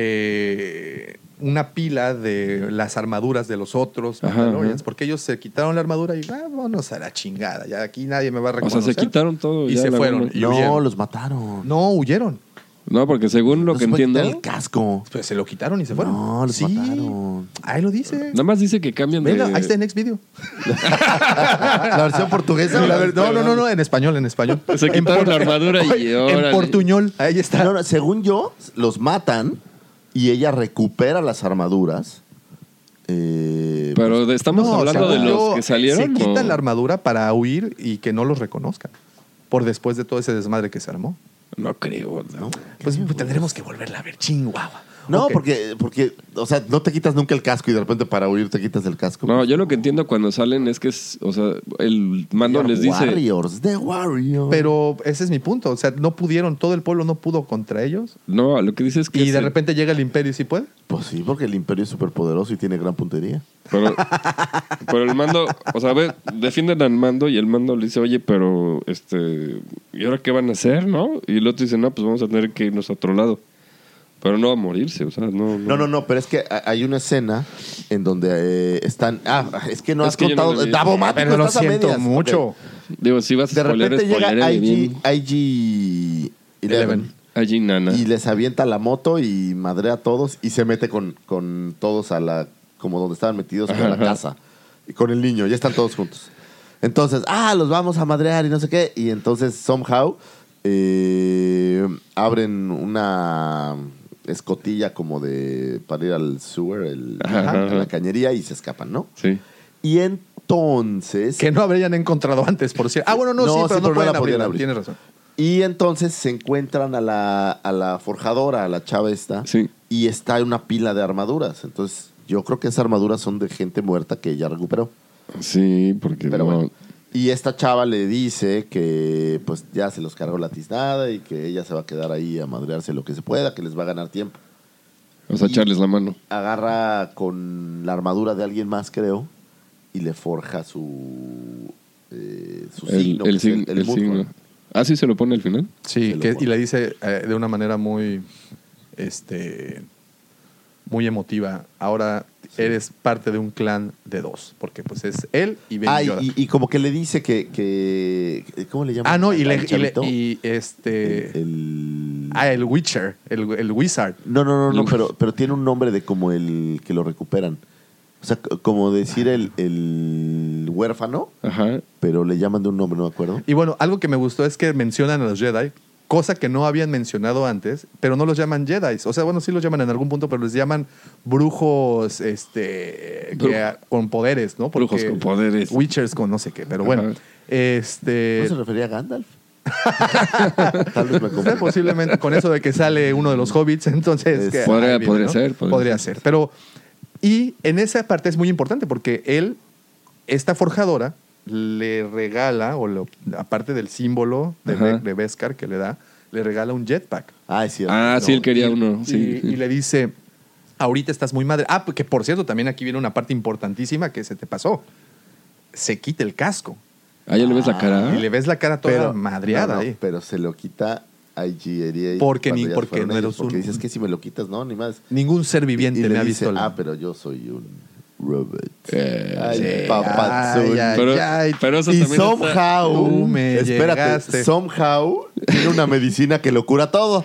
eh, una pila de las armaduras de los otros Ajá, Mandalorians, ajá. porque ellos se quitaron la armadura y vámonos a la chingada, ya aquí nadie me va a O sea, reconocer. se quitaron todo y ya, se la fueron. verdad. y No, huyeron. los mataron. no huyeron. No, porque según lo Los que fue entiendo. quitar el casco. [laughs] Pues se lo quitaron y se fueron. No, los mataron. Ahí lo dice. Nada más dice que cambian de. Venga, ahí está el next video. ¿La versión portuguesa? o la La ver- versión- no, no, no, no, en español, en español. [laughs] Se En quitaron por- la armadura y En órale. portuñol, ahí está. No, no, según yo, los matan y ella recupera las armaduras. eh, Pero de- estamos No, hablando de según los yo, que salieron. Se quitan ¿no? la armadura para huir y que no los reconozcan. Por después de todo ese desmadre que se armó. No creo, ¿no? Pues tendremos que volverla a ver, chinguagua. No, Ok. porque, porque, o sea, no te quitas nunca el casco y de repente para huir te quitas el casco. No, yo lo que entiendo cuando salen es que es, o sea, el mando They are les dice Warriors, The Warriors. Pero ese es mi punto. O sea, no pudieron, todo el pueblo no pudo contra ellos. No, lo que dice es que Y de se- repente llega el imperio y sí puede. Pues sí, porque el imperio es superpoderoso y tiene gran puntería. Pero, pero el mando, o sea, ve, defienden al mando y el mando le dice, oye, pero, este, ¿y ahora qué van a hacer, no? Y el otro dice, no, pues vamos a tener que irnos a otro lado. Pero no va a morirse, o sea, no. No, no, no, pero es que ha- hay una escena en donde eh, están. Ah, es que no Es has que yo contado. no la vi. Davomático, Pero lo estás a siento medias. mucho. Ok. Digo, si vas a De spoiler, repente llega spoilerale IG, IG bien. 11 Allí, nana. y les avienta la moto y madrea a todos y se mete con, con todos a la. como donde estaban metidos, con la Ajá. casa. Y con el niño, ya están todos juntos. Entonces, ah, los vamos a madrear y no sé qué. Y entonces, somehow, eh, abren una. escotilla como de para ir al sewer, el- Ajá, ajá. a la cañería y se escapan, ¿no? Sí. Y entonces... Que no habrían encontrado antes, por cierto. Ah, bueno, no, No, sí, sí, pero no pero no la pueden podían abrirla. abrir. Tienes razón. Y entonces se encuentran a la, a la forjadora, a la chava esta, Sí. y está en una pila de armaduras. Entonces, yo creo que esas armaduras son de gente muerta que ella recuperó. Sí, porque Pero no- bueno. Y esta chava le dice que pues ya se los cargó la tiznada y que ella se va a quedar ahí a madrearse lo que se pueda, que les va a ganar tiempo. O sea, echarles la mano. Agarra con la armadura de alguien más, creo, y le forja su, eh, su El, signo. pues, el que es signo. el- el el musgo. signo. Ah, sí, se lo pone al final. Sí, Se lo que- y pone. le dice eh, de una manera muy, este, muy emotiva. Ahora eres parte de un clan de dos, porque pues es él y Ben Ah, y, Yoda. y- y como que le dice que, que- ¿Cómo le llaman? ah, no, y, al le, y, le- chavito? y, este, El- el- ah, el Witcher, el, el Wizard. No, no, no, no, Lucas. pero, pero tiene un nombre de como el que lo recuperan. O sea, c- como decir el, el huérfano, Ajá. pero le llaman de un nombre, no me acuerdo. Y bueno, algo que me gustó es que mencionan a los Jedi, cosa que no habían mencionado antes, pero no los llaman Jedi. O sea, bueno, sí los llaman en algún punto, pero les llaman brujos este, que- Brujo. con poderes, ¿no? Brujos con poderes. Witchers con no sé qué, pero bueno. Ajá. Este, ¿No se refería a Gandalf? [laughs] Tal vez me pues [laughs] confundí. posiblemente con eso de que sale uno de los hobbits, entonces... Es- que- Podría- ahí viene, podría ser, podría Podría ser. ser. Pero, y en esa parte es muy importante porque él, esta forjadora, le regala, o lo- aparte del símbolo de, Ajá. de Beskar que le da, le regala un jetpack. Ah, es cierto. Ah, No, sí, él quería uno. Y- Sí. y le dice, ahorita estás muy madre. Ah, que por cierto, también aquí viene una parte importantísima que se te pasó. Se quita el casco. Ah, ya le ves la cara. Y le ves la cara toda no, madreada no, ahí. Pero se lo quita IG-88. Porque cuando ni- ya porque fueron no ellos, eres un- Porque dices que si me lo quitas, no, ni más. Ningún ser viviente Y me le ha dice, visto. la- ah, pero yo soy un robot. Eh, Ay, sí. papazul. Ay, ay, Pero- ay. pero eso y también está- Tú somehow, me espérate, llegaste. somehow tiene una medicina que lo cura todo.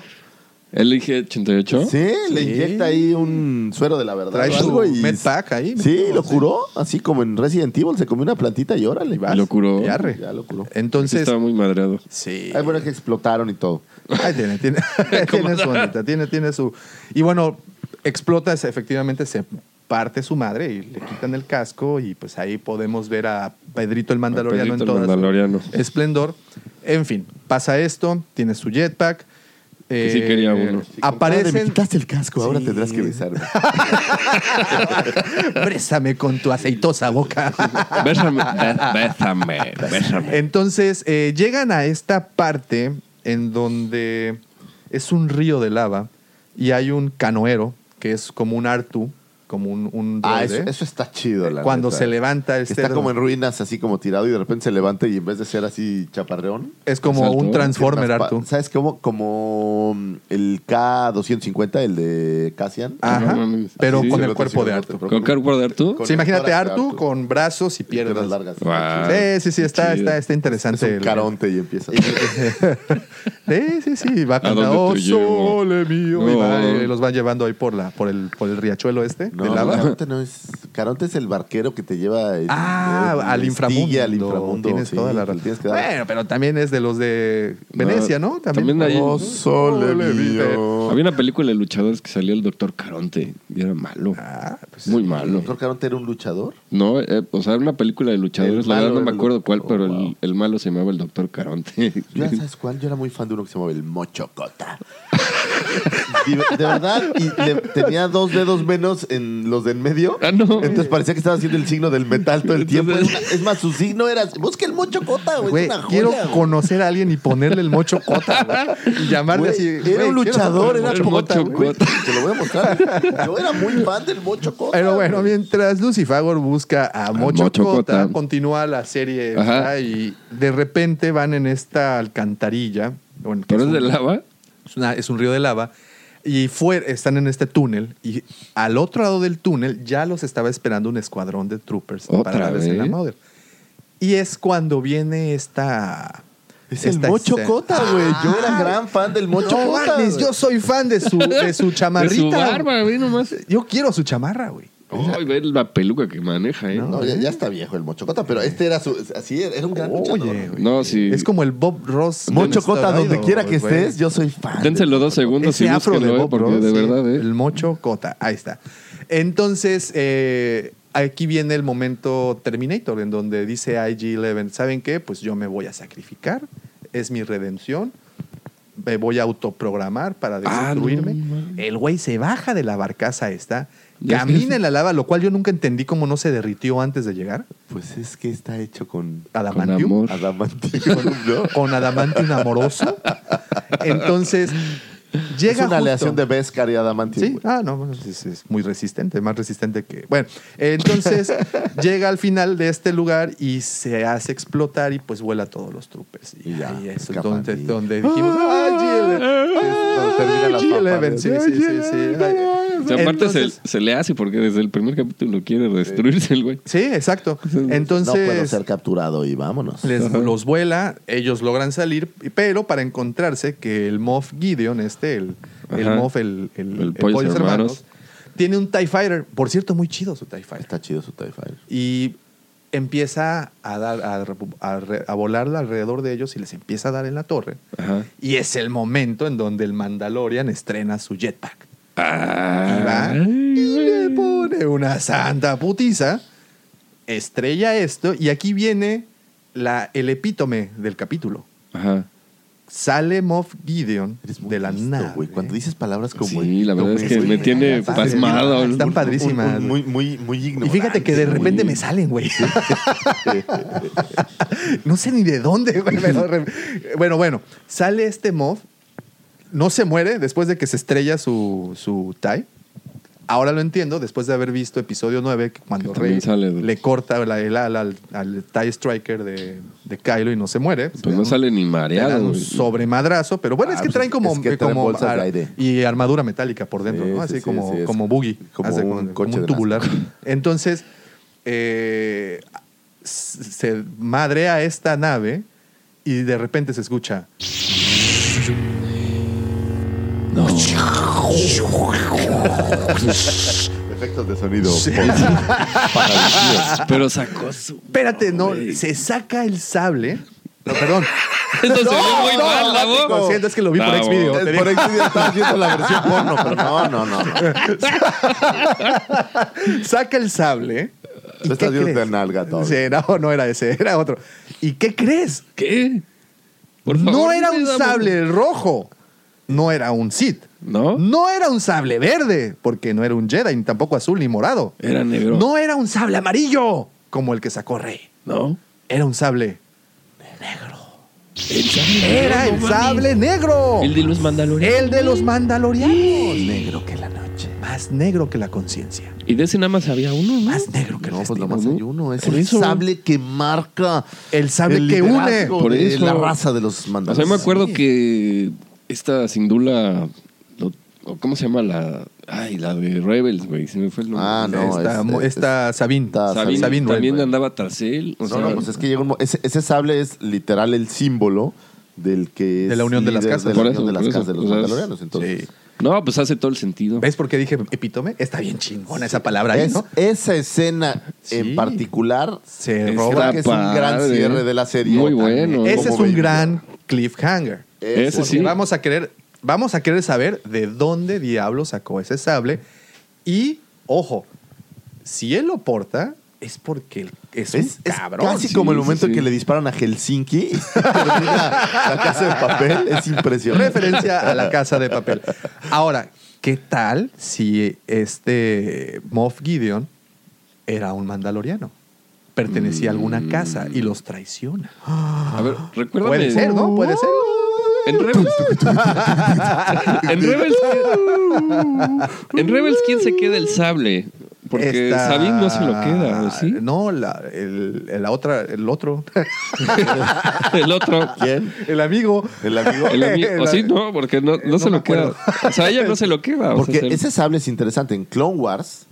¿Él dije 88? Sí, le ¿Eh? Sí. inyecta ahí un suero de la verdad Trae o su algo y medpack ahí, Sí, ¿no? lo Sí. curó, así como en Resident Evil se comió una plantita y órale, vas. Lo curó. Y arre. Eh, Ya lo curó. Sí, Entonces, estaba muy madreado. sí. Ay, bueno, que explotaron y todo. Ahí tiene, tiene, [laughs] tiene su ondita, tiene, tiene su... Y bueno, explota, se- efectivamente se parte su madre y le quitan el casco y pues ahí podemos ver a Pedrito el Mandaloriano Pedrito en el todo Mandaloriano. su esplendor. En fin, pasa esto, tiene su jetpack. eh, Que sí quería uno. Compadre, Me Aparecen... quitaste el [laughs] casco, ahora Sí. tendrás que besarme. Brésame con tu aceitosa boca. [laughs] Bésame, bé- bésame, bésame. Entonces, eh, llegan a esta parte en donde es un río de lava y hay un canoero que es como un Artu, como un, un [laughs] Ah, eso, droide. eso está chido, la Cuando neta. se levanta este- Está como en ruinas, así como tirado, y de repente se levanta y en vez de ser así chaparreón... Es como Exacto. un Transformer es más pa- Artu. ¿Sabes cómo? Como mm, el K250, el de Cassian. Ajá, No mames. Ah, pero Sí, con se el lo cuerpo de consigo, Artu. no te ¿Con cuerpo de Artu? Con Sí, el imagínate tórax de Artu Artu. con brazos y Y piernas piernas. largas. Guau. Sí, sí, sí, está, Chido. está, está Es interesante. un el- caronte y empieza. [laughs] Sí, sí, sí, [laughs] va dónde cantando. Oh, te llevo? sole mío. Y No. va- y los van llevando ahí por, la, por, el, por el riachuelo este No, de lava. Caronte no es. Caronte es el barquero que te lleva. el- [laughs] Ah, el- al el inframundo. Estigia, Este, al inframundo. Tienes sí, toda la que le razón. tienes que dar- Bueno, pero también es de los de Venecia, ¿no? también hay- Oh, sole mío. Había una película de luchadores que salía el doctor Caronte y era malo. Ah, pues, Muy ¿El malo. doctor Caronte era un luchador? No, eh, o sea, era una película de luchadores, El la verdad malo no me era el acuerdo cuál, doctor, pero el- wow. el, malo se llamaba el doctor [laughs] Caronte. Yo, [laughs] ya ¿sabes cuál? Yo era muy fan de uno que se llamaba el [laughs] Mochocota. Y De, de verdad, y le- tenía dos dedos menos en los de en medio. Ah, no. Entonces parecía que estaba haciendo el signo del metal todo el tiempo. Entonces- Era una- es más, su signo era. Busca el Mochocota, güey. Güey, es una joya, quiero güey. conocer a alguien y ponerle el mocho cota, güey. Y llamarle Güey, así. era güey, un quiero saber luchador, el era Mocho como Cota, güey. Cota. Te lo voy a mostrar. Yo era muy fan del Mocho Cota. Pero bueno, güey. mientras Lucifagor busca a Mocho, Mocho Cota, Cota. continúa la serie Ajá. ¿verdad? y de repente van en esta alcantarilla. bueno, que ¿Pero es un- de lava? Es, una- es un río de lava. Y fue, están en este túnel. Y al otro lado del túnel ya los estaba esperando un escuadrón de troopers ¿Otra para darles en la vez? madre. Y es cuando viene esta. Es el esta Mocho escena. Ah, Cota, güey. Yo era gran fan del Mocho No Cota. mames, güey. yo soy fan de su, de su [laughs] [laughs] De chamarrita. su barba, güey, nomás. Yo quiero su chamarra, güey. Ay, ver la peluca que maneja, ¿eh? No, ya, ya está viejo el Mochocota, pero este era su. Así era, era un gran luchador. Oye, güey. No, sí. Es como el Bob Ross. Mocho Cota, Estado, donde quiera que güey. estés, yo soy fan. Dénselo dos segundos Ese y afro de búsquenlo, ¿eh? Bob porque Ross, de sí, verdad, ¿eh? El Mocho Cota, ahí está. Entonces, eh, aquí viene el momento Terminator, en donde dice IG-11, ¿saben qué? Pues yo me voy a sacrificar, es mi redención, me voy a autoprogramar para Ah, no destruirme. mames. el güey se baja de la barcaza esta, Ya. camina en la lava, lo cual yo nunca entendí cómo no se derritió antes de [laughs] llegar Pues es que está hecho con a la Con amor. adamantium, [laughs] ¿no? con adamantium amoroso. Entonces, llega es una justo- aleación de Beskar y adamantium. Sí, güey. ah, no, pues, es, es muy resistente, más resistente que. Bueno, entonces [laughs] llega al final de este lugar y se hace explotar y pues vuela a todos los troopers. Y, Y ya, ahí es escapan donde, y- donde dijimos, "Ah, ¡ay, Ah, Donde terminan las G11! papas, Ah, Sí, ¿no? sí, sí, sí. Ay, O sea, [laughs] aparte entonces- se, se le hace porque desde el primer capítulo quiere destruirse el güey. Sí, [laughs] exacto. no puedo Entonces, ser capturado y vámonos. les, los vuela, ellos logran salir, pero para encontrarse que el Moff Gideon, este, el, el Ajá. Moff, el, el, El el Pollos Pollos Hermanos. Hermanos, tiene un TIE Fighter. Por cierto, muy chido su TIE Fighter. Está chido su TIE Fighter. Y empieza a, dar, a, repu- a re- a volar alrededor de ellos y les empieza a dar en la torre. Ajá. Y es el momento en donde el Mandalorian estrena su jetpack. Y va Ay, y le güey. pone una santa putiza. Estrella esto. Y aquí viene la, el epítome del capítulo. Ajá. Sale Moff Gideon Eres muy de la listo, nave. güey. Cuando dices palabras como. Sí, la verdad es que me güey, tiene está pasmado. Están Un- padrísimas. un- un- güey. Muy, muy, muy y ignorante. fíjate que de repente me salen, güey. [laughs] no sé ni de dónde, güey. pero re- Bueno, bueno, sale este Moff, no se muere después de que se estrella su, su TIE. Ahora lo entiendo, después de haber visto episodio 9, que cuando Que Rey también sale de- le corta la- el ala al, al TIE Striker de, de Kylo y no se muere. Pues no sale ni Le dan mareado. un güey. sobremadrazo, pero bueno, Ah, es que pues traen es como, eh, que traen como bolsas de ar- aire. y armadura metálica por dentro, Sí, ¿no? sí, Así sí, como, sí, es como buggy, como hace un cuenta, coche un de tubular. [laughs] Entonces, eh, s- se madrea esta nave y de repente se escucha. Efectos de sonido. [laughs] Pero sacó [laughs] su. Espérate, no, Güey. se saca el sable. No, perdón. [laughs] Eso se ve muy mal, la Lo voz. siento, es que lo vi por Bravo. Xvideo. Es tenía- Por ahí [laughs] sí estás viendo la versión porno, pero no, no, no. no. Saca el sable. ¿Y Tú qué estás viendo crees? de nalga, Toby. Sí, no, no era ese, era otro. ¿Y qué crees? ¿Qué? Por no favor, era un dame- sable rojo. No era un Sith. ¿No? No era un sable verde, porque no era un Jedi, ni tampoco azul ni morado. Era negro. No era un sable amarillo, como el que sacó Rey. No. Era un sable. El sable. Era No el mames. sable negro. El de los mandalorianos. El de los mandalorianos. negro que la noche. Más negro que la conciencia. Y de ese nada más había uno, ¿no? Más negro que No, el pues destino. nomás hay uno. Es Por el eso. sable que marca. El sable que une. liderazgo Por de eso. La raza de los O sea, mandados. yo me acuerdo que esta sindula. o- o ¿Cómo se llama la.? Ay, la de Rebels, güey. Se me fue el nombre. Ah, no. esta, este- esta Sabine. esta Sabine, Sabine también Wren. andaba tras él. O No, sea, no, pues es que llega un mo- ese, ese sable es literal el símbolo del que es De la unión de las líder casas. de la Por unión eso, de las por casas eso. de los O sea, es- mandalorianos. Entonces, Sí. no, pues hace todo el sentido. ¿Ves por qué dije epítome? Está bien chingona esa palabra ahí, es- ¿no? esa escena Sí. en particular Se Está roba. creo que es un gran padre. cierre de la serie. Muy bueno. También. Ese es Como un vehículo. gran cliffhanger. Ese Ese Porque Pues sí. Vamos a querer, vamos a querer saber de dónde diablo sacó ese sable. Y, ojo, si él lo porta, es porque él es, un Es, es cabrón. casi sí, como el sí, momento en sí. que le disparan a Helsinki. [laughs] termina la casa de papel. Es impresionante. Referencia a la casa de papel. Ahora, ¿qué tal si este Moff Gideon era un mandaloriano? Pertenecía a alguna Mm. casa y los traiciona. A ver, recuérdame. Puede ser, ¿no? Puede ser. En [laughs] Rebels. en Rebels. en Rebels, ¿quién se queda el sable? Porque Esta- Sabine no se lo queda, ¿o sí? No, la, el- la otra, el otro. [laughs] [laughs] El otro. ¿Quién? El amigo. El amigo. El ami- o sí, no, porque no, no Eh, se no me lo queda. O sea, ella no se lo queda. Ah, o Porque sea, se- ese sable es interesante. En Clone Wars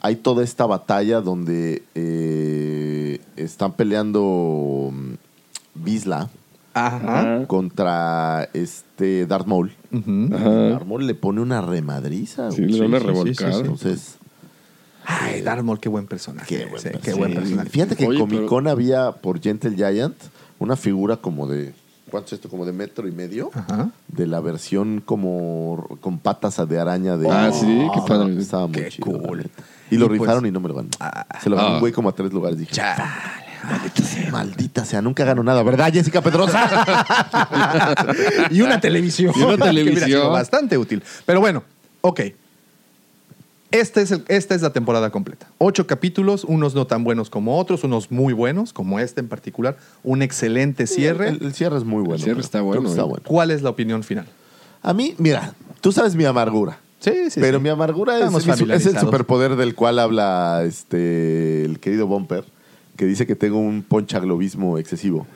hay toda esta batalla donde eh, están peleando mm, Visla Ajá. Ajá. contra este Darth Maul. Ujú. Ajá. Darth Maul le pone una remadriza. Ah. Sí, güey. le da una sí, sí, revolcada. Entonces, Ay, Darth Maul, qué buen personaje. Qué buen Sí, personaje. buen personaje. Fíjate que en Oye, Comic pero- Con había por Gentle Giant una figura como de. ¿Cuánto es esto? Como de metro y medio. Ajá. De la versión como r- con patas de araña de. Ah, sí, qué estaba- padre. Estaba muy Qué chido. cool. la neta. Y lo Y pues- rifaron y no me lo ganó. Se lo ganó Ah. un güey como a tres lugares. Dije, maldita sea. Maldita sea, nunca ganó nada, ¿verdad, Jessica [laughs] Pedrosa? y una televisión. Y [laughs] una que hubiera televisión. sido bastante útil. Pero bueno, ok. Este es el- esta es la temporada completa. Ocho capítulos, unos no tan buenos como otros, unos muy buenos, como este en particular. Un excelente cierre. El, el cierre es muy bueno. cierre creo. está Creo bueno, que ¿eh? Está bueno. ¿Cuál es la opinión final? A mí, mira, tú sabes mi amargura. Sí, sí. pero sí. mi amargura es, Estamos mi su- es el familiarizados. superpoder del cual habla este el querido Bumper, que dice que tengo un ponchaglobismo excesivo.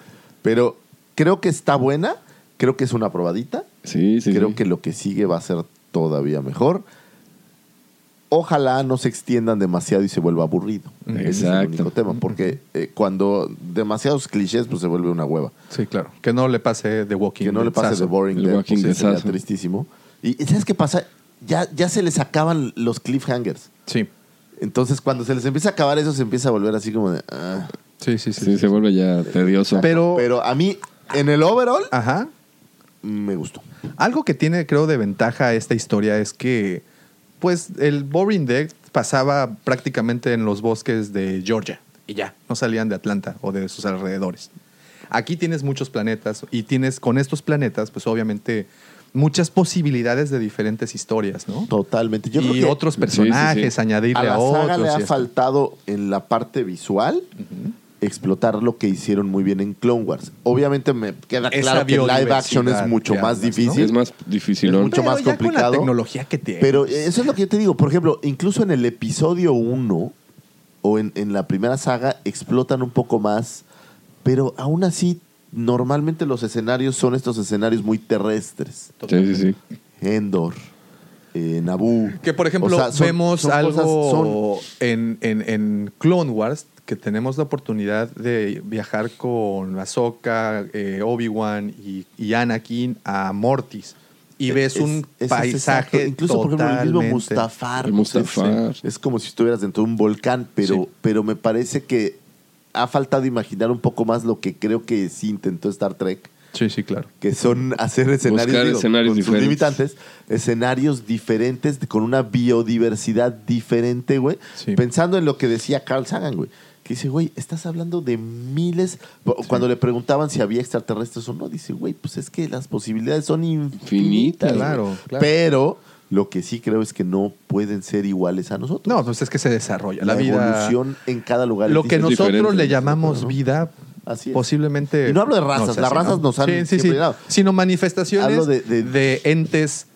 Pero creo que está buena, creo que es una probadita, Sí, sí. creo sí. que lo que sigue va a ser todavía mejor. Ojalá no se extiendan demasiado y se vuelva aburrido. Ese es el Exacto. único tema, porque eh, cuando demasiados clichés, pues se vuelve una hueva. Sí, claro. Que no le pase de Walking Que no le Dead, pase Sasso. de Boring El Dead, Walking pues, Dead sería Sasso. tristísimo. Y y ¿sabes qué pasa? Ya, ya se les acaban los cliffhangers. Sí. Entonces, cuando se les empieza a acabar eso, se empieza a volver así como de... ah. Sí, sí, sí. Sí, se vuelve ya tedioso. Pero, Pero a mí, en el overall, ajá. me gustó. Algo que tiene, creo, de ventaja esta historia es que, pues, el Boring Dead pasaba prácticamente en los bosques de Georgia y ya, no salían de Atlanta o de sus alrededores. Aquí tienes muchos planetas y tienes con estos planetas, pues, obviamente, muchas posibilidades de diferentes historias, ¿no? Totalmente. Yo creo y que otros sí, personajes, sí, sí. añadirle a a, la otros. saga le y ha esto. faltado en la parte visual explotar lo que hicieron muy bien en Clone Wars. Obviamente me queda Esa claro que live action es biodiversidad mucho que más hablas, ¿no? difícil. es más difícil. Es mucho Pero más ya con la complicado. tecnología que tiene. Pero eso es lo que yo te digo. Por ejemplo, incluso en el episodio 1 o en, en la primera saga explotan un poco más, pero aún así normalmente los escenarios son estos escenarios muy terrestres. Sí, sí, sí. Endor, eh, Naboo. Que por ejemplo O sea, son- vemos son algo cosas- en, en- en Clone Wars que tenemos la oportunidad de viajar con Ahsoka, eh, Obi-Wan y, y Anakin a Mortis y ves E-, es- un es- es paisaje exacto. Incluso, por ejemplo, el mismo totalmente- Mustafar. El pues, es- Mustafar. Es, como si estuvieras dentro de un volcán, pero, Sí. pero me parece que ha faltado imaginar un poco más lo que creo que sí intentó Star Trek. Sí, sí, claro. que son hacer escenarios, Buscar escenarios con sus diferentes. limitantes, escenarios diferentes, con una biodiversidad diferente, güey. Sí. Pensando en lo que decía Carl Sagan, güey. Que dice, güey, estás hablando de miles. Cu- Cuando le preguntaban si había extraterrestres o no, dice, güey, pues es que las posibilidades son infinitas. güey. Claro, claro. Pero lo que sí creo es que no pueden ser iguales a nosotros. No, pues es que se desarrolla. La, la, vida. evolución en cada lugar. lo es que diferente. nosotros diferente, le ¿no? llamamos Claro. vida. Así es. Posiblemente. Y no hablo de razas, sé las si, razas nos han Sí, sí, siempre sí. dado. Sino manifestaciones Hablo de- de, de- entes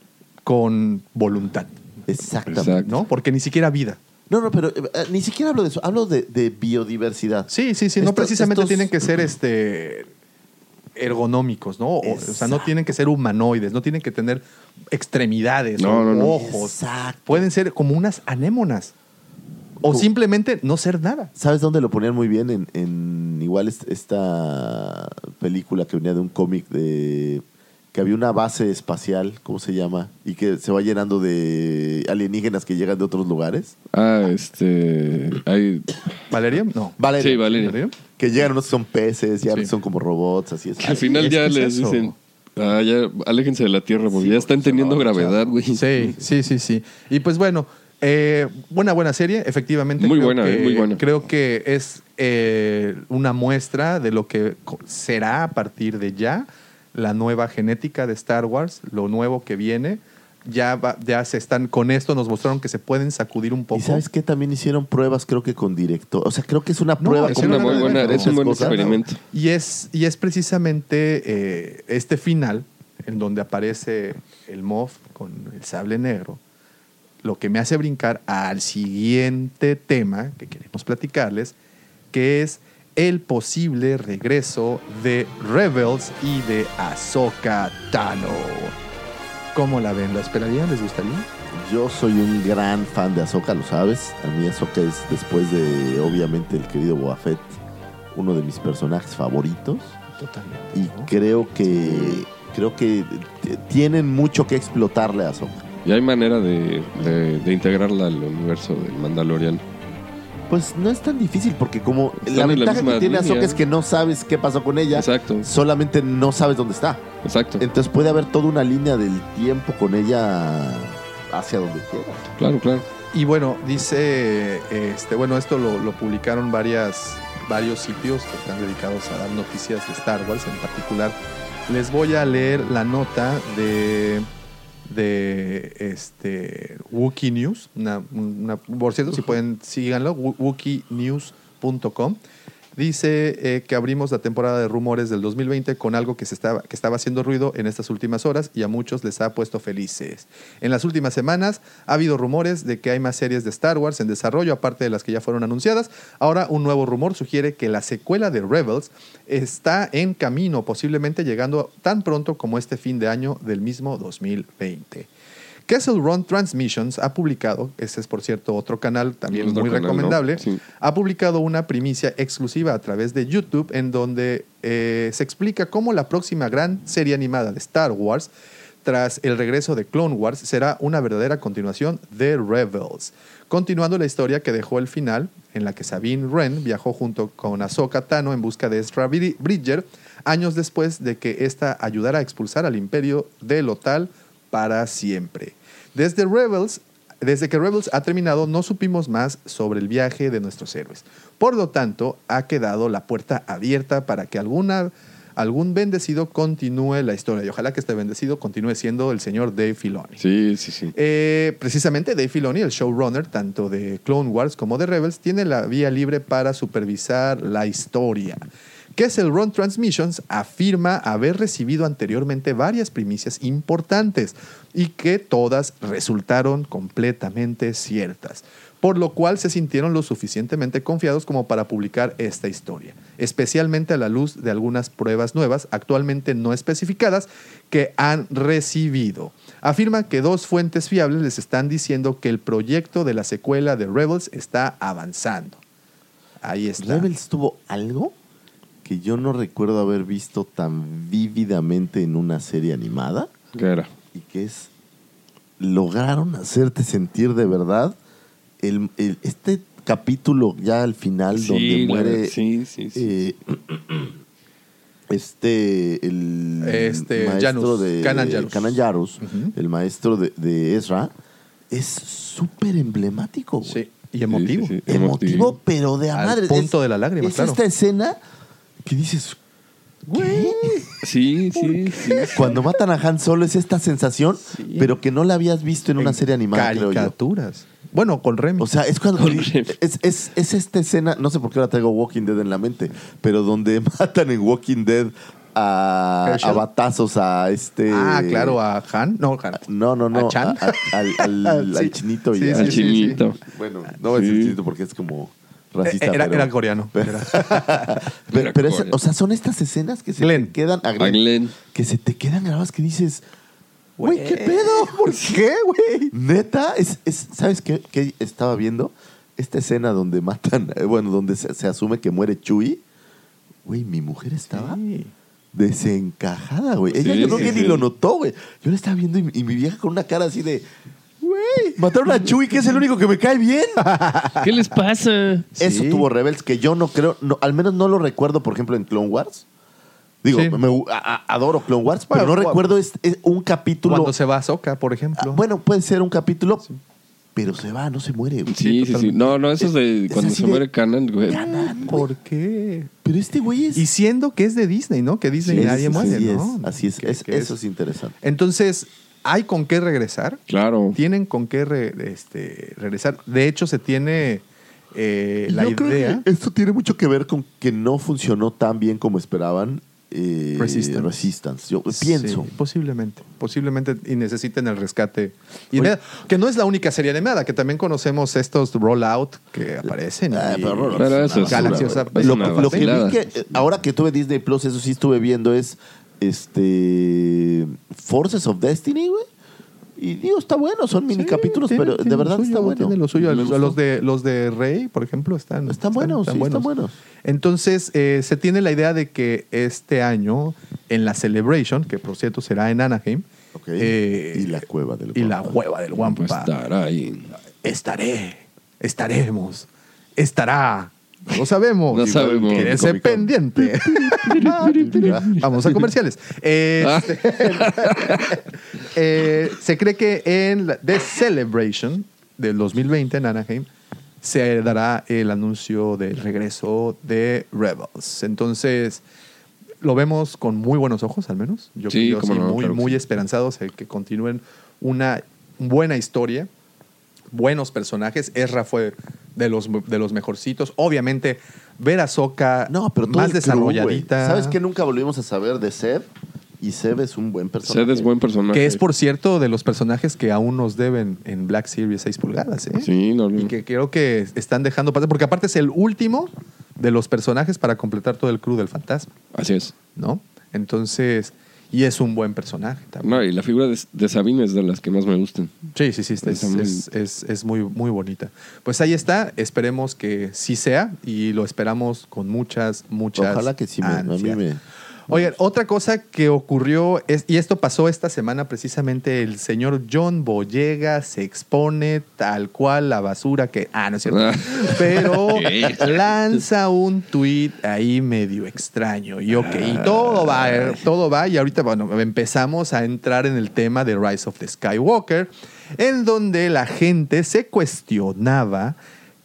con voluntad, Exactamente. Exacto. ¿no? Porque ni siquiera vida. No, no, pero eh, eh, ni siquiera hablo de eso, hablo de, de biodiversidad. Sí, sí, sí. No Esto- precisamente estos- tienen que ser este ergonómicos, ¿no? O, o sea, no Exacto. tienen que ser humanoides, no tienen que tener extremidades No, o no, no. ojos. Exacto. Pueden ser como unas anémonas. O Como- simplemente no ser nada. ¿Sabes dónde lo ponían muy bien? En, en igual es- esta película que venía de un cómic de que había una base espacial, ¿cómo se llama? Y que se va llenando de alienígenas que llegan de otros lugares. Ah, este. Hay, ¿Valeria? No. Vale. sí, Valeria. ¿Valeria? Que llegan unos que son peces, ya Sí. son como robots, así es. Al final Es ya que es les eso. dicen. Ah, ya, aléjense de la Tierra porque ya están teniendo gravedad, güey. Sí, sí, sí, sí. Y pues bueno, eh, buena, buena serie, efectivamente. Muy creo buena, que- eh, muy buena. Creo que es eh, una muestra de lo que co- será a partir de ya la nueva genética de Star Wars, lo nuevo que viene. Ya, va- ya se están, con esto nos mostraron que se pueden sacudir un poco. Y sabes que también hicieron pruebas, creo que con director. O sea, creo que es una No, prueba. Es con una muy buena, diferentes es un buen cosas. experimento. Y es, y es precisamente eh, este final en donde aparece el Moff con el sable negro, lo que me hace brincar al siguiente tema que queremos platicarles, que es el posible regreso de Rebels y de Ahsoka Tano. ¿Cómo la ven? ¿La esperarían? ¿Les gustaría? Yo soy un gran fan de Ahsoka, lo sabes. A mí Ahsoka es, después de, obviamente, el querido Boba Fett, uno de mis personajes favoritos. Totalmente. Y creo que creo que t- tienen mucho que explotarle a Ahsoka. Y hay manera de, de- de integrarla al universo del Mandalorian. Pues no es tan difícil porque como Están la en la ventaja misma que tiene Ahsoka línea. es que no sabes qué pasó con ella, Exacto, solamente no sabes dónde está. exacto. Entonces puede haber toda una línea del tiempo con ella hacia donde quiera. Claro, claro. Y bueno, dice, este, bueno, esto lo, lo publicaron varias, varios sitios que están dedicados a dar noticias de Star Wars en particular. Les voy a leer la nota de, de este, Wookiee News. Una, una- por cierto, si pueden, síganlo, wo- wookieenews.com. Dice eh, que abrimos la temporada de rumores del 2020 con algo que, se estaba, que estaba haciendo ruido en estas últimas horas y a muchos les ha puesto felices. En las últimas semanas ha habido rumores de que hay más series de Star Wars en desarrollo, aparte de las que ya fueron anunciadas. Ahora un nuevo rumor sugiere que la secuela de Rebels está en camino, posiblemente llegando tan pronto como este fin de año del mismo 2020. Castle Run Transmissions ha publicado, ese es por cierto otro canal también Otro muy canal, ¿no? recomendable, Sí. ha publicado una primicia exclusiva a través de YouTube en donde eh, se explica cómo la próxima gran serie animada de Star Wars tras el regreso de Clone Wars será una verdadera continuación de Rebels, continuando la historia que dejó el final en la que Sabine Wren viajó junto con Ahsoka Tano en busca de Ezra Bri- Bridger años después de que ésta ayudara a expulsar al imperio de Lotal para siempre. Desde Rebels desde que Rebels ha terminado, no supimos más sobre el viaje de nuestros héroes. Por lo tanto, ha quedado la puerta abierta para que alguna, algún bendecido continúe la historia. Y ojalá que este bendecido continúe siendo el señor Dave Filoni. Sí, sí, sí. Eh, precisamente Dave Filoni, el showrunner tanto de Clone Wars como de Rebels, tiene la vía libre para supervisar la historia. Kessel Run Transmissions afirma haber recibido anteriormente varias primicias importantes y que todas resultaron completamente ciertas, por lo cual se sintieron lo suficientemente confiados como para publicar esta historia, especialmente a la luz de algunas pruebas nuevas actualmente no especificadas que han recibido. Afirma que dos fuentes fiables les están diciendo que el proyecto de la secuela de Rebels está avanzando. Ahí está. Rebels tuvo algo que yo no recuerdo haber visto tan vívidamente en una serie animada ¿Qué era? y que es lograron hacerte sentir de verdad el, el- este capítulo ya al final donde la muere verdad, sí, sí, sí. eh, [clears throat] este el Este, Janus, de Kanan Jarrus. Kanan Jarrus, Ujú. el maestro de, de Ezra es súper emblemático güey Sí, y este, emotivo. Sí, sí, sí. emotivo, Emotivo. pero de a Al madre. punto de la lágrima, es claro. esta escena que dices, güey. Sí, sí, sí. Cuando matan a Han Solo es esta sensación, pero que no la habías visto en una serie animada, creo yo. Caricaturas. Bueno, con Remy. O sea, es cuando. Horrible. Es, es, es esta escena, no sé por qué ahora traigo Walking Dead en la mente, pero donde [laughs] matan en Walking Dead a, Herschel. a batazos a este. ah, claro, a Han. No, Han. No, no, no. ¿A Chan? a- a- al, al- [laughs] Sí. al chinito y Sí, a- sí, Al sí. chinito. Bueno, no es Sí. el chinito porque es como racista. Ah, Eh, era, pero- era [laughs] coreano. Era- Pero, Era pero esa- Corea. o sea, son estas escenas que se Glenn. te quedan a A Glenn, Glenn. que se te quedan grabadas que dices, güey, ¿qué pedo? ¿Por qué, [laughs] güey? Neta, es, es- ¿sabes qué, qué estaba viendo? Esta escena donde matan, [laughs] eh, bueno, donde se, se asume que muere Chuy. Güey, mi mujer estaba Sí. desencajada, güey. Ella Sí, yo creo sí, que sí. ni lo notó, güey. Yo la estaba viendo y, y mi vieja con una cara así de, güey, mataron a Chuy, que es el único que me cae bien. ¿Qué les pasa? Eso Sí. tuvo Rebels que yo no creo, no, al menos no lo recuerdo, por ejemplo, en Clone Wars. Digo, Sí. me- a- a- adoro Clone Wars, pero Bueno, no cu- recuerdo es, es un capítulo. Cuando se va a Soca, por ejemplo. Ah, bueno, puede ser un capítulo, pero se va, no se muere. güey. Sí, sí, sí. totalmente. No, no, eso es de Es cuando así se de- muere Canan, güey. Canan, Ah, güey. ¿Por qué? Pero este güey es. Y siendo que es de Disney, ¿no? Que Disney Sí, nadie sí, muere, sí, ¿no? es, así es, Que- es- que Eso es interesante. Entonces, ¿hay con qué regresar? Claro. Tienen con qué re- este, regresar. De hecho, se tiene eh, Y la yo creo idea. que esto tiene mucho que ver con que no funcionó tan bien como esperaban eh, Resistance. Resistance. Yo pienso. Sí, posiblemente. Posiblemente y necesiten el rescate. inmediato. que no es la única serie animada, que también conocemos estos rollout que aparecen. Ah, y- pero no, no, Pero es eso una es Galaxy, basura, o sea, güey. es lo, una lo que vi vacilada. que eh, ahora que tuve Disney Plus, eso sí estuve viendo es este Forces of Destiny, güey. Y digo, está bueno, son mini Sí, capítulos, tiene- pero tiene de lo verdad suyo, está bueno. Tiene lo suyo. Me Los, gustó. los de, los de Rey, por ejemplo, están, Están buenos, sí, están buenos. Entonces, eh, se tiene la idea de que este año, en la Celebration, que por cierto será en Anaheim, Ok. Eh, y la cueva del y la Wampa. cueva del Wampa. Pues estar ahí. Estaré, estaremos, estará. No lo sabemos. No sabemos. Quédese Comic-Con. pendiente. Vamos a comerciales. Eh, Ah. [laughs] eh, se cree que en la- The Celebration del 2020 en Anaheim se dará el anuncio del regreso de Rebels. Entonces, lo vemos con muy buenos ojos, al menos. Yo, Sí, yo cómo no, muy, claro que muy sí. esperanzados de que continúen una buena historia, buenos personajes. Ezra fue de los, de los mejorcitos. Obviamente, ver a Ahsoka No, pero todo más el crew, desarrolladita. güey. ¿Sabes que nunca volvimos a saber de Seb? Y Seb es un buen personaje. Sed es buen personaje. Que es, por cierto, de los personajes que aún nos deben en Black Series 6 pulgadas. ¿eh? Sí, no, Y que creo que están dejando pasar, porque aparte es el último de los personajes para completar todo el crew del fantasma, así es. ¿no? Entonces, y es un buen personaje también. No, y la figura de, de Sabine es de las que más me [laughs] gustan. Sí, sí, sí, está- es, Está muy- es- es- es muy, muy bonita. Pues ahí está, esperemos que sí sea y lo esperamos con muchas, muchas. Ojalá que sí. me- a mí ansias. me... Oigan, otra cosa que ocurrió, es, y esto pasó esta semana precisamente, el señor John Boyega se expone tal cual la basura que... Ah, no [laughs] es cierto. Ah. Pero ¿Qué? lanza un tweet ahí medio extraño. Y ok, y todo va, Ah. eh, todo va. Y ahorita, bueno, empezamos a entrar en el tema de Rise of the Skywalker, en donde la gente se cuestionaba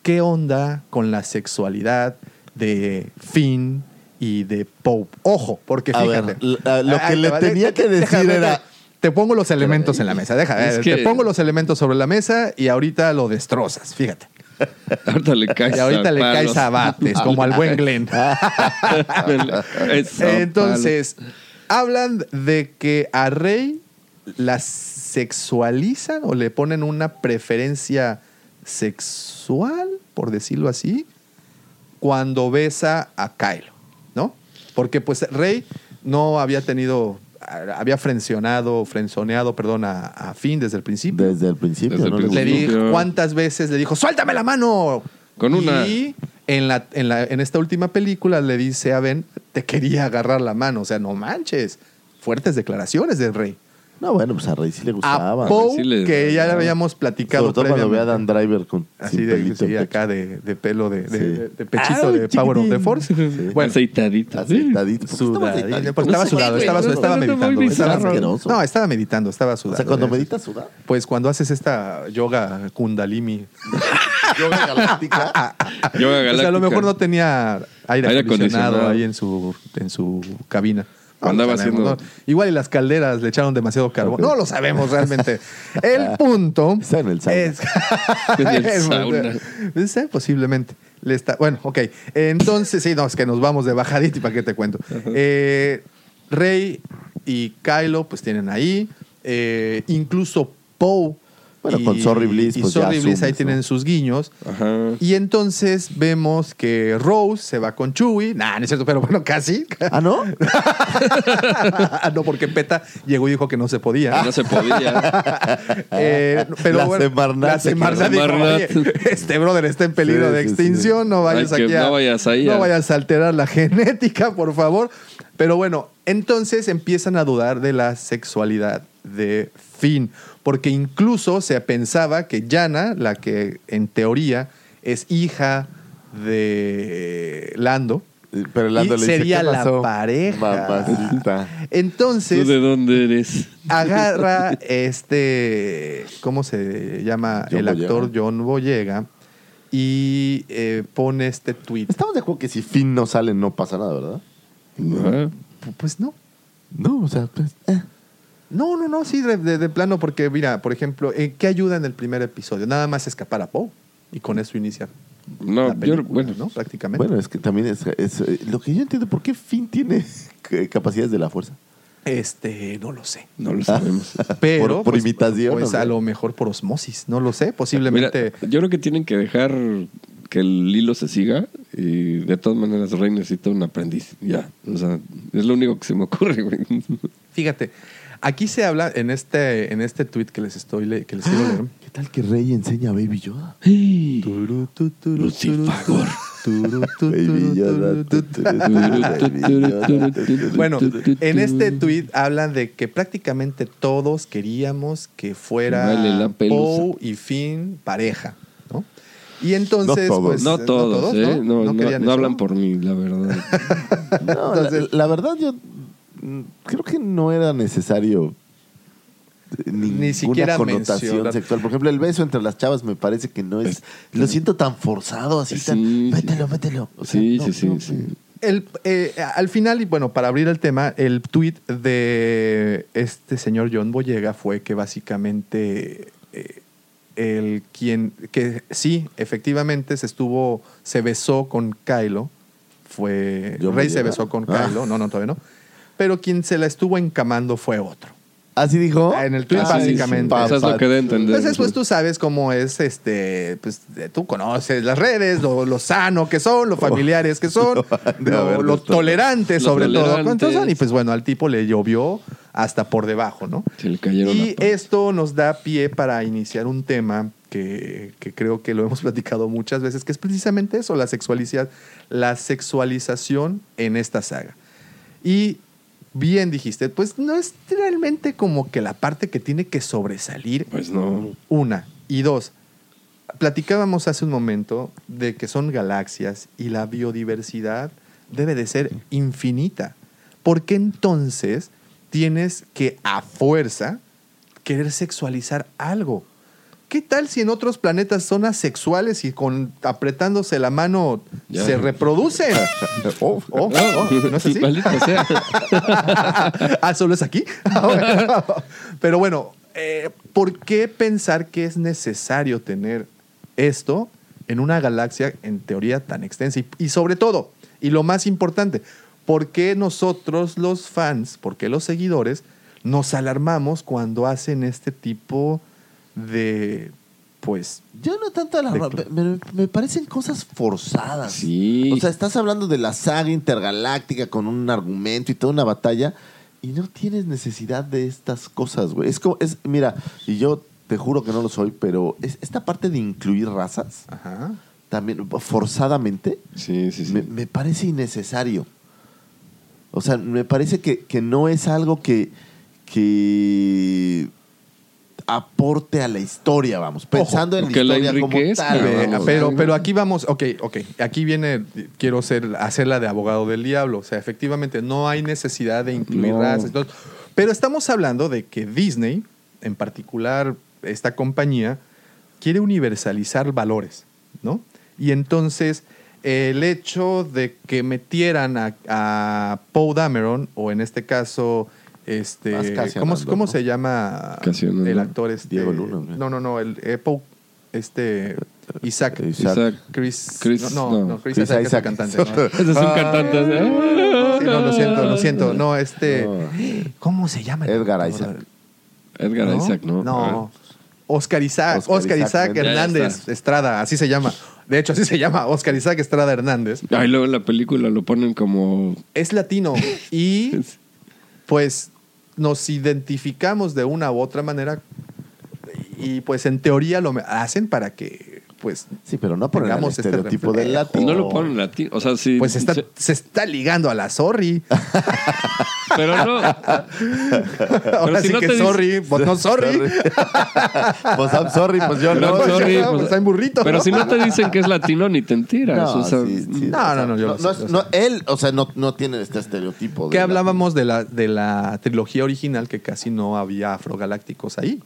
qué onda con la sexualidad de Finn y de Pope. Ojo, porque A fíjate. ver, Ah, la- lo Ahí que te le va, tenía deja- que deja- decir deja- era- Te pongo los elementos en la mesa, deja. Es eh, que- Te pongo los elementos sobre la mesa y ahorita lo destrozas, fíjate. Ahorita le caes Y ahorita a le palos. caes a bates, como [laughs] al buen Glenn. Es a Entonces, hablan de que a Rey la sexualizan o le ponen una preferencia sexual, por decirlo así, cuando besa a Kylo, ¿no? Porque pues Rey no había tenido, había frencionado, frenzoneado, perdón, a, a Finn desde el principio. Desde el principio, Desde el ¿no? Le principio. Les- dijo, ¿cuántas veces le dijo, suéltame la mano? Con una. Y en, la, en, la- en esta última película le dice a Ben, te quería agarrar la mano. O sea, no manches. Fuertes declaraciones del rey. No, bueno, pues a Rey sí le A gustaba. Poe, Sí le- que ya le habíamos platicado Sobre todo cuando ve a previamente. Dan Driver con Así sin de, pelito sí, en pecho. acá de, de pelo, de, de- Sí. de- de pechito, Ay, de Power of the Ah, chiquitín. [laughs] Force. Bueno, aceitadito. Aceitadito. ¿Por qué estaba sudadito, aceitadito? porque estaba No sé, sudado, güey, estaba, no, estaba no, no, meditando. muy estaba- bizarro. no, estaba meditando, estaba O sudado. sea, cuando Eso es- meditas suda. Pues cuando haces esta yoga kundalini Yoga [laughs] galáctica. Yoga O sea, a galáctica. lo mejor no tenía aire, Aire acondicionado acondicionado. ahí en su, en su cabina. No Andaba lo sabemos, haciendo- ¿no? Igual y las calderas le echaron demasiado carbón. No lo sabemos realmente. [laughs] El punto. Está en el sauna. [laughs] es- [laughs] En el sauna. Sí, posiblemente. Le está... Bueno, ok. Entonces, sí, no, es que nos vamos de bajadita y para qué te cuento. Eh, Rey y Kylo, pues tienen ahí. Eh, incluso Poe. Bueno, y- con Sorry Bliss, y pues, ya Sorry Bliss asumes, ahí ¿no? tienen sus guiños. Ajá. Y entonces vemos que Rose se va con Chewie. Nah, no es cierto, pero bueno, casi. [laughs] ¿Ah, no? no, porque Peta llegó y dijo que no se podía. No se [laughs] podía. Eh, pero La bueno, Semarnat la se Semarnat dijo, quedó. "Oye, este brother está en peligro Sí, de sí, extinción, no vayas Ay, que aquí a, no vayas ahí no a- vayas a alterar la [laughs] genética, por favor. Pero bueno, entonces empiezan a dudar de la sexualidad de Finn, porque incluso se pensaba que Yana, la que en teoría es hija de Lando, Pero Lando Y le dice, sería ¿qué la pasó? pareja. Mamacita. entonces ¿Tú de dónde eres? agarra este, ¿cómo se llama? John el actor Boyega. John Boyega y eh, pone este tweet. Estamos de acuerdo que si Finn no sale no pasa nada, ¿verdad? Ajá. Pues no. No, o sea, pues... eh. No, no, no, sí, de, de- de plano, porque mira, por ejemplo, ¿en ¿qué ayuda en el primer episodio? Nada más escapar a Poe y con eso inicia No, la yo- película, bueno. ¿no? Prácticamente. Bueno, es que también es, es, eh, lo que yo entiendo, ¿por qué Finn tiene eh, capacidades de la fuerza? Este, no lo sé. No lo sabemos. Pero, por pues, imitación, Pues ¿no? a lo mejor por osmosis, no lo sé, Mira, posiblemente. yo creo que tienen que dejar que el hilo se siga y de todas maneras Rey necesita un aprendiz. Ya, o sea, es lo único que se me ocurre, güey. Fíjate, aquí se habla en este, en este tweet que les estoy le- que les [gasps] quiero leer. ¿Qué tal que Rey enseña a Baby Yoda? Lucifagor. Baby Yoda, tu, tu, tu, baby Yoda, tu, tu. [laughs] Bueno, en este tweet habla de que prácticamente todos queríamos que fuera Vale la pelusa. Poe y Finn pareja, ¿no? Y entonces, No todos. pues, No todos, ¿eh? No, no- querían no eso? hablan por mí, la verdad. No, Entonces- la, la verdad yo mm, creo que no era necesario eh, ninguna siquiera connotación mencionar. sexual. Por ejemplo, el beso entre las chavas me parece que no es... Lo siento tan forzado, así Sí, sí. tan... Mételo, mételo. O sea, [laughs] Sí, no, sí, sí, no, sí. El, eh, al final, y bueno, para abrir el tema, el tweet de este señor John Boyega fue que básicamente eh, el quien, que sí, efectivamente se estuvo, se besó con Kylo, fue, John Rey se Boyega. besó con Ah. Kylo, no, no, todavía no, pero quien se la estuvo encamando fue otro. ¿Así dijo? En el tweet, Ah, Así básicamente. dijo. Eso es lo que da a entender. Entonces, pues tú sabes cómo es, este, pues de- tú conoces las redes, lo, lo sano que son, Oh, lo familiares que [laughs] son, No, no, a lo, ver, lo no, tolerantes Los sobre todo. ¿Cuántos son? tolerantes. Y pues bueno, al tipo le llovió hasta por debajo, ¿no? Se le cayeron Y las patas. esto nos da pie para iniciar un tema que, que creo que lo hemos [laughs] platicado muchas veces, que es precisamente eso, la sexualidad, la sexualización en esta saga. Y bien dijiste, pues no es realmente como que la parte que tiene que sobresalir Pues no. una. Y dos, platicábamos hace un momento de que son galaxias y la biodiversidad debe de ser infinita. ¿Por qué entonces tienes que a fuerza querer sexualizar algo? ¿Qué tal si en otros planetas son asexuales y con apretándose la mano Ya. se [laughs] reproducen? Oh, Oh, oh, ¿No es así? Maldito Ah, [laughs] sea. ah, solo es aquí. [laughs] Ah, bueno. Pero bueno, eh, ¿por qué pensar que es necesario tener esto en una galaxia en teoría tan extensa? Y, y sobre todo, y lo más importante, ¿por qué nosotros los fans, por qué los seguidores, nos alarmamos cuando hacen este tipo de, pues, Yo no tanto la Decla- me, me parecen cosas forzadas. Sí. O sea, estás hablando de la saga intergaláctica con un argumento y toda una batalla y no tienes necesidad de estas cosas, güey. Es como es mira, y yo te juro que no lo soy, pero es- esta parte de incluir razas ajá, también forzadamente sí, sí, sí. me, me parece innecesario. O sea, me parece que, que no es algo que, que aporte a la historia, vamos. Pensando en la que la historia como enriquezca, tal. Eh, vamos. pero, pero aquí vamos, ok, ok, aquí viene, quiero ser, hacerla de abogado del diablo, o sea, efectivamente no hay necesidad de incluir No. razas, entonces, pero estamos hablando de que Disney, en particular esta compañía, quiere universalizar valores, ¿no? Y entonces el hecho de que metieran a, a Poe Dameron, o en este caso, este, Ascasia ¿cómo, Lando, cómo ¿no? se llama Ascasia Lando. el actor? Este, Diego Luna, ¿no? No, no, no, el eh, Poe, este, Isaac. Isaac. Chris, Chris, no, no, no. no, Chris, Chris Isaac, Isaac. es el cantante. Ese es un cantante. ¿no? ¿eh? Sí, no, lo siento, lo siento. No, este. No. ¿Cómo se llama? el Edgar actor? Isaac. Edgar ¿No? Isaac, ¿no? No. Oscar Isaac, Oscar, Ah, Oscar Isaac, Isaac Hernández. Ya Hernández está. Estrada, así se llama. De hecho, así se llama Oscar Isaac Estrada Hernández. Ah. Ahí luego en la película lo ponen como. Es latino y pues nos identificamos de una u otra manera y pues en teoría lo hacen para que pues Sí, pero no por el Tengamos este estereotipo del reflejo. latino. pues No lo ponen latino. O sea, sí. pues está, sí, se está ligando a la sorry. [laughs] Pero [laughs] no. Ahora sí si no que te dice- [laughs] sorry, pues no sorry. [laughs] pues I'm sorry, pues yo Pero no. I'm sorry, pues, está en burrito. Pero si no te dicen que es latino, ni te enteras. No, o sea, sí, sí, No, o sea, no, no, yo lo sé, es- yo no, Él, o sea, no, no tiene este estereotipo. Que de- hablábamos de la, de la trilogía original que casi no había afrogalácticos ahí.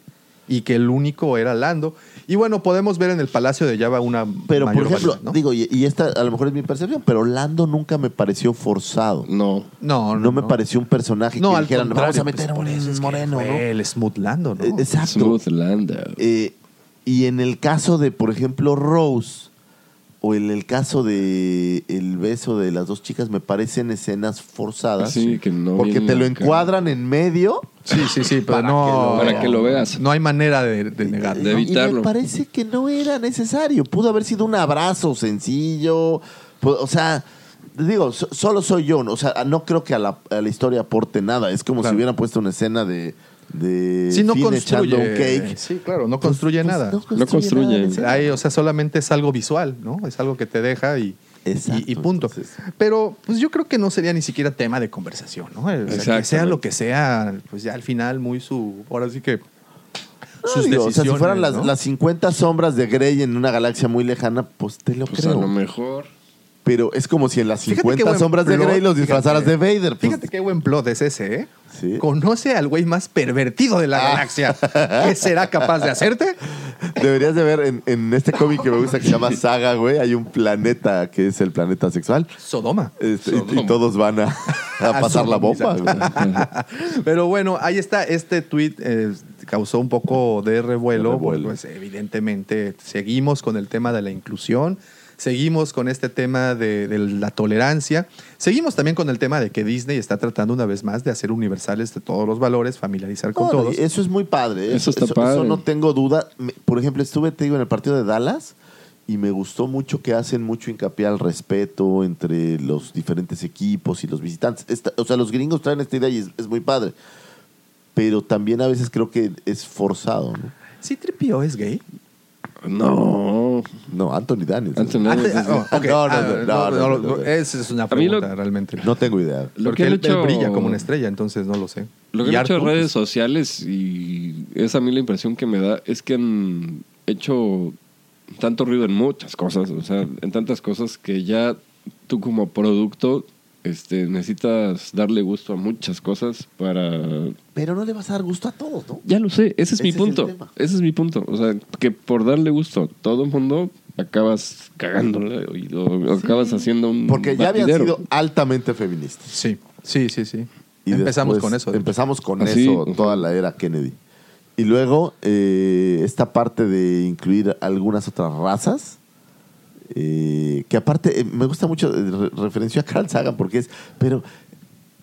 Y que el único era Lando. Y bueno, podemos ver en el Palacio de Java una. Pero, por mayor ejemplo, variedad, ¿no? digo, y, y esta a lo mejor es mi percepción, pero Lando nunca me pareció forzado. No. no, No, me pareció un personaje No, que al dijeran, contrario, vamos a pues, meter por eso un es que moreno, fue ¿no? El Smooth Lando, ¿no? Eh, Exacto. Smooth Lando. Eh, y en el caso de, por ejemplo, Rose, o en el caso de el beso de las dos chicas, me parecen escenas forzadas. Sí, que no Porque vienen te lo acá. encuadran en medio. Sí, sí, sí, pero Para no. que lo Para que lo veas. No hay manera de, de negarlo. De Y- Y evitarlo. me parece que no era necesario. Pudo haber sido un abrazo sencillo. Pu- O sea, digo, so- solo soy yo. ¿no? O sea, no creo que a la, a la historia aporte nada. Es como Claro. si hubieran puesto una escena de. de Sí, no Finn echando construye. un cake. Sí, claro, no construye Pues nada. No construye. construye. nada, Hay, o sea, solamente es algo visual, ¿no? Es algo que te deja y. Exacto, y, y punto. entonces. Pero pues yo creo que no sería ni siquiera tema de conversación, ¿no? O sea, que sea Exactamente. lo que sea, pues ya al final muy su... Ahora sí que... Sus Digo, o sea, si decisiones, fueran las, ¿no? las 50 sombras de Grey en una galaxia muy lejana, pues te lo Pues a creo. lo mejor. Pero es como si en las Fíjate 50 qué buen sombras de plot, Grey los fíjate. disfrazaras de Vader. pues. Fíjate qué buen plot es ese, ¿eh? Sí. Conoce al güey más pervertido de la Ah. galaxia. ¿Qué será capaz de hacerte? [laughs] Deberías de ver en, en este cómic que me gusta que se llama Saga, güey. Hay un planeta que es el planeta sexual. Sodoma. Este, y- y, Sodoma. todos van a, a A pasar la bomba, sodomizar. güey. Pero bueno, ahí está. Este tweet causó un poco de revuelo. De revuelo. porque, pues, evidentemente, seguimos con el tema de la inclusión. Seguimos con este tema de, de la tolerancia. Seguimos también con el tema de que Disney está tratando una vez más de hacer universales de todos los valores, familiarizar con No, todos. y Eso es muy padre. ¿eh? Eso está padre. no tengo duda. Me- Por ejemplo, estuve, te digo, en el partido de Dallas y me gustó mucho que hacen mucho hincapié al respeto entre los diferentes equipos y los visitantes. Esta- o sea, los gringos traen esta idea y es, es muy padre. Pero también a veces creo que es forzado, ¿no? ¿Sí Tripio es gay? No. No, Anthony Daniels. Anthony- No, Ah, te- no, ah, ok. no, no, Ah, no, no, no, no, no. Esa es una A mí lo- pregunta realmente. No tengo idea. Lo Porque que han él, él hecho- brilla como una estrella, entonces no lo sé. Lo Y que han hecho Arthur, redes pues, sociales y es a mí la impresión que me da es que han hecho tanto ruido en muchas cosas, o sea, en tantas cosas que ya tú como producto este, necesitas darle gusto a muchas cosas para... Pero no le vas a dar gusto a todos, ¿no? Ya lo sé, ese es Ese mi es el punto, tema. ese es mi punto, o sea, que por darle gusto a todo el mundo acabas cagándole y lo, lo acabas haciendo un... Porque ya habían batidero. sido altamente feministas. Sí, sí, sí, sí. Y después Empezamos Ah, con eso. de hecho. Empezamos con Así, eso ujú. toda la era Kennedy. Y luego eh, esta parte de incluir algunas otras razas, eh, que aparte eh, me gusta mucho, eh, re- referenció a Carl Sagan, porque es, pero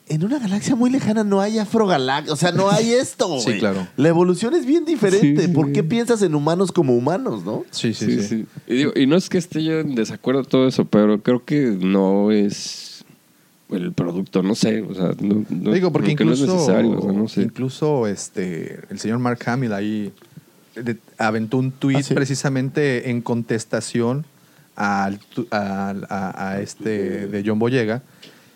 en una galaxia muy lejana no hay afrogalaxia, o sea, no [laughs] hay esto. Sí, güey. claro. La evolución es bien diferente. Sí, ¿Por qué sí. piensas en humanos como humanos, no? Sí, sí, Sí, sí. sí. Y, digo, y no es que esté yo en desacuerdo de todo eso, pero creo que no es el producto, no sé. O sea, no, no- Digo, porque como que incluso, no es necesario, o sea, no sé. incluso este, el señor Mark Hamill ahí de- aventó un tuit ¿Ah, sí? precisamente en contestación al, tu- al- a, a este de John Boyega.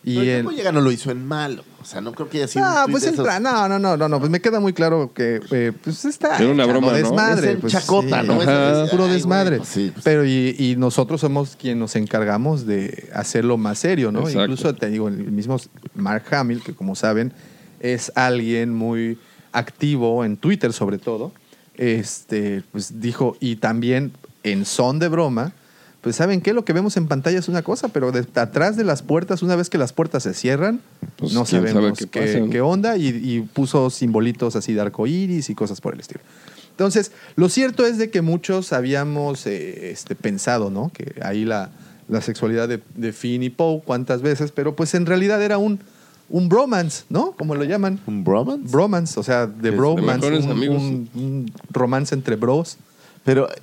Y Pero el- el llega no lo hizo en malo. O sea, no creo que haya sido un Ah, tuit pues de el esos. plan, no, no, no, no, no, pues me queda muy claro que eh, pues está Era una echando broma, ¿no? desmadre, Es el pues, chacota, ¿no? ajá, Es el- puro ay, desmadre. güey, pues, sí, pues. Pero y, y nosotros somos quienes nos encargamos de hacerlo más serio, ¿no? Exacto. Incluso te digo, el mismo Mark Hamill, que como saben, es alguien muy activo en Twitter sobre todo, este, pues dijo, y también en son de broma, pues ¿saben qué? Lo que vemos en pantalla es una cosa, pero de- atrás de las puertas, una vez que las puertas se cierran, Pues, no quién sabe sabemos qué qué, pasa, ¿no? qué onda y, y puso simbolitos así de arco iris y cosas por el estilo. Entonces, lo cierto es de que muchos habíamos eh, este, pensado, ¿no? Que ahí la, la sexualidad de, de Finn y Poe, cuántas veces, pero pues en realidad era un, un bromance, ¿no? Como lo llaman. ¿Un bromance? Bromance, o sea, de Es de bromance, mejores un, amigos. un- un romance entre bros. Pero eh,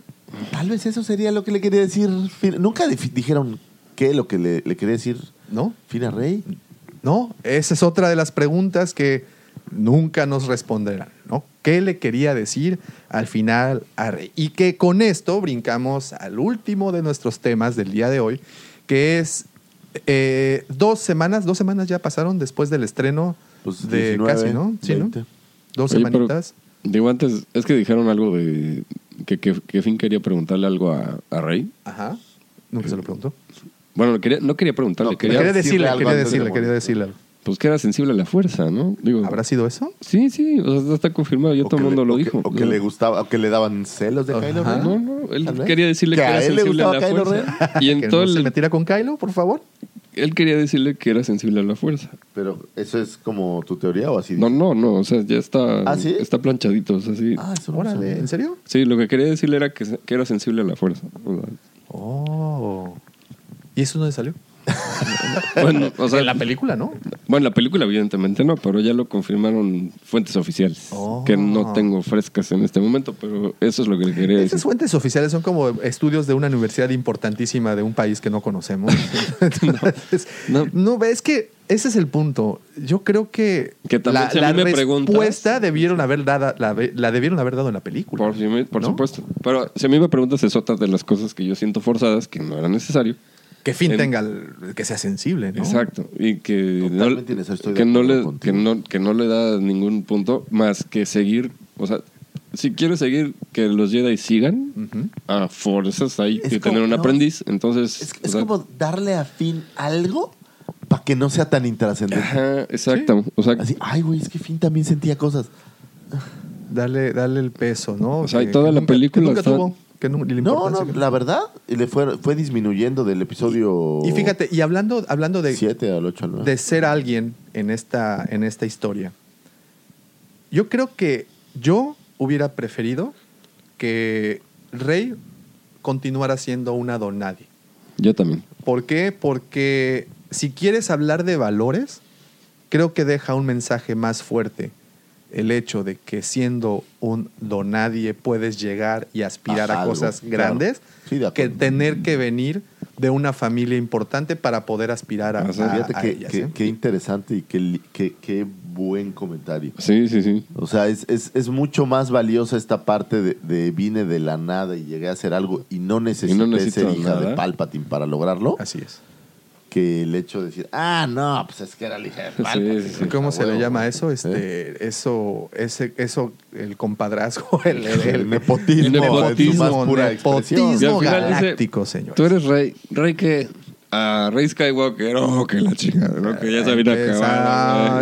tal vez eso sería lo que le quería decir. Fin- Nunca difi- dijeron qué lo que le, le quería decir ¿No? Fina Rey. ¿No? Esa es otra de las preguntas que nunca nos responderán, ¿no? ¿Qué le quería decir al final a Rey? Y que con esto brincamos al último de nuestros temas del día de hoy, que es eh, dos semanas, dos semanas ya pasaron después del estreno Pues, de 19, casi, ¿no? Sí, ¿no? 20. Dos Oye, pero, semanitas. digo, antes, es que dijeron algo de. que, que, que Finn quería preguntarle algo a, a Rey. Ajá. Nunca se lo preguntó. Bueno, no quería, no quería preguntarle, No, quería. Quería decirle decirle, algo quería antes de decirle, morir. quería decirle. algo. Pues que era sensible a la fuerza, ¿no? Digo, ¿Habrá sido eso? Sí, sí, o sea, está confirmado, ya O que todo el le- mundo lo o que- dijo. o que le gustaba, o que le daban celos de Ajá. Kylo Ren. No, no, él Tal vez. quería decirle que que, a era él le sensible a gustaba la Kylo Ren. fuerza. [laughs] Y [laughs] en ¿Que todo no se el- metiera con Kylo, por favor? él quería decirle que era sensible a la fuerza. Pero eso es como tu teoría o así. No, no, no, o sea, ya está, ¿Ah, sí? está planchadito, o sea, sí. Ah, eso no lo Órale, sabía. ¿en serio? Sí, lo que quería decirle era que, que era sensible a la fuerza. O sea, Oh. ¿Y eso dónde salió? Bueno, o sea, en la película, ¿no? bueno, la película evidentemente no, pero ya lo confirmaron fuentes oficiales, Oh. que no tengo frescas en este momento, pero eso es lo que le quería decir. Esas fuentes oficiales son como estudios de una universidad importantísima de un país que no [laughs] conocemos. Entonces, no, No. es que ese es el punto. Yo creo que, Que también la, si a la mí me respuesta preguntas- debieron haber dada, la, la debieron haber dado en la película. Por, si me- por ¿no? supuesto. Pero si a mí me preguntas, es otra de las cosas que yo siento forzadas, que no era necesario. Que fin En- tenga, el- que sea sensible, ¿no? Exacto. Y que no, Totalmente necesario, estoy de que, no acuerdo le, que, contigo. no, que no le da ningún punto más que seguir. O sea, si quieres seguir que los Jedi sigan, Ujú. a fuerzas hay Es que como- tener un no. aprendiz. Entonces. Es, o es sea, como darle a fin algo para que no sea tan intrascendente. Ajá, exacto. O sea, Así, ay, güey, es que Finn también sentía cosas. Dale, dale el peso, ¿no? O sea, y toda la nunca- película Que nunca está- tuvo, que nu- la No, importancia no, que- la verdad, y le fue, fue disminuyendo del episodio. Y fíjate, y hablando, hablando de, 7 al 8 al 9. de ser alguien en esta, en esta historia. Yo creo que yo hubiera preferido que Rey continuara siendo una donadi. yo también. ¿Por qué? Porque si quieres hablar de valores, creo que deja un mensaje más fuerte el hecho de que siendo un donadie puedes llegar y aspirar Ajá, a algo, cosas claro. grandes Sí, de que acuerdo. tener que venir de una familia importante para poder aspirar a, O sea, a- Fíjate a que- ellas, que- ¿eh? qué interesante y qué, li- qué- qué buen comentario. Sí, sí, sí. O sea, es, es- es mucho más valiosa esta parte de, de vine de la nada y llegué a hacer algo y no necesité necesito ser hija nada. de Palpatine para lograrlo, Así es. que el hecho de decir, ah, no, pues es que era la hija de Palpatine. Sí, sí, sí. ¿Cómo Ah, se le huevo, llama güey. eso? Este, eso, ese, eso, el compadrazgo, [laughs] el, el- El el- nepotismo, El en su nepotismo, más pura expresión. nepotismo Y al final dice, galáctico, señor. Tú eres rey. Rey que. A Rey Skywalker, oh, que la chica, ¿no? que ya se vino a acabar.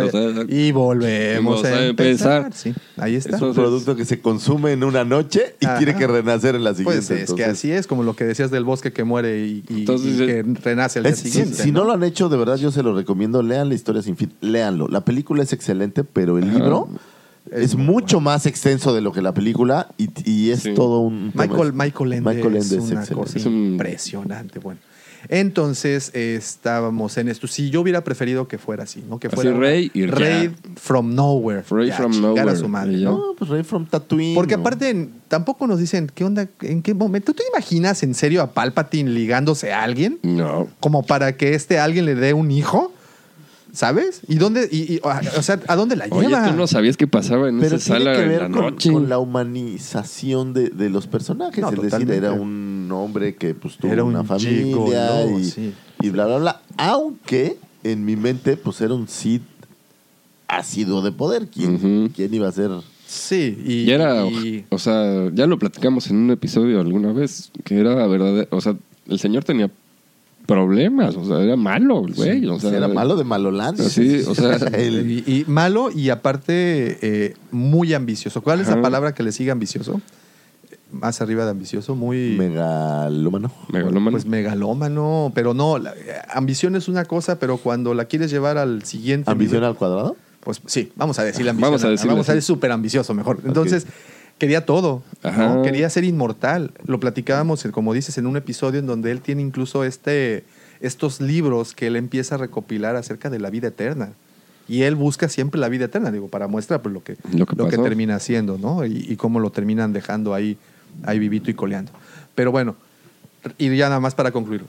Empezar, ¿no? Eh, O sea, y volvemos Vamos a a empezar. empezar. Sí, ahí está. Eso Un producto que se consume en una noche y Ajá. tiene que renacer en la siguiente. Pues es que entonces. así es, como lo que decías del bosque que muere y, y- Entonces, y eh, que renace al día Es- si, siguiente. si no lo han hecho, de verdad yo se lo recomiendo. Lean la historia sin fin. Leanlo. La película es excelente, pero el libro es, mucho más extenso de lo que la película y, y es Sí. todo un. tema. Michael, Michael Ende Michael es Ende es una excelente. cosa Es un- impresionante. Bueno, entonces eh, estábamos en esto. Si yo hubiera preferido que fuera así, ¿no? Que Así, fuera Rey y ya. Rey from nowhere. Rey Ya, from chingar a nowhere, su madre, y ya. ¿no? No, pues Rey from Tatooine. Porque ¿no? aparte en- tampoco nos dicen qué onda, en qué momento. ¿Tú te imaginas en serio a Palpatine ligándose a alguien? No. Como para que este alguien le dé un hijo, ¿sabes? ¿Y dónde? Y, y- o- o sea, ¿a dónde la Oye, lleva? tú no sabías qué pasaba en Pero esa tiene sala que en la ver con, noche. con la humanización de, de los personajes. No, es totalmente. decir, era un hombre que pues, tuvo Era un una familia gigolo, y, sí. y bla, bla, bla. Aunque en mi mente, pues era un Sith ácido de poder. ¿Quién, Ujú. quién iba a ser? Sí, y, Y era, y- o sea, ya lo platicamos en un episodio alguna vez, que era verdad, o sea, el señor tenía problemas, o sea, era malo, el güey, o sea, era malo de Malolandia. Sí, o sea, [laughs] El- y- y malo y aparte eh, muy ambicioso. ¿Cuál es la Ajá. palabra que le sigue ambicioso? Más arriba de ambicioso, muy... megalómano. megalómano. Pues megalómano, pero no, la- eh, ambición es una cosa, pero cuando la quieres llevar al siguiente nivel- Ambición al cuadrado. Pues sí, vamos a decir Vamos a decirle Vamos a ser así. súper ambicioso mejor. Entonces, quería todo. ¿no? Ajá. Quería ser inmortal. Lo platicábamos, eh, como dices, en un episodio en donde él tiene incluso este, estos libros que él empieza a recopilar acerca de la vida eterna. Y él busca siempre la vida eterna, digo, para muestra pues, lo, que, Lo que pasó. termina haciendo, ¿no? Y, y cómo lo terminan dejando ahí, ahí vivito y coleando. Pero bueno, y ya nada más para concluir.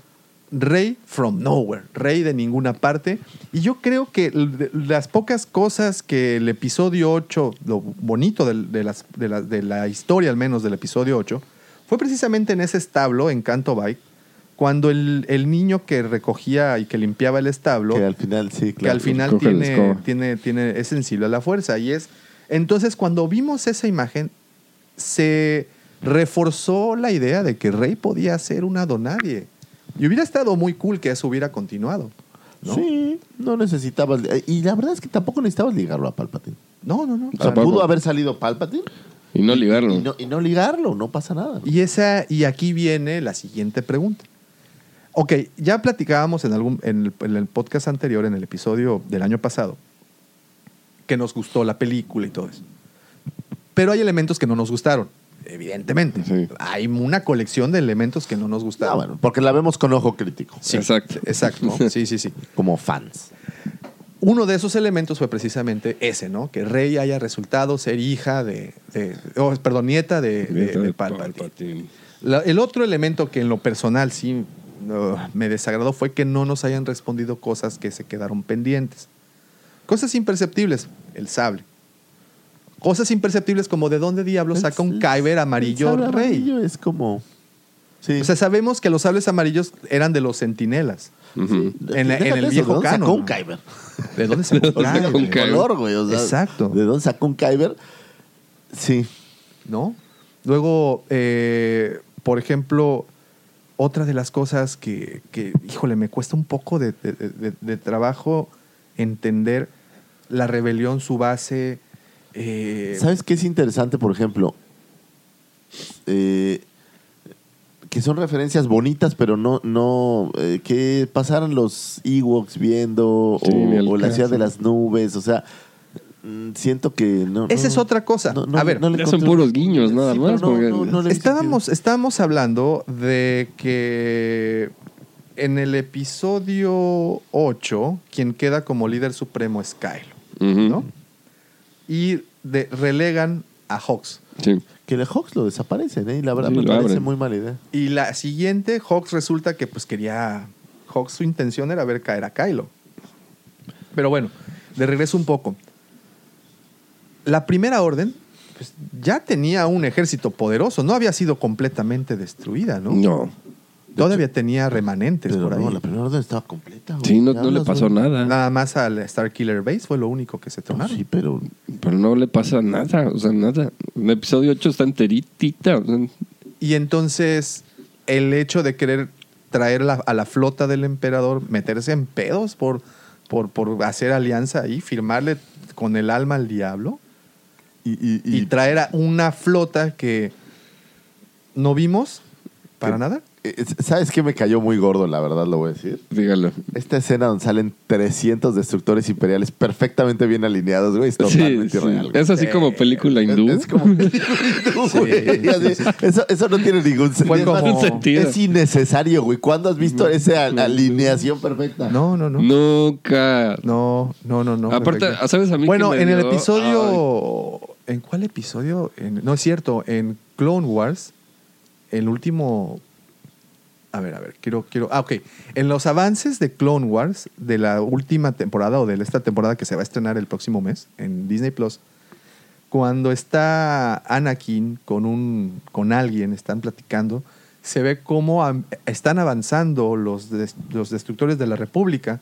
Rey from nowhere, rey de ninguna parte. Y yo creo que l- las pocas cosas que el episodio 8, lo bonito del- de, las- de la, de la historia al menos del episodio 8, fue precisamente en ese establo, en Canto Bike, cuando el, el niño que recogía y que limpiaba el establo, Que al final, sí, que claro. al final Coge la tiene, escoba. tiene, tiene, es sensible a la fuerza. Y es. Entonces, cuando vimos esa imagen, se reforzó la idea de que Rey podía ser una donadie. Y hubiera estado muy cool que eso hubiera continuado. ¿no? Sí, no necesitabas. eh, Y la verdad es que tampoco necesitabas ligarlo a Palpatine. No, no, no. O sea, Tampoco. pudo haber salido Palpatine y no ligarlo. y no, y no ligarlo, no pasa nada. Y, esa, y aquí viene la siguiente pregunta. Ok, ya platicábamos en, algún, en, el, en el podcast anterior, en el episodio del año pasado, que nos gustó la película y todo eso. Pero hay elementos que no nos gustaron, evidentemente. Sí. Hay una colección de elementos que no nos gustaron. Ah, bueno, porque la vemos con ojo crítico, Sí, Exacto. Exacto, ¿no? sí, sí, sí. como fans. Uno de esos elementos fue precisamente ese, ¿no? Que Rey haya resultado ser hija de, de- oh, perdón, nieta de, de- de Palpatine. La- el otro elemento que en lo personal sí no, me desagradó fue que no nos hayan respondido cosas que se quedaron pendientes. Cosas imperceptibles, el sable. Cosas imperceptibles como de dónde diablos saca un El- Kyber el amarillo sable rey. amarillo es como. Sí. O sea, sabemos que los sables amarillos eran de los centinelas. en, la- en Déjate el eso, viejo ¿De dónde canon. sacó un Kyber? ¿De dónde sacó un dónde Kyber? sacó un El color, güey. o sea, Exacto. ¿De dónde sacó un Kyber? Sí. ¿no? Luego, eh, por ejemplo, otra de las cosas que, que, híjole, me cuesta un poco de, de- de- de trabajo entender la rebelión, su base. eh, ¿Sabes qué es interesante, por ejemplo? Eh, que son referencias bonitas, pero no, no, eh, que pasaran los Ewoks viendo Sí, o- ni al o, la caso. ciudad de las nubes, o sea, mm, siento que no. Esa no- es otra cosa. A ver. le Ya son encontré- puros guiños, nada pero más, porque- le vi estábamos, sentido. estábamos hablando de que en el episodio 8, quien queda como líder supremo es Kylo, Ujú. ¿no? Y de- relegan a Hawks. Sí. Que el Hawks lo desaparecen, ¿eh? Y la verdad Sí, me lo parece abren. muy ¿eh? mala idea. Y la siguiente, Hawks resulta que pues quería. Hawks su intención era ver caer a Kylo. Pero bueno, de regreso un poco. La primera orden pues, ya tenía un ejército poderoso, no había sido completamente destruida, ¿no? No. Todavía tenía remanentes Pero por ahí. no, la primera orden estaba completa. güey. Sí, no, ¿Qué no le hablas, pasó güey? nada. Nada más al Star Killer Base fue lo único que se No, tronaron. sí, pero Pero no le pasa nada, o sea, nada. El episodio 8 está enteritita. o sea, Y entonces, el hecho de querer traer la- a la flota del emperador, meterse en pedos por, por, por hacer alianza ahí, firmarle con el alma al diablo y, y, y, traer a una flota que no vimos para Que- nada. Eh, ¿Sabes qué me cayó muy gordo, la verdad lo voy a decir? dígalo. Esta escena donde salen 300 destructores imperiales perfectamente bien alineados, güey, es Sí, totalmente sí. irreal. güey. Es así como película hindú. Es como [laughs] hindú, güey. sí, Así, sí. Eso, eso no tiene ningún Fue sentido. como- Es más, Es innecesario, güey. ¿Cuándo has visto esa alineación perfecta? Mm. No, no, no. No, Nunca. no, no, no. Aparte, perfecto. ¿sabes a mí Bueno, que me en el dio? episodio... ¿En cuál episodio? En- no es cierto, en Clone Wars, el último... A ver, a ver, quiero, quiero... Ah, ok. En los avances de Clone Wars, de la última temporada o de esta temporada que se va a estrenar el próximo mes en Disney Plus, cuando está Anakin con, un, con alguien, están platicando, se ve cómo am- están avanzando los, des- los destructores de la República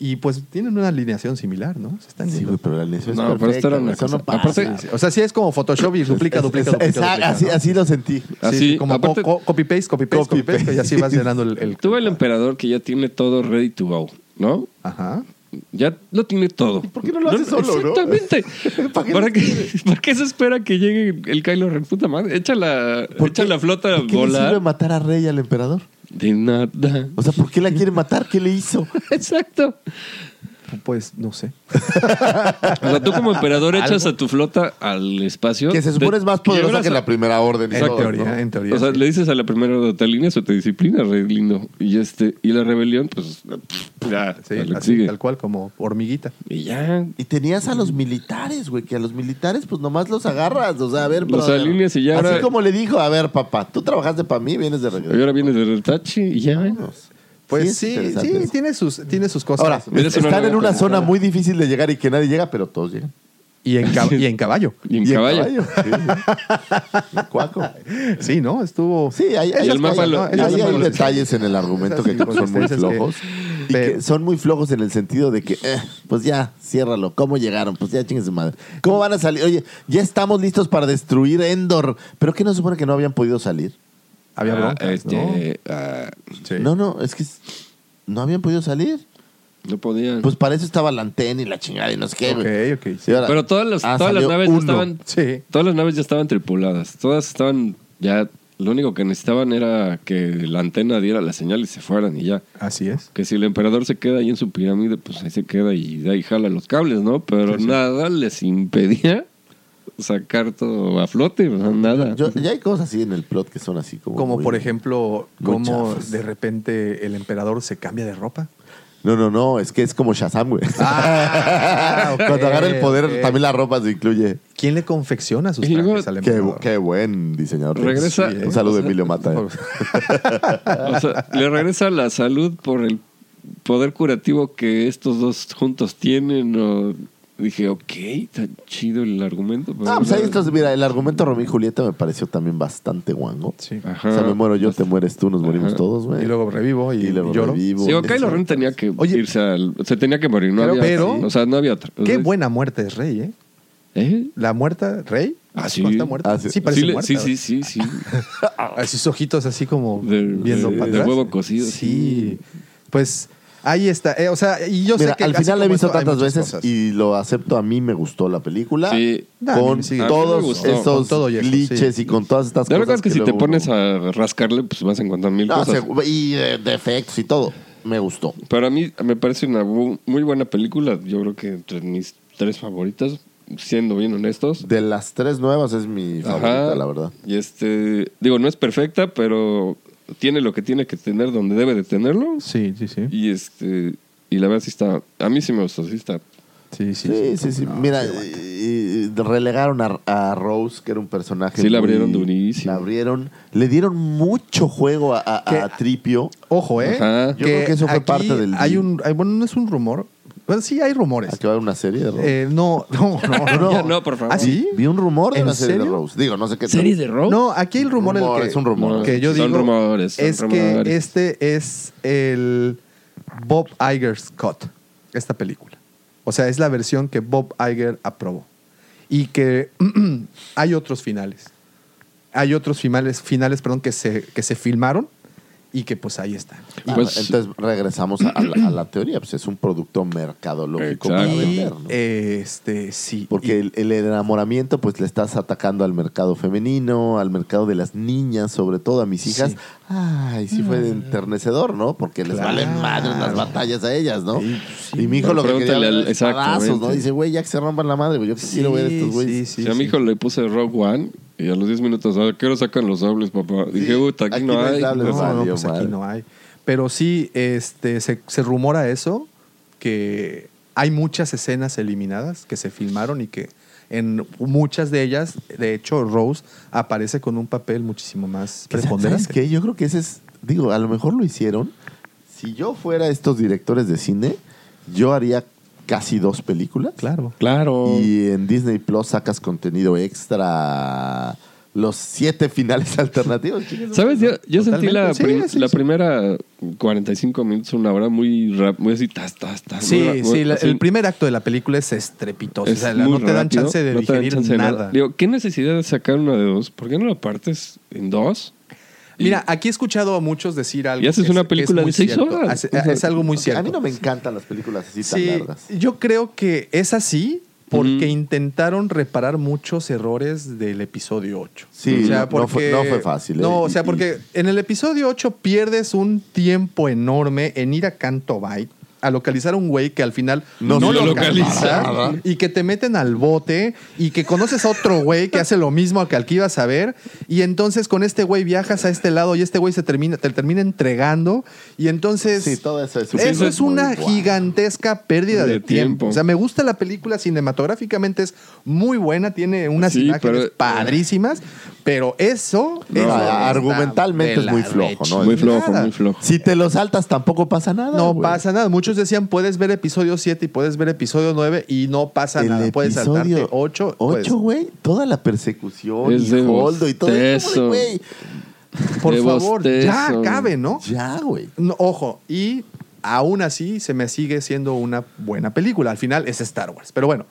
y pues tienen una alineación similar, ¿no? Se están Sí, yendo. güey, pero la alineación No, es pero perfecta. esto era una güey. Eso no cosa- pasa. aparte- güey. O sea, sí es como Photoshop y duplica, Es- duplica, es- duplica, exacto, duplica, así, ¿no? así lo sentí. Sí, Así, como aparte- co- co- copy paste, copy paste, copy paste, y así vas llenando el, [laughs] el- Tuve el emperador que ya tiene todo ready to go, ¿no? Ajá. Ya lo tiene todo. por qué no lo hace solo, no? Exactamente. [laughs] ¿Para ¿Para, qué qué lo para qué se espera que llegue el Kylo Ren? Puta madre. Echa la, ¿Por echa qué- la flota a ¿Por qué le sirve volar. matar a Rey al emperador? De [laughs] nada. O sea, ¿por qué la quiere matar? ¿Qué le hizo? Exacto. Pues no sé. O sea, tú como [laughs] emperador echas a tu flota al espacio. Que se supone De- es más poderosa llevas que a- la primera orden. y En todo, teoría, ¿no? en teoría. O sea, sí. le dices a la primera de te alineas o te disciplinas, rey lindo. Y este, y la rebelión, pues ya, Sí, a lo que así, sigue. tal cual, como hormiguita. Y ya. Y tenías a los militares, güey, que a los militares pues nomás los agarras, o sea, a ver, Los brother. alineas y ya Así ahora- como le dijo, a ver, papá, tú trabajaste para mí, vienes de Y regreso. ahora vienes de retache y ya. Vámonos. Pues es sí, sí, interesante eso. tiene, sus, tiene sus cosas. Ahora, Mira, es una están nueva en una temporada. zona muy difícil de llegar y que nadie llega, pero todos llegan. y, en [laughs] cab- y en caballo. Y en Y caballo. sí, sí. En cuaco. Sí, ¿no? Estuvo. Sí, hay, hay, el mapa hay- lo- ahí esas hay malas detalles en el argumento Esas que son muy inconsistencias que- flojos. y Pero- que son muy flojos en el sentido de que, eh, pues ya, ciérralo. ¿Cómo llegaron? Pues ya, chingues su madre. ¿Cómo van a salir? Oye, ya estamos listos para destruir Endor. ¿Pero qué no supone que no habían podido salir? Había Ah, broncas. este, ah, ¿no? Sí. No, no, es que s- no habían podido salir. no podían. Pues para eso estaba la antena y la chingada y no sé qué. güey. Ok, ok. Y ahora- Pero todas las, Ah, todas las salió naves ya uno. estaban. Sí. Todas las naves ya estaban tripuladas. Todas estaban ya. Lo único que necesitaban era que la antena diera la señal y se fueran y ya. Así es. Que si el emperador se queda ahí en su pirámide, pues ahí se queda y de ahí jala los cables, ¿no? Pero nada les impedía sacar todo a flote, o sea, nada. Yo- ya hay cosas así en el plot que son así como. Como muy- por ejemplo, muy cómo chafas. de repente el emperador se cambia de ropa. No, no, no, es que es como Shazam, güey. [laughs] Ah, ok, Cuando agarra el poder, ok. también la ropa se incluye. ¿Quién le confecciona sus Y luego- trajes al Qué, emperador? qué buen diseñador. Regresa- Sí, Un saludo, o sea- Emilio Mata. eh. O sea, le regresa la salud por el poder curativo que estos dos juntos tienen o Dije, ok, tan chido el argumento. pero No, pues ahí ahora- estás. Mira, el argumento de Romeo y Julieta me pareció también bastante guango. Sí. Ajá. O sea, me muero yo, te mueres tú, nos morimos Ajá. todos, güey. Y luego revivo y, Y luego lloro. revivo. Sí, o Kylo Ren tenía que Oye. irse al. Se tenía que morir, no Pero- había. pero- o sea, no había otra. O Qué sea, buena muerte es Rey, ¿eh? ¿Eh? La muerta, Rey. Ah, sí. ¿No está muerta? Ah, sí. sí. parece sí, le- muerta. sí, sí, sí, sí. [laughs] A sus ojitos así como De- viendo de- para de atrás. huevo cocido, Sí. sí. Pues ahí está. Eh, o sea, y yo Mira, sé que al así final la he como visto esto hay tantas muchas veces cosas. y lo acepto. A mí me gustó la película. Sí. No, a mí me con sigue. A mí me todos gustó. esos Con todo y eso, glitches sí. y con todas estas La cosas. verdad es que, si te luego- pones a rascarle, pues vas a encontrar mil Ah, No, cosas. se- y eh, defectos y todo. Me gustó. Para mí me parece una bu- muy buena película. Yo creo que entre mis tres favoritas, siendo bien honestos. De las tres nuevas es mi favorita, Ajá. la verdad. Y este, digo, no es perfecta, pero tiene lo que tiene que tener donde debe de tenerlo. Sí, sí, sí. Y este, y la verdad sí está, a mí sí me gustó, sí está. Sí, sí. Sí, sí, sí. Mira, y- y relegaron a, a Rose, que era un personaje. Sí, la abrieron durísimo. La abrieron. Le dieron mucho juego a, a- Que- a Tripio. Ojo, ¿eh? Ajá. Yo creo que eso fue aquí parte del Hay deal. un, hay- bueno, no es un rumor. Bueno, sí, hay rumores. ¿A que va a haber una serie de Rose? Eh, no, [laughs] no, no, no. Ya no, por favor. ¿Ah, sí? Vi un rumor de ¿En una serie de serio? Rose. Digo, no sé qué. de rock? No, aquí el rumor, Rumor, el que, es un rumor. que yo digo Son rumores, son es rumores. que este es el Bob Iger's cut, esta película. O sea, es la versión que Bob Iger aprobó. Y que [clears throat] hay otros finales. Hay otros finales, finales perdón, que, se, que se filmaron y que pues ahí están. Ah, Pues- entonces regresamos a, a la, a la teoría. Pues es un producto mercadológico para Exacto. vender, ¿no? Este, sí. Porque el, el enamoramiento, pues le estás atacando al mercado femenino, al mercado de las niñas, sobre todo a mis hijas. Sí. Ay, sí fue Mm. enternecedor, ¿no? Porque les Claro. valen madres las batallas a ellas, ¿no? Y mi hijo Pero lo que quería pregúntale al- era espadazos, ¿no? exactamente. Dice, güey, ya que se rompan la madre, güey, yo quiero ver a estos güeyes. Sí, a mi hijo le puse Rogue One y a los 10 minutos, "Ah, a ver, ¿qué hora sacan los dobles, papá? Dije, puta, aquí, aquí no no hay hay. dobles. No, no, Valió pues aquí madre. no hay. Pero sí, este, se, se rumora eso, que hay muchas escenas eliminadas que se filmaron y que en muchas de ellas, de hecho, Rose aparece con un papel muchísimo más Que, ¿Sabes preponderante. qué? Yo creo que ese es, digo, a lo mejor lo hicieron. Si yo fuera estos directores de cine, yo haría casi dos películas. Claro. Claro. Y en Disney Plus sacas contenido extra. Los siete finales [laughs] alternativos. chicas. ¿Sabes? Yo, yo sentí la, Totalmente. prim- Sí, sí, la sí. primera 45 minutos, una hora muy rap, muy así, tas, tas, tas. muy Sí, ra- muy- sí, la- así. el primer acto de la película es estrepitoso. o Es sea, la- muy no te dan rápido, chance de no te dan digerir chance de nada. Digo, ¿qué necesidad de sacar una de dos? ¿Por qué no la partes en dos? Y- Mira, aquí he escuchado a muchos decir algo. Y haces que es- una que es película de muy seis cierto. horas. Pues Hace- ah, O sea, es algo muy cierto. A mí no me encantan las películas así Sí, tan largas. yo creo que es así porque intentaron reparar muchos errores del episodio 8. Sí, no- no fue- no fue fácil, ¿eh? No, o Y- sea, porque en el episodio 8 pierdes un tiempo enorme en ir a Canto Bight a localizar a un güey que al final no, No se lo localiza. localiza y que te meten al bote y que conoces a otro güey que hace lo mismo que al que ibas a ver y entonces con este güey viajas a este lado y este güey se termina te termina entregando y entonces Sí, todo eso es- eso eso es es una muy guau. gigantesca pérdida de, De tiempo. tiempo. O sea, me gusta la película cinematográficamente es muy buena, tiene unas Sí, imágenes eh, pero- padrísimas, pero eso, No, eso ah, argumentalmente está de es muy la flojo, ¿no? muy rechinada. flojo, muy flojo. Si te lo saltas tampoco pasa nada. No güey. pasa nada. Muchos decían, puedes ver episodio 7 y puedes ver episodio 9 y no pasa El nada. Puedes saltarte pues, episodio 8. Ocho, güey. Toda la persecución, Es y de Holdo y todo eso, bostezo. güey. Por de favor, ya bostezo. acabe, ¿no? Ya, güey. No, Ojo, y aún así se me sigue siendo una buena película. Al final es Star Wars. Pero bueno,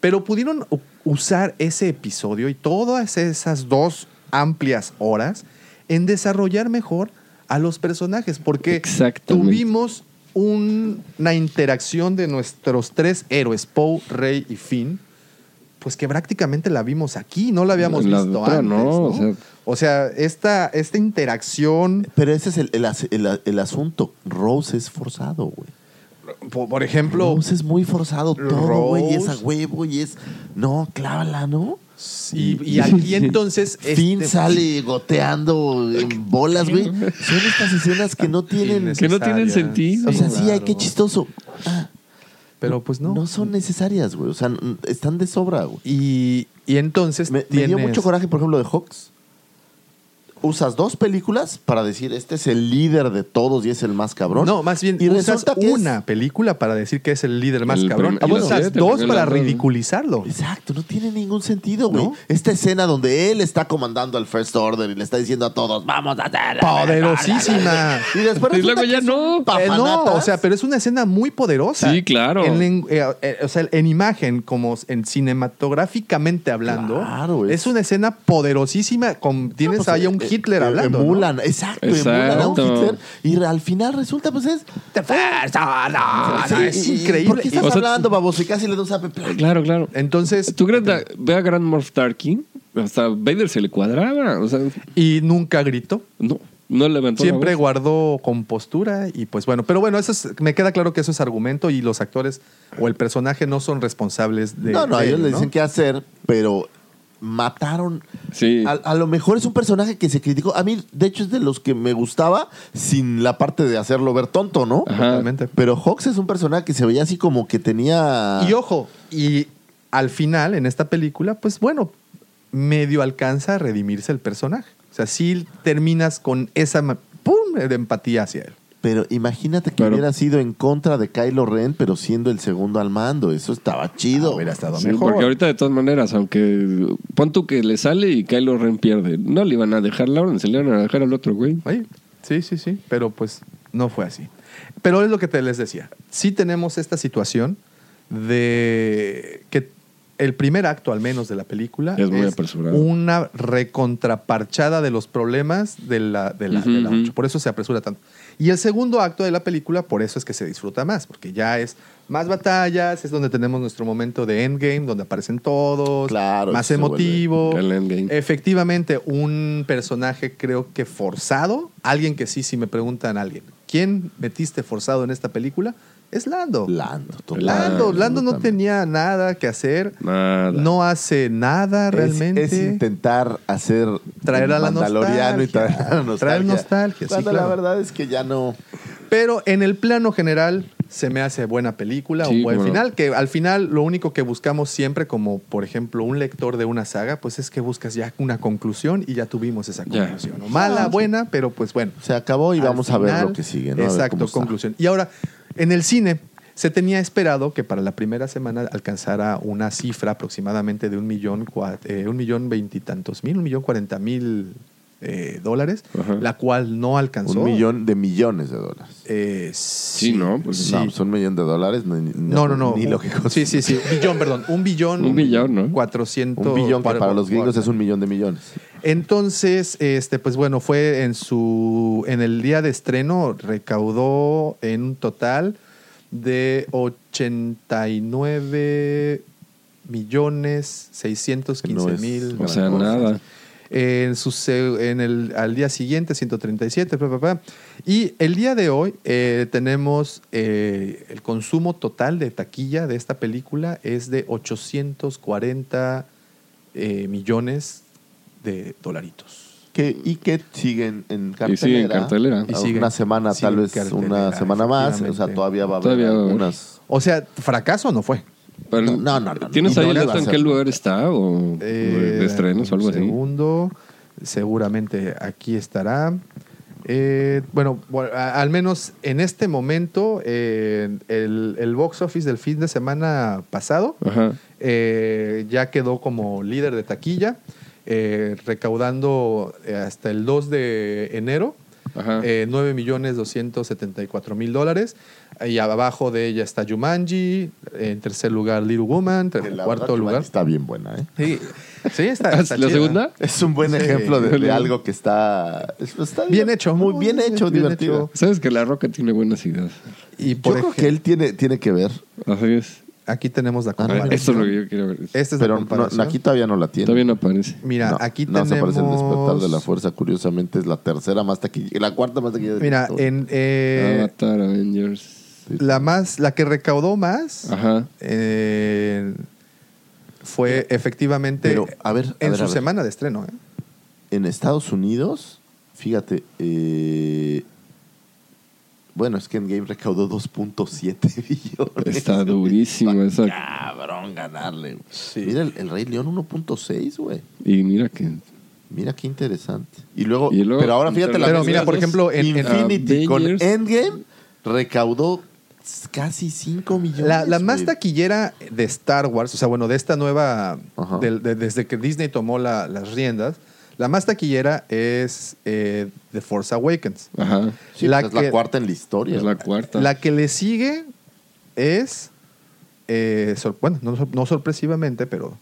pero pudieron u- usar ese episodio y todas esas dos amplias horas en desarrollar mejor a los personajes, porque Exactamente. tuvimos un- una interacción de nuestros tres héroes, Poe, Rey y Finn, pues que prácticamente la vimos aquí, no la habíamos La visto otra antes. no, ¿no? o sea- O sea, esta, esta interacción Pero ese es el, el as- el- el asunto. Rose es forzado, güey. Por, por ejemplo, Rose es muy forzado todo, güey. Y es a Rose. huevo y es. No, clávala, ¿no? y, y [laughs] aquí entonces. Finn este, sale goteando [laughs] en bolas, güey. Son estas escenas que no tienen. Que no tienen sentido. O sea, sí, hay claro. que chistoso. Ah, Pero pues no. no. son necesarias, güey. O sea, n- están de sobra, güey. Y, y entonces. Me, me tienes- dio mucho coraje, por ejemplo, de Hawks. usas dos películas para decir este es el líder de todos y es el más cabrón. No, más bien y usas resulta que es- una película para decir que es el líder más El cabrón. prim- Ah, bueno, usas siete, dos porque para la- ridiculizarlo. Exacto, no tiene ningún sentido, güey. ¿No? Esta escena donde él está comandando al First Order y le está diciendo a todos, vamos a hacer. Poderosísima. Y después Y resulta luego que ya es un no. Eh, Eh, no, pafanatas. o sea, pero es una escena muy poderosa. Sí, claro. En, len- eh, eh, o sea, en imagen, como en cinematográficamente hablando, Claro, es- es una escena poderosísima. Con, tienes pues, ahí a un eh, Hitler eh, hablando. ¿no? Emulan, exacto, emulan a un Exacto. Hitler. Y re- al final resulta, pues es. Ah, no, es y- y- increíble. ¿Por qué estás O sea, hablando, baboso? Y casi le da un zape. plac. Claro, claro. Entonces, ¿Tú crees que ve a Grand Morph Tarkin? Hasta Vader se le cuadraba. O sea, y nunca gritó. no, no levantó la Siempre voz. guardó compostura y pues bueno, pero bueno, eso es- me queda claro que eso es argumento y los actores o el personaje no son responsables de... No, no, de ellos ello, le dicen qué hacer, pero mataron. Sí. A, a lo mejor es un personaje que se criticó. A mí, de hecho, es de los que me gustaba sin la parte de hacerlo ver tonto, ¿no? Ajá. Totalmente. Pero Hawks es un personaje que se veía así como que tenía. Y ojo, y al final, en esta película, pues bueno, medio alcanza a redimirse el personaje. O sea, sí terminas con esa ma- ¡pum! de empatía hacia él. Pero imagínate que Pero- hubiera sido en contra de Kylo Ren, pero siendo el segundo al mando. Eso estaba chido. Ah, Hubiera estado Sí, mejor. porque ahorita de todas maneras, aunque pon tú que le sale y Kylo Ren pierde, no le iban a dejar la orden, se le iban a dejar al otro güey. Oye, Sí, sí, sí, pero pues no fue así. Pero es lo que te les decía. Sí tenemos esta situación de que el primer acto, al menos de la película, Es muy apresurado. una recontraparchada de los problemas de la, de la, de la Ujú, ujú. ocho. Por eso se apresura tanto. Y el segundo acto de la película, por eso es que se disfruta más, porque ya es más batallas, es donde tenemos nuestro momento de endgame, donde aparecen todos, Claro, más eso se vuelve emotivo. el endgame. Efectivamente, un personaje creo que forzado, alguien que sí, si me preguntan a alguien, ¿quién metiste forzado en esta película? Es Lando. Lando, total. Lando, Lando no absolutamente. tenía nada que hacer, Nada. no hace nada Es- realmente. Es, intentar hacer Traer a la Mandaloriano y traer a la nostalgia. nostalgia. Traer nostalgia, sí, Cuando claro. la verdad es que ya no. Pero en el plano general se me hace buena película, Sí, un buen cómo no. final, que al final lo único que buscamos siempre como, por ejemplo, un lector de una saga, pues es que buscas ya una conclusión y ya tuvimos esa Ya. conclusión. ¿no? Mala, buena, pero pues bueno. Se acabó y Al vamos a ver final, lo que sigue. ¿no? A ver cómo Exacto, está. conclusión. Y ahora, en el cine, se tenía esperado que para la primera semana alcanzara una cifra aproximadamente de un millón, cua- eh, un millón veintitantos mil, un millón cuarenta mil eh, dólares, Ajá. la cual no alcanzó. Un millón de millones de dólares. Eh, sí, ¿no? Pues sí. No, pues un millón de dólares. No, ni- No, no, no. Ni Un- lo que Sí, sí, sí. Billón, perdón. [laughs] Un billón. Un billón, ¿no? Cuatrocientos. Un billón que cuar- para los gringos cuar- es un millón de millones. Entonces, este, pues bueno, fue en su. En el día de estreno recaudó en un total de 89 millones 615 No es mil. O sea, Gran cosa. nada. En su, se- en el, al día siguiente, 137, pa, pa, pa. Y el día de hoy eh, tenemos eh, el consumo total de taquilla de esta película es de 840 eh, millones de dolaritos. Que, y que siguen en cartelera. sigue en cartelera. Y A sigue- una semana, sigue tal en vez cartelera, una semana más. O sea, efectivamente. todavía va a haber Todavía va a haber. algunas. O sea, fracaso no fue. Pero- No, no, no, no. ¿Tienes Y ahí no el le va dato a en hacer. qué lugar está? ¿O Eh, de estrenos o algo un así? Segundo, seguramente aquí estará. Eh, bueno, bueno, a- al menos en este momento, eh, el, el box office del fin de semana pasado Ajá. eh, ya quedó como líder de taquilla, eh, recaudando eh, hasta el 2 de enero Ajá. eh, 9 millones 274 mil dólares. Y abajo de ella está Jumanji, en tercer lugar Little Woman, Que en la cuarto verdad, lugar. Está bien buena, ¿eh? Sí, sí está, ¿Ah, está ¿La chida. segunda? Es un buen Sí. ejemplo de, de algo que está, pues, está Bien hecho. muy bien hecho, Bien divertido. hecho. Sabes que La Roca tiene buenas ideas. Y Yo por creo ejemplo, que él tiene, tiene que ver, Así es. aquí tenemos la Ah, no, comparación. Esto es lo que yo quiero ver. Esta es la pero no, comparación. aquí todavía no la tiene. Todavía no aparece. Mira, No, aquí no se tenemos. aparece el despertar de la fuerza, curiosamente es la tercera más taquilla, la cuarta más taquilla. de Mira, Victoria. en Ah, eh, Avatar, Avengers. la más, la que recaudó más Ah. Ajá. eh, fue efectivamente Pero, a ver, a este- en ver, su a ver. semana de estreno. ¿eh? en Estados Unidos, fíjate, eh, bueno, es que en Game recaudó 2.7 [laughs] billones. Está durísima Está esa. Cabrón ganarle. güey. Mira, el, el Rey León 1.6, güey. Y mira que Mira qué interesante. Y luego, Y luego- pero ahora fíjate la Pero las mira, por dos, ejemplo, en, en- Infinity con Avengers. Endgame recaudó casi 5 millones. la, la más güey. taquillera de Star Wars, o sea, bueno, de esta nueva, Ajá. del- de- desde que Disney tomó la- las riendas, la más taquillera es eh, The Force Awakens. Ajá. Sí, la pues es la que- cuarta en la historia. Es la cuarta. La que le sigue es, eh, sor- bueno, no, sor- no sorpresivamente, pero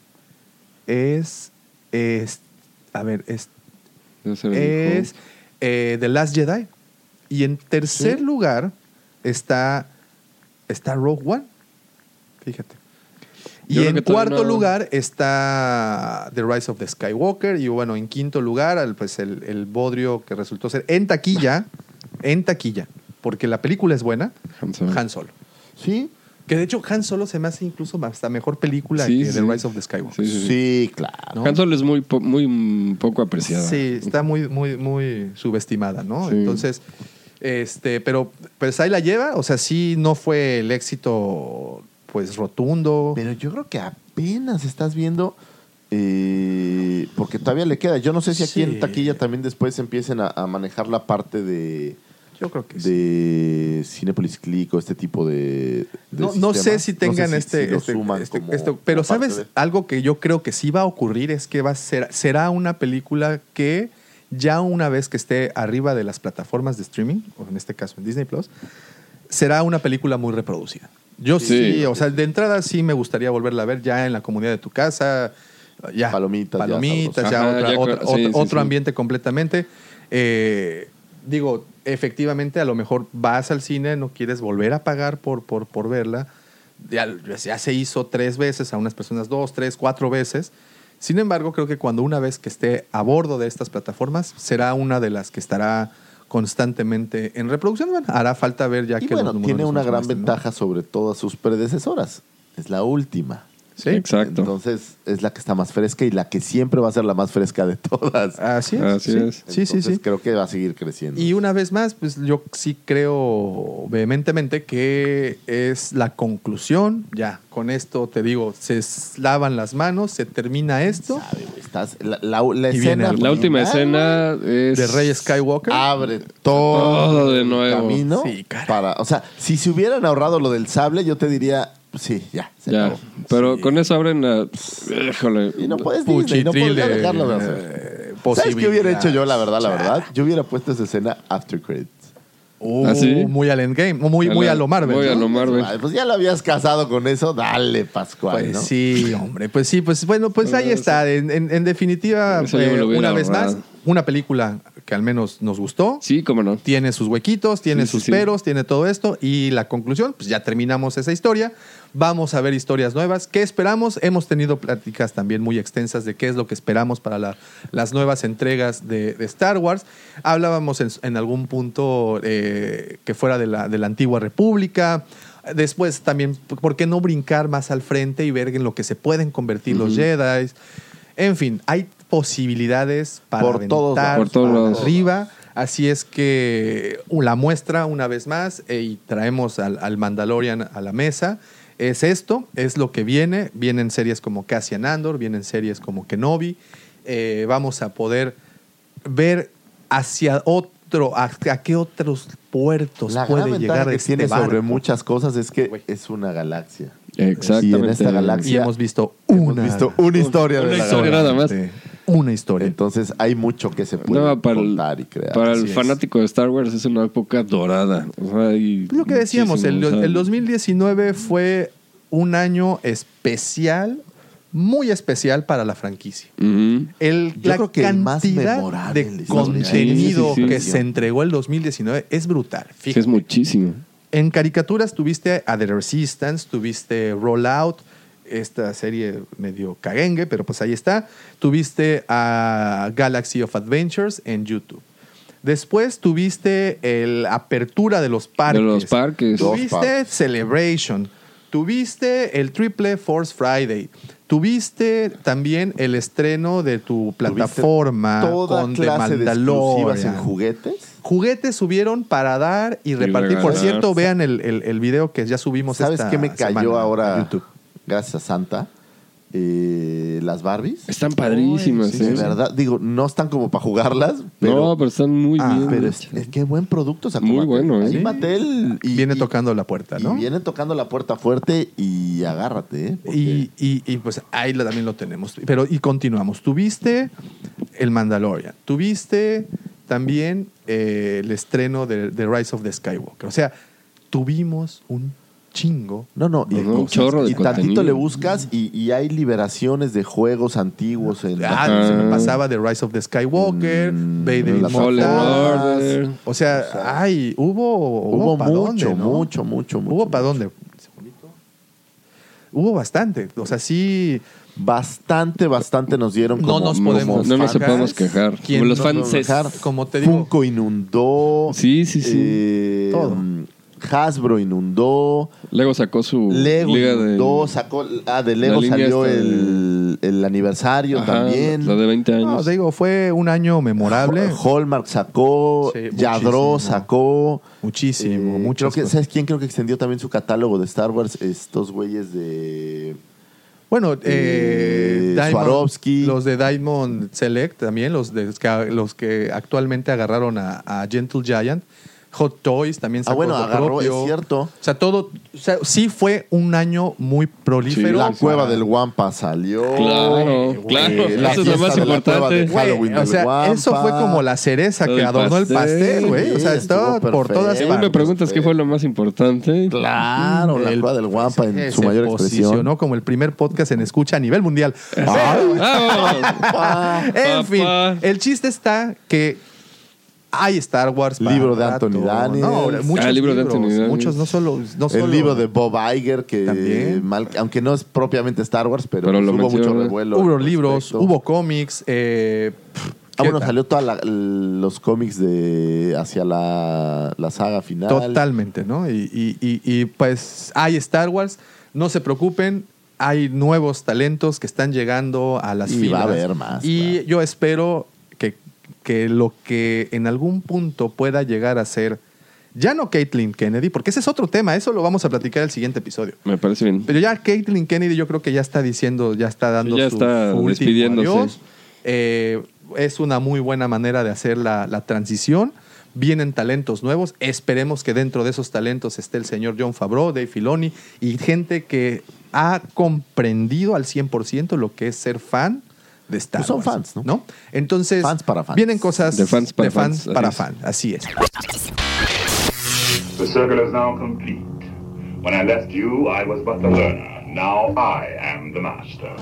es, es- a ver, es, No se me es eh, The Last Jedi. Y en tercer Sí. lugar está, está Rogue One. Fíjate. Yo Y creo en que todavía cuarto no- lugar está The Rise of the Skywalker. Y bueno, en quinto lugar, el- pues el, el bodrio que resultó ser en [laughs] taquilla. en taquilla. Porque la película es buena. dijo. Han Solo. Han Solo. Sí, Que de hecho Han Solo se me hace incluso hasta mejor película Sí, que sí. The Rise of the Skywalker. Sí, sí, sí, sí. claro. ¿no? Han Solo es muy, po- muy mm, poco apreciada. Sí, está muy, muy, muy subestimada, ¿no? Sí. Entonces, este, pero pues ahí la lleva. O sea, sí no fue el éxito pues rotundo. Pero yo creo que apenas estás viendo. eh, porque todavía le queda. Yo no sé si aquí Sí. en taquilla también después empiecen a, a manejar la parte de, Yo creo que sí. de Cinepolis Click o este tipo de. de No, sistema. no sé si tengan No sé este, si lo este- suman este- como- esto, pero como parte sabes de- algo que yo creo que sí va a ocurrir es que va a ser será una película que ya una vez que esté arriba de las plataformas de streaming o en este caso en Disney Plus será una película muy reproducida. Yo sí, Sí. o sea, de entrada sí me gustaría volverla a ver ya en la comunidad de tu casa, ya Palomitas, ya palomitas, ya, sabroso. otra- Ajá, Ah, ya otra- con- otra- sí, sí, otro sí. ambiente completamente. Eh, digo, efectivamente, a lo mejor vas al cine, no quieres volver a pagar por, por, por verla. Ya, ya se hizo tres veces, a unas personas dos, tres, cuatro veces. Sin embargo, creo que cuando una vez que esté a bordo de estas plataformas, será una de las que estará constantemente en reproducción. Bueno, hará falta ver ya Y que bueno, los números tiene nos una gran muestren, ¿no? ventaja sobre todas sus predecesoras. Es la última. Sí. Exacto. Entonces es la que está más fresca y la que siempre va a ser la más fresca de [laughs] todas. Así es. Así Ah, sí. es. Sí, sí, Entonces, sí. Creo que va a seguir creciendo. Y una vez más, pues yo sí creo vehementemente que es la conclusión. Ya, con esto te digo, se s- lavan las manos, se termina esto Sabe, güey, estás- la, la- la Y viene escena. algo. La última final escena es. de Rey Skywalker. Abre todo, Todo de el nuevo. camino Sí, caray. para, o sea, si se hubieran ahorrado lo del sable, yo te diría, sí, ya, se Ya. acabó. Pero Sí. con eso abren la. Híjole. y no puedes Disney, Puchitril no podría de- dejarlo de hacer. eh, ¿Sabes qué hubiera hecho yo, la verdad, la posibilidades. verdad? Yo hubiera puesto esa escena after credits. Oh, ¿Ah, sí? Muy al endgame, o muy, muy a lo Marvel. Muy ¿no? a lo Marvel. Ah, Pues ya lo habías casado con eso, dale, Pascual, Pues ¿no? sí, hombre, pues sí, pues bueno, pues ahí Bueno, está. En, en- en definitiva, Eso Ah, yo me eh, lo hubiera una vez más, ahorrado. una película que al menos nos gustó. Sí, cómo no. tiene sus huequitos, tiene Sí, sí, sus sí. peros, tiene todo esto. Y la conclusión, pues ya terminamos esa historia. Vamos a ver historias nuevas. ¿Qué esperamos? Hemos tenido pláticas también muy extensas de qué es lo que esperamos para la- las nuevas entregas de, de Star Wars. Hablábamos en, en algún punto eh, que fuera de la, de la antigua República. Después también, ¿por qué no brincar más al frente y ver en lo que se pueden convertir los Jedi? En fin, hay posibilidades para Por todos aventar lados. Por todos para lados. arriba. Así es que uh, la muestra una vez más eh, y traemos al, al Mandalorian a la mesa. Es esto, es lo que viene. Vienen series como Cassian Andor, vienen series como Kenobi. Eh, vamos a poder ver hacia otro, a, a qué otros puertos La gran puede ventaja llegar que este tiene sobre barco. muchas cosas es que Güey. es una galaxia. Exactamente. Y en esta Y galaxia hemos visto hemos una, visto una historia Una de la historia galaxia. nada más. una historia. Entonces hay mucho que se puede No, para el, contar y crear. para Así el es. fanático de Star Wars es una época dorada. O sea, y Pues Lo que decíamos, el, muchísimo, o sea, el 2019 fue un año especial, muy especial para la franquicia. Ujú. El, Yo la creo que el más cantidad memorable en la de historia. contenido Sí, sí, sí. que se entregó el 2019 es brutal. Sí, es Fíjate. muchísimo. En caricaturas tuviste a The Resistance, tuviste Rollout, esta serie medio caguengue, pero pues ahí está. Tuviste a Galaxy of Adventures en YouTube. Después tuviste la apertura de los parques. De los parques. Dos Tuviste parques. Celebration. Tuviste el Triple Force Friday. Tuviste también el estreno de tu plataforma Tuviste toda con The clase de exclusivas en Mandalorian juguetes. juguetes subieron para dar y repartir. Por regalar. cierto, vean el, el- el video que ya subimos ¿Sabes esta qué me cayó semana a ahora? YouTube. Gracias a Santa. Eh, las Barbies. Están padrísimas, Uy, sí, ¿eh? De verdad, digo, no están como para jugarlas, pero, no, pero están muy Ah, bien. pero este, es, hechas. es que buen producto sacó Muy Mattel. bueno, ¿eh? Ahí Sí. Mattel y, viene y- tocando la puerta, y ¿no? viene tocando la puerta fuerte y agárrate, ¿eh? Porque- Y, y- y, pues ahí lo- también lo tenemos. Pero y continuamos. Tuviste el Mandalorian. Tuviste también eh, el estreno de, de Rise of the Skywalker. O sea, tuvimos un chingo. No, no, y, Ajá, un cosas- chorro de y tantito contenido. le buscas y, y hay liberaciones de juegos antiguos en Ah, Ajá. se me pasaba de Rise of the Skywalker, Mm, Vader la Immortal. Fallen Order. O sea, ay, hubo, Hubo pa' mucho, dónde, ¿no? mucho, mucho, mucho. Hubo para dónde. Hubo bastante. O sea, sí. Bastante, bastante nos dieron No como nos como podemos no nos fans. podemos quejar. ¿Quién Como los no fans. es- dejar. Como te digo. Funko inundó. Sí, sí, sí. eh, Todo. mm, Hasbro inundó. Lego sacó su Lego Uh, liga de. inundó. Sacó, ah, de Lego línea salió esta de- el, el aniversario Ajá, también. La de 20 años. No, digo, fue un año memorable. Hallmark sacó. Sí, muchísimo. Yadro sacó. Muchísimo, Eh, mucho. creo que- ¿Sabes quién creo que extendió también su catálogo de Star Wars? Estos güeyes de. Bueno, eh, Eh, Diamond- Swarovski. los de Diamond Select también, los, de, que- los que actualmente agarraron a, a Gentle Giant. Hot Toys también Ah, sacó bueno, lo agarró, propio. es cierto. O sea, todo, o sea, sí fue un año muy prolífero. Eh, la Para- cueva del Guampa salió. Claro, claro. la Eso es lo fiesta más de la cueva importante. de Güey, Halloween o del sea, Guampa. eso fue como la cereza Lo que del adornó el pastel, pastel, güey. O sea, sí, estaba estuvo por todas perfecto. Según me partes. preguntas qué fue lo más importante. Claro, la El- eh, cueva del Guampa en su Se mayor expresión. posicionó como el primer podcast en escucha a nivel mundial. Ay, Ah, [laughs] papá. En fin, Eh, Papá. el chiste está que hay Star Wars. para Libro de rato. Anthony Daniels. No, muchos Ah, el libro de libros, Anthony Daniels. Muchos, no solo. [laughs] No solo El libro de Bob Iger, que También. mal- aunque no es propiamente Star Wars, pero, Pero pues lo hubo mucho menciona. revuelo. Hubo al libros, respecto. hubo cómics. Eh, pff, Ah, bueno, ¿qué tal? salió todos los cómics de hacia la, la saga final. Totalmente, ¿no? Y, y- y- y, pues hay Star Wars, no se preocupen, hay nuevos talentos que están llegando a las Y filas. va a haber más, Y claro. yo espero que, que lo que en algún punto pueda llegar a ser, ya no Caitlyn Kennedy, porque ese es otro tema, eso lo vamos a platicar el siguiente episodio. me parece bien. Pero ya Caitlyn Kennedy yo creo que ya está diciendo, ya está dando Ya su, está su último despidiéndose. adiós. Eh, es una muy buena manera de hacer la, la transición. Vienen talentos nuevos. Esperemos que dentro de esos talentos esté el señor John Favreau, Dave Filoni y gente que ha comprendido al 100% lo que es ser fan de Star Pues son Wars, fans, ¿no? Entonces, Fans para fans. vienen cosas De fans para de fans, fans, para así es. fan. Así es. The circle is now complete. When I left you, I was but the learner. Now I am the master.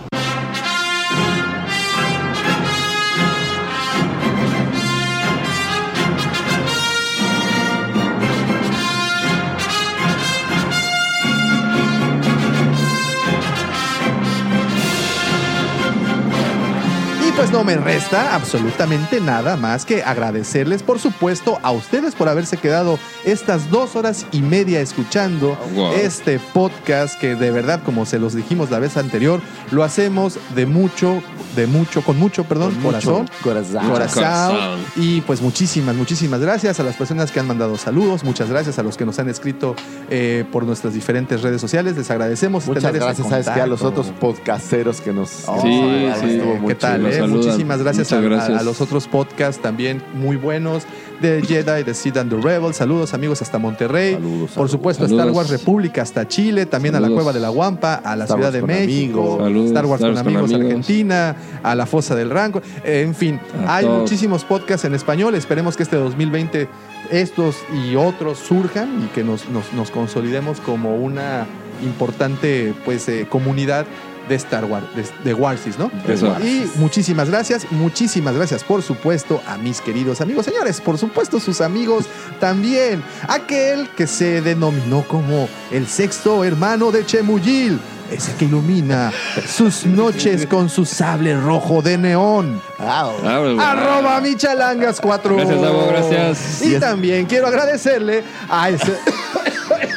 Y pues no me resta absolutamente nada más que agradecerles, por supuesto, a ustedes por haberse quedado estas dos horas y media escuchando Ah, Wow. este podcast que de verdad, como se los dijimos la vez anterior, lo hacemos de mucho, de mucho, con mucho, perdón, Con mucho corazón. corazón. Corazón. corazón. Y pues muchísimas, muchísimas gracias a las personas que han mandado saludos. Muchas gracias a los que nos han escrito eh, por nuestras diferentes redes sociales. Les agradecemos. Muchas tener este gracias, sabes que a los contacto. otros podcasteros que nos. Oh, Sí, eh, sí. estuvo muy ¿Qué tal? chido. eh? Nos saludan. Muchísimas gracias, a, Muchas a- gracias. a los otros podcasts también muy buenos de Jedi, de Sid and the Rebel. Saludos amigos hasta Monterrey. Saludos, Por saludos. supuesto, Star Saludos. Wars República hasta Chile, también a la Saludos. Cueva de la Guampa, a la Star Ciudad Wars de con México, amigos. Saludos, Star Wars con, amigos, amigos. Argentina, a la Fosa del Rango. En fin, A hay todos. muchísimos podcasts en español. Esperemos que este 2020 estos y otros surjan y que nos, nos- nos consolidemos como una importante pues eh, comunidad de Star Wars, de, de Warsis, ¿no? Eso. Y muchísimas gracias, muchísimas gracias, por supuesto, a mis queridos amigos, señores, por supuesto, sus amigos también. Aquel que se denominó como el sexto hermano de Chemuyil, ese que ilumina sus noches con su sable rojo de neón. Ah, oh. Ah, bueno. Arroba Michalangas 4. Gracias, Davo, gracias. Y Y es- también quiero agradecerle a [laughs] ese.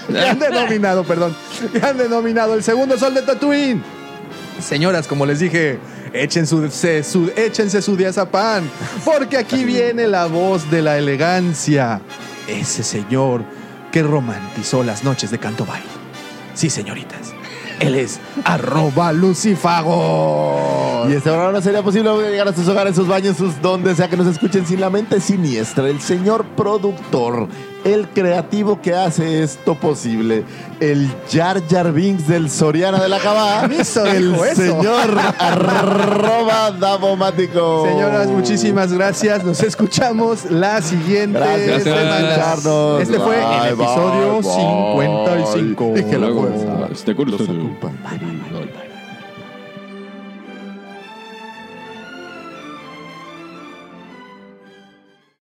que han denominado, perdón. Que han denominado el segundo sol de Tatooine. Señoras, como les dije, echen su, se- su- échense su diazapán. Porque aquí viene la voz de la elegancia. Ese señor que romantizó las noches de Canto Bay. Sí, señoritas. Él es arroba lucifagos. favor. Y esta hora no sería posible llegar a sus hogares, sus baños, sus donde sea que nos escuchen sin la mente siniestra. El señor productor, el creativo que hace esto posible, el Jar Jar Binks del Soriana de la [laughs] Cava, Eso el dijo, eso. señor arroba Oh. Davomático. Señoras, muchísimas gracias. Nos escuchamos la siguiente Gracias por semana. escucharnos. Este fue Bye, el episodio bye, bye. 55. Dije la Luego, fuerza. este curso Los de- ocupa. Bye, bye.